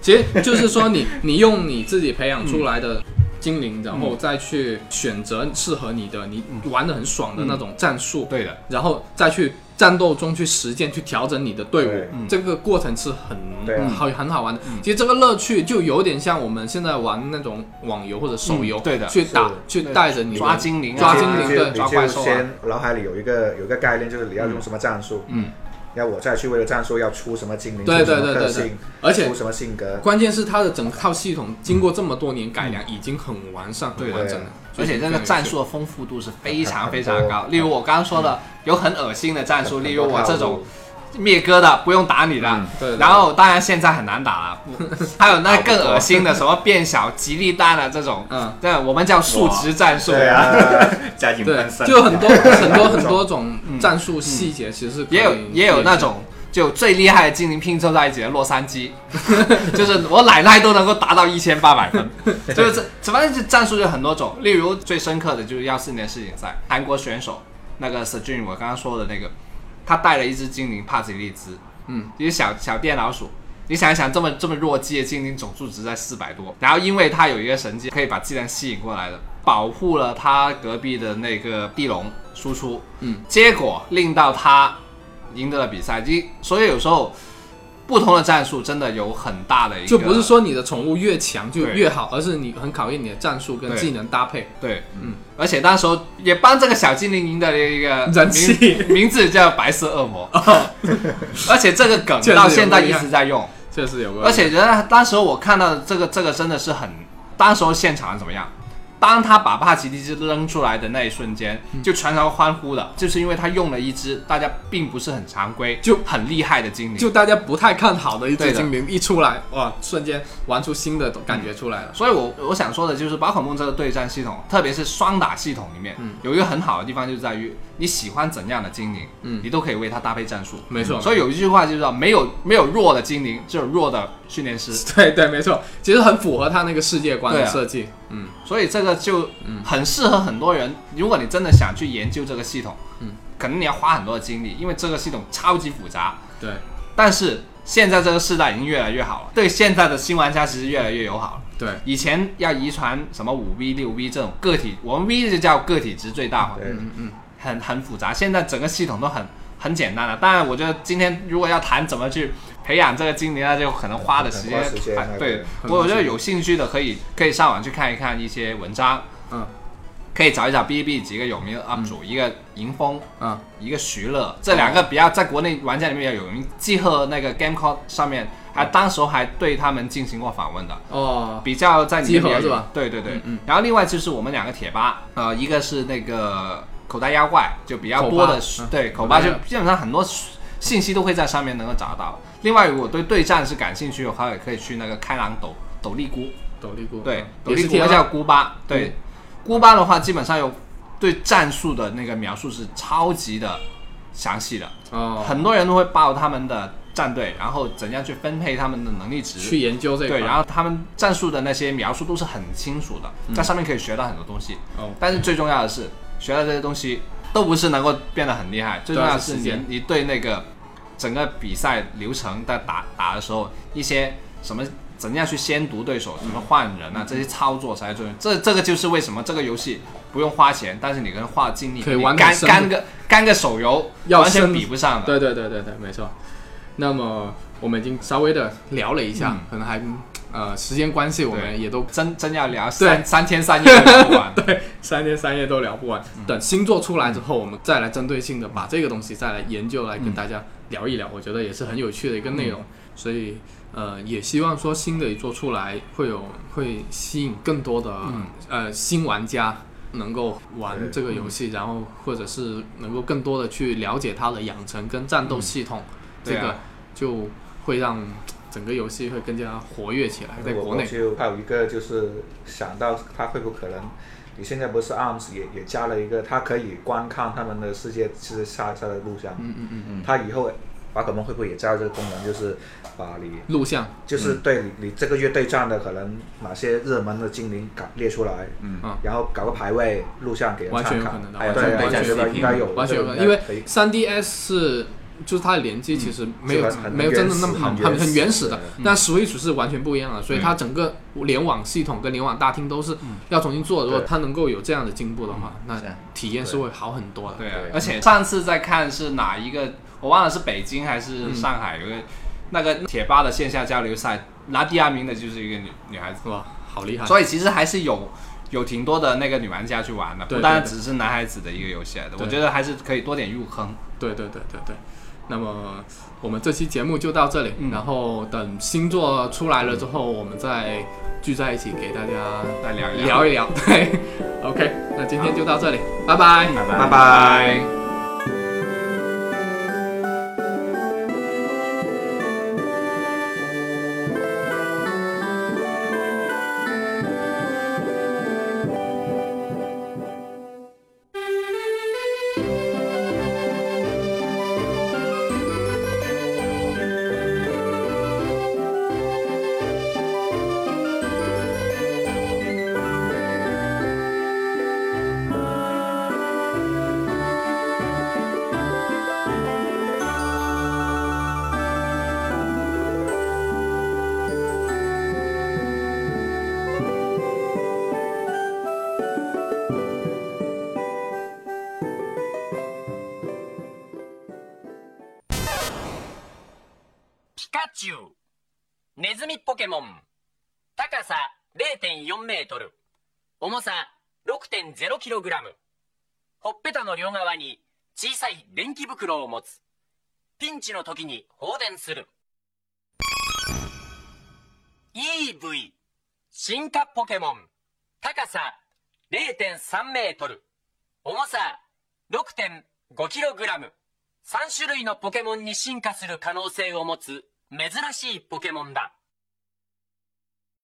Speaker 1: 其实就是说 你，你用你自己培养出来
Speaker 4: 嗯
Speaker 1: 的精灵，然后再去选择适合你的，你玩的很爽的那种战术，
Speaker 4: 嗯对的，
Speaker 1: 然后再去战斗中去实践、去调整你的队伍
Speaker 6: 对，
Speaker 1: 这个过程是很
Speaker 6: 对啊
Speaker 1: 好很好玩
Speaker 4: 嗯
Speaker 1: 的。其实这个乐趣就有点像我们现在玩那种网游或者手游，
Speaker 4: 嗯对的
Speaker 1: 去打
Speaker 6: 是
Speaker 1: 去
Speaker 4: 对
Speaker 1: 带着你的
Speaker 4: 抓精灵啊
Speaker 1: 抓精
Speaker 6: 你
Speaker 1: 灵，
Speaker 6: 就
Speaker 1: 对
Speaker 6: 你
Speaker 4: 抓
Speaker 6: 就
Speaker 4: 怪兽啊
Speaker 6: 先脑海里有一个有一个概念，就是你要用什么战术，
Speaker 1: 嗯，
Speaker 6: 然后我再去为了战术要出什么精灵，
Speaker 1: 对
Speaker 6: 出什么
Speaker 1: 对对
Speaker 6: 特
Speaker 1: 对对
Speaker 6: 性
Speaker 1: 而且
Speaker 6: 出什么性格，
Speaker 1: 关键是它的整套系统经过这么多年改良，已经很完善、很
Speaker 4: 嗯对
Speaker 1: 完整了，所
Speaker 4: 而且这
Speaker 1: 以
Speaker 4: 个
Speaker 1: 非常有趣
Speaker 4: 战术的丰富度是非常
Speaker 6: 很
Speaker 4: 非
Speaker 6: 很
Speaker 4: 常
Speaker 6: 多
Speaker 4: 高。例如我刚刚说的，有很恶心的战
Speaker 1: 嗯
Speaker 4: 术，
Speaker 6: 很
Speaker 4: 例
Speaker 6: 多
Speaker 4: 如我
Speaker 6: 套
Speaker 4: 这
Speaker 6: 路
Speaker 4: 种灭哥的不用打你的
Speaker 2: 嗯，
Speaker 1: 对对
Speaker 4: 然后当然现在很难打 了，不还有那更恶心的什么变小、吉利蛋啊这种，
Speaker 1: 嗯，
Speaker 4: 对，我们叫数值战术，
Speaker 6: 对啊，
Speaker 2: 加紧
Speaker 1: 对
Speaker 2: 翻，身，
Speaker 1: 就很 多很多很多种战术细节，其实是可以
Speaker 4: 嗯也有也有那种就最厉害的精灵拼凑在一起的洛 杉矶， 就是我奶奶都能够达到一千 八百分，就是这这反正这战术就很多种，例如最深刻的就是幺四年世锦赛，韩国选手那个 Sejun，我刚刚说的那个，他带了一只精灵帕吉利兹，
Speaker 1: 嗯，
Speaker 4: 一只小小电老鼠。你想一想，这么这么弱鸡的精灵总数值在四百多，然后因为他有一个神技可以把技能吸引过来的，保护了他隔壁的那个地龙输出，
Speaker 1: 嗯，
Speaker 4: 结果令到他赢得了比赛。即所以有时候不同的战术真的有很大的一个，
Speaker 1: 就不是说你的宠物越强就
Speaker 4: 对
Speaker 1: 越好，而是你很考验你的战术跟
Speaker 4: 对
Speaker 1: 技能搭配。
Speaker 4: 对，
Speaker 1: 嗯，
Speaker 4: 而且那时候也帮这个小精灵赢得了一个
Speaker 1: 人气哦
Speaker 4: 名，名字叫白色恶魔， 而且这个梗
Speaker 1: 确实有
Speaker 4: 到现在
Speaker 1: 不一
Speaker 4: 一
Speaker 1: 样
Speaker 4: 直在用。
Speaker 1: 确实有个，
Speaker 4: 而且人家当时候我看到这个这个真的是很，当时候现场怎么样？当他把帕奇蒂兹扔出来的那一瞬间，
Speaker 1: 嗯
Speaker 4: 就全场欢呼的，就是因为他用了一只大家并不是很常规
Speaker 1: 就
Speaker 4: 很厉害的精灵，
Speaker 1: 就大家不太看好的一
Speaker 4: 对
Speaker 1: 只
Speaker 4: 的
Speaker 1: 精灵一出来，哇，瞬间玩出新的感觉出来了。
Speaker 4: 所以我我想说的就是宝可梦这个对战系统，特别是双打系统里面，
Speaker 1: 嗯
Speaker 4: 有一个很好的地方就是在于你喜欢怎样的精灵，
Speaker 1: 嗯
Speaker 4: 你都可以为它搭配战术。
Speaker 1: 没错
Speaker 4: 嗯所以有一句话就是说，没有没有弱的精灵，只有弱的训练师。
Speaker 1: 对对，没错，其实很符合他那个世界观的
Speaker 4: 对啊
Speaker 1: 设计。嗯，
Speaker 4: 所以这个就很适合很多人。如果你真的想去研究这个系统，
Speaker 1: 嗯，
Speaker 4: 可能你要花很多的精力，因为这个系统超级复杂。
Speaker 1: 对，
Speaker 4: 但是现在这个时代已经越来越好了，对现在的新玩家其实越来越友好了。
Speaker 1: 对，
Speaker 4: 以前要遗传什么五 V 六 V 这种个体，我们 V 就叫个体值最大化，
Speaker 6: 对，
Speaker 1: 嗯嗯，
Speaker 4: 很很复杂。现在整个系统都很很简单了。当然，我觉得今天如果要谈怎么去培养这个精灵，那啊就可能花的时间
Speaker 6: 很花时间
Speaker 4: 很
Speaker 6: 那个
Speaker 4: 对，
Speaker 1: 很
Speaker 4: 我
Speaker 1: 花
Speaker 4: 我觉得
Speaker 1: 时间
Speaker 4: 有兴趣的可以可以上网去看一看一些文章，
Speaker 1: 嗯，
Speaker 4: 可以找一找 B B 几个有名的 UP 主，一个迎风。
Speaker 1: 啊，
Speaker 4: 一个徐乐，这两个比较在国内玩家里面比较有名，既和那个 GameCon 上面还当时候还对他们进行过访问的，
Speaker 1: 哦，
Speaker 4: 比较在里
Speaker 1: 集
Speaker 4: 面
Speaker 1: 合
Speaker 4: 比较有
Speaker 1: 是吧？
Speaker 4: 对对对。
Speaker 1: 嗯嗯
Speaker 4: 然后另外就是我们两个铁吧，呃，一个是那个口袋妖怪，就比较
Speaker 1: 口
Speaker 4: 多
Speaker 1: 吧
Speaker 4: 的
Speaker 1: 嗯
Speaker 4: 对口
Speaker 1: 口
Speaker 4: 吧，
Speaker 1: 袋
Speaker 4: 就
Speaker 1: 妖
Speaker 4: 基本上很多信息都会在上面能够找到。另外，如果对对战是感兴趣的话，也可以去那个开朗斗斗笠菇，
Speaker 1: 斗笠菇，
Speaker 4: 对
Speaker 1: 嗯，
Speaker 4: 斗
Speaker 1: 也
Speaker 4: 笠
Speaker 1: 是
Speaker 4: 菇
Speaker 1: 贴
Speaker 4: 叫
Speaker 1: 吧，嗯
Speaker 4: 菇巴，对，菇巴的话基本上有对战术的那个描述是超级的详细的，
Speaker 1: 哦，
Speaker 4: 很多人都会报他们的战队，然后怎样去分配他们的能力值，
Speaker 1: 去研究这个，
Speaker 4: 对，然后他们战术的那些描述都是很清楚的，在上面可以学到很多东西。
Speaker 1: 嗯哦
Speaker 4: 但是最重要的是，学到这些东西都不是能够变得很厉害，最重要的是
Speaker 1: 啊是时
Speaker 4: 你
Speaker 1: 间
Speaker 4: 你对那个整个比赛流程在打打的时候，一些什么怎样去先读对
Speaker 1: 嗯
Speaker 4: 手，怎么换人啊，这些操作才是重要。这这个就是为什么这个游戏不用花钱，但是你跟花精力，
Speaker 1: 可以
Speaker 4: 你
Speaker 1: 玩得
Speaker 4: 干
Speaker 1: 深
Speaker 4: 干个干个手游
Speaker 1: 要
Speaker 4: 完全
Speaker 1: 深
Speaker 4: 比不上的。
Speaker 1: 对对对对对，没错。那么我们已经稍微的聊了一下，可能还呃时间关系，我
Speaker 4: 嗯对
Speaker 1: 们也都
Speaker 4: 真真要聊
Speaker 1: 对
Speaker 4: 三三天三夜都 不完，
Speaker 1: 三天三夜都聊不完。
Speaker 6: 嗯
Speaker 1: 等星座出来之后，我们再来针对性的把这个东西再来研究，来
Speaker 6: 嗯
Speaker 1: 跟大家聊一聊。我觉得也是很有趣的一个内容，所以呃，也希望说新的一座出来会有会吸引更多的、呃新玩家。能够玩
Speaker 6: 嗯对嗯
Speaker 1: 这个游戏，然后或者是能够更多的去了解它的养成跟战
Speaker 6: 嗯
Speaker 1: 斗系统，这
Speaker 4: 对啊
Speaker 1: 个就会让整个游戏会更加活跃起来。 在
Speaker 6: 我
Speaker 1: 国
Speaker 6: 我
Speaker 1: 内，
Speaker 6: 就还有一个就是想到它会不会可能，你现在不是 ARMS 也也加了一个，它可以观看他们的世界是下下的录像，
Speaker 1: 嗯嗯嗯，
Speaker 6: 它以后宝可梦会不会也加入这个功能，就是把你
Speaker 1: 录像，
Speaker 6: 就是对你你这个月对战的可能哪些热门的精灵搞列出来，
Speaker 2: 嗯
Speaker 1: 啊
Speaker 6: 然后搞个排位录像给人
Speaker 1: 完
Speaker 6: 参
Speaker 1: 全有
Speaker 6: 考哎
Speaker 1: 可能的，
Speaker 2: 还有
Speaker 1: 完全
Speaker 6: 对，
Speaker 1: 嗯完
Speaker 2: 战
Speaker 6: 我
Speaker 1: 全
Speaker 2: 战
Speaker 1: 有可
Speaker 2: 视
Speaker 6: 觉
Speaker 1: 能
Speaker 6: 得
Speaker 2: 频
Speaker 6: 应该有，
Speaker 1: 完全有可
Speaker 6: 这
Speaker 1: 能，
Speaker 6: 个
Speaker 1: 因为
Speaker 6: 可以
Speaker 1: 3DS 是就是它的联机其实没有、
Speaker 6: 是吧很
Speaker 1: 没有真的那么好，
Speaker 6: 很原始
Speaker 1: 很很原始的
Speaker 6: 对。嗯
Speaker 1: 但 Switch 是完全不一样的，所以它整个联网系统跟联网大厅都是要重新做。如果
Speaker 6: 对嗯
Speaker 1: 它能够有这样的进步的话，那
Speaker 2: 是啊
Speaker 1: 体验是会好很多的。
Speaker 4: 对啊
Speaker 2: 对，
Speaker 4: 而且上次在看是哪一个，我忘了是北京还是上
Speaker 1: 嗯
Speaker 4: 海，有个那个贴吧的线下交流赛，拿第二名的就是一个女女孩子，
Speaker 1: 哇，好厉害！
Speaker 4: 所以其实还是有有挺多的那个女玩家去玩的，
Speaker 1: 对
Speaker 4: 不单
Speaker 1: 对对
Speaker 4: 只是男孩子的一个游戏来的，
Speaker 1: 对
Speaker 4: 我觉得还是可以多点入坑。
Speaker 1: 对对对对对。那么我们这期节目就到这里，
Speaker 6: 嗯
Speaker 1: 然后等星座出来了之后，我们再聚在一起给大家
Speaker 4: 再聊一聊
Speaker 1: 聊一聊。对，OK，那今天就到这里，拜拜。
Speaker 2: 拜拜
Speaker 3: 拜拜。
Speaker 7: ピカチュウネズミポケモン高さ0.4メートル重さ6.0キログラムほっぺたの両側に小さい電気袋を持つピンチの時に放電する EV 進化ポケモン高さ0.3メートル重さ6.5キログラム3種類のポケモンに進化する可能性を持つ珍しいポケモンだ。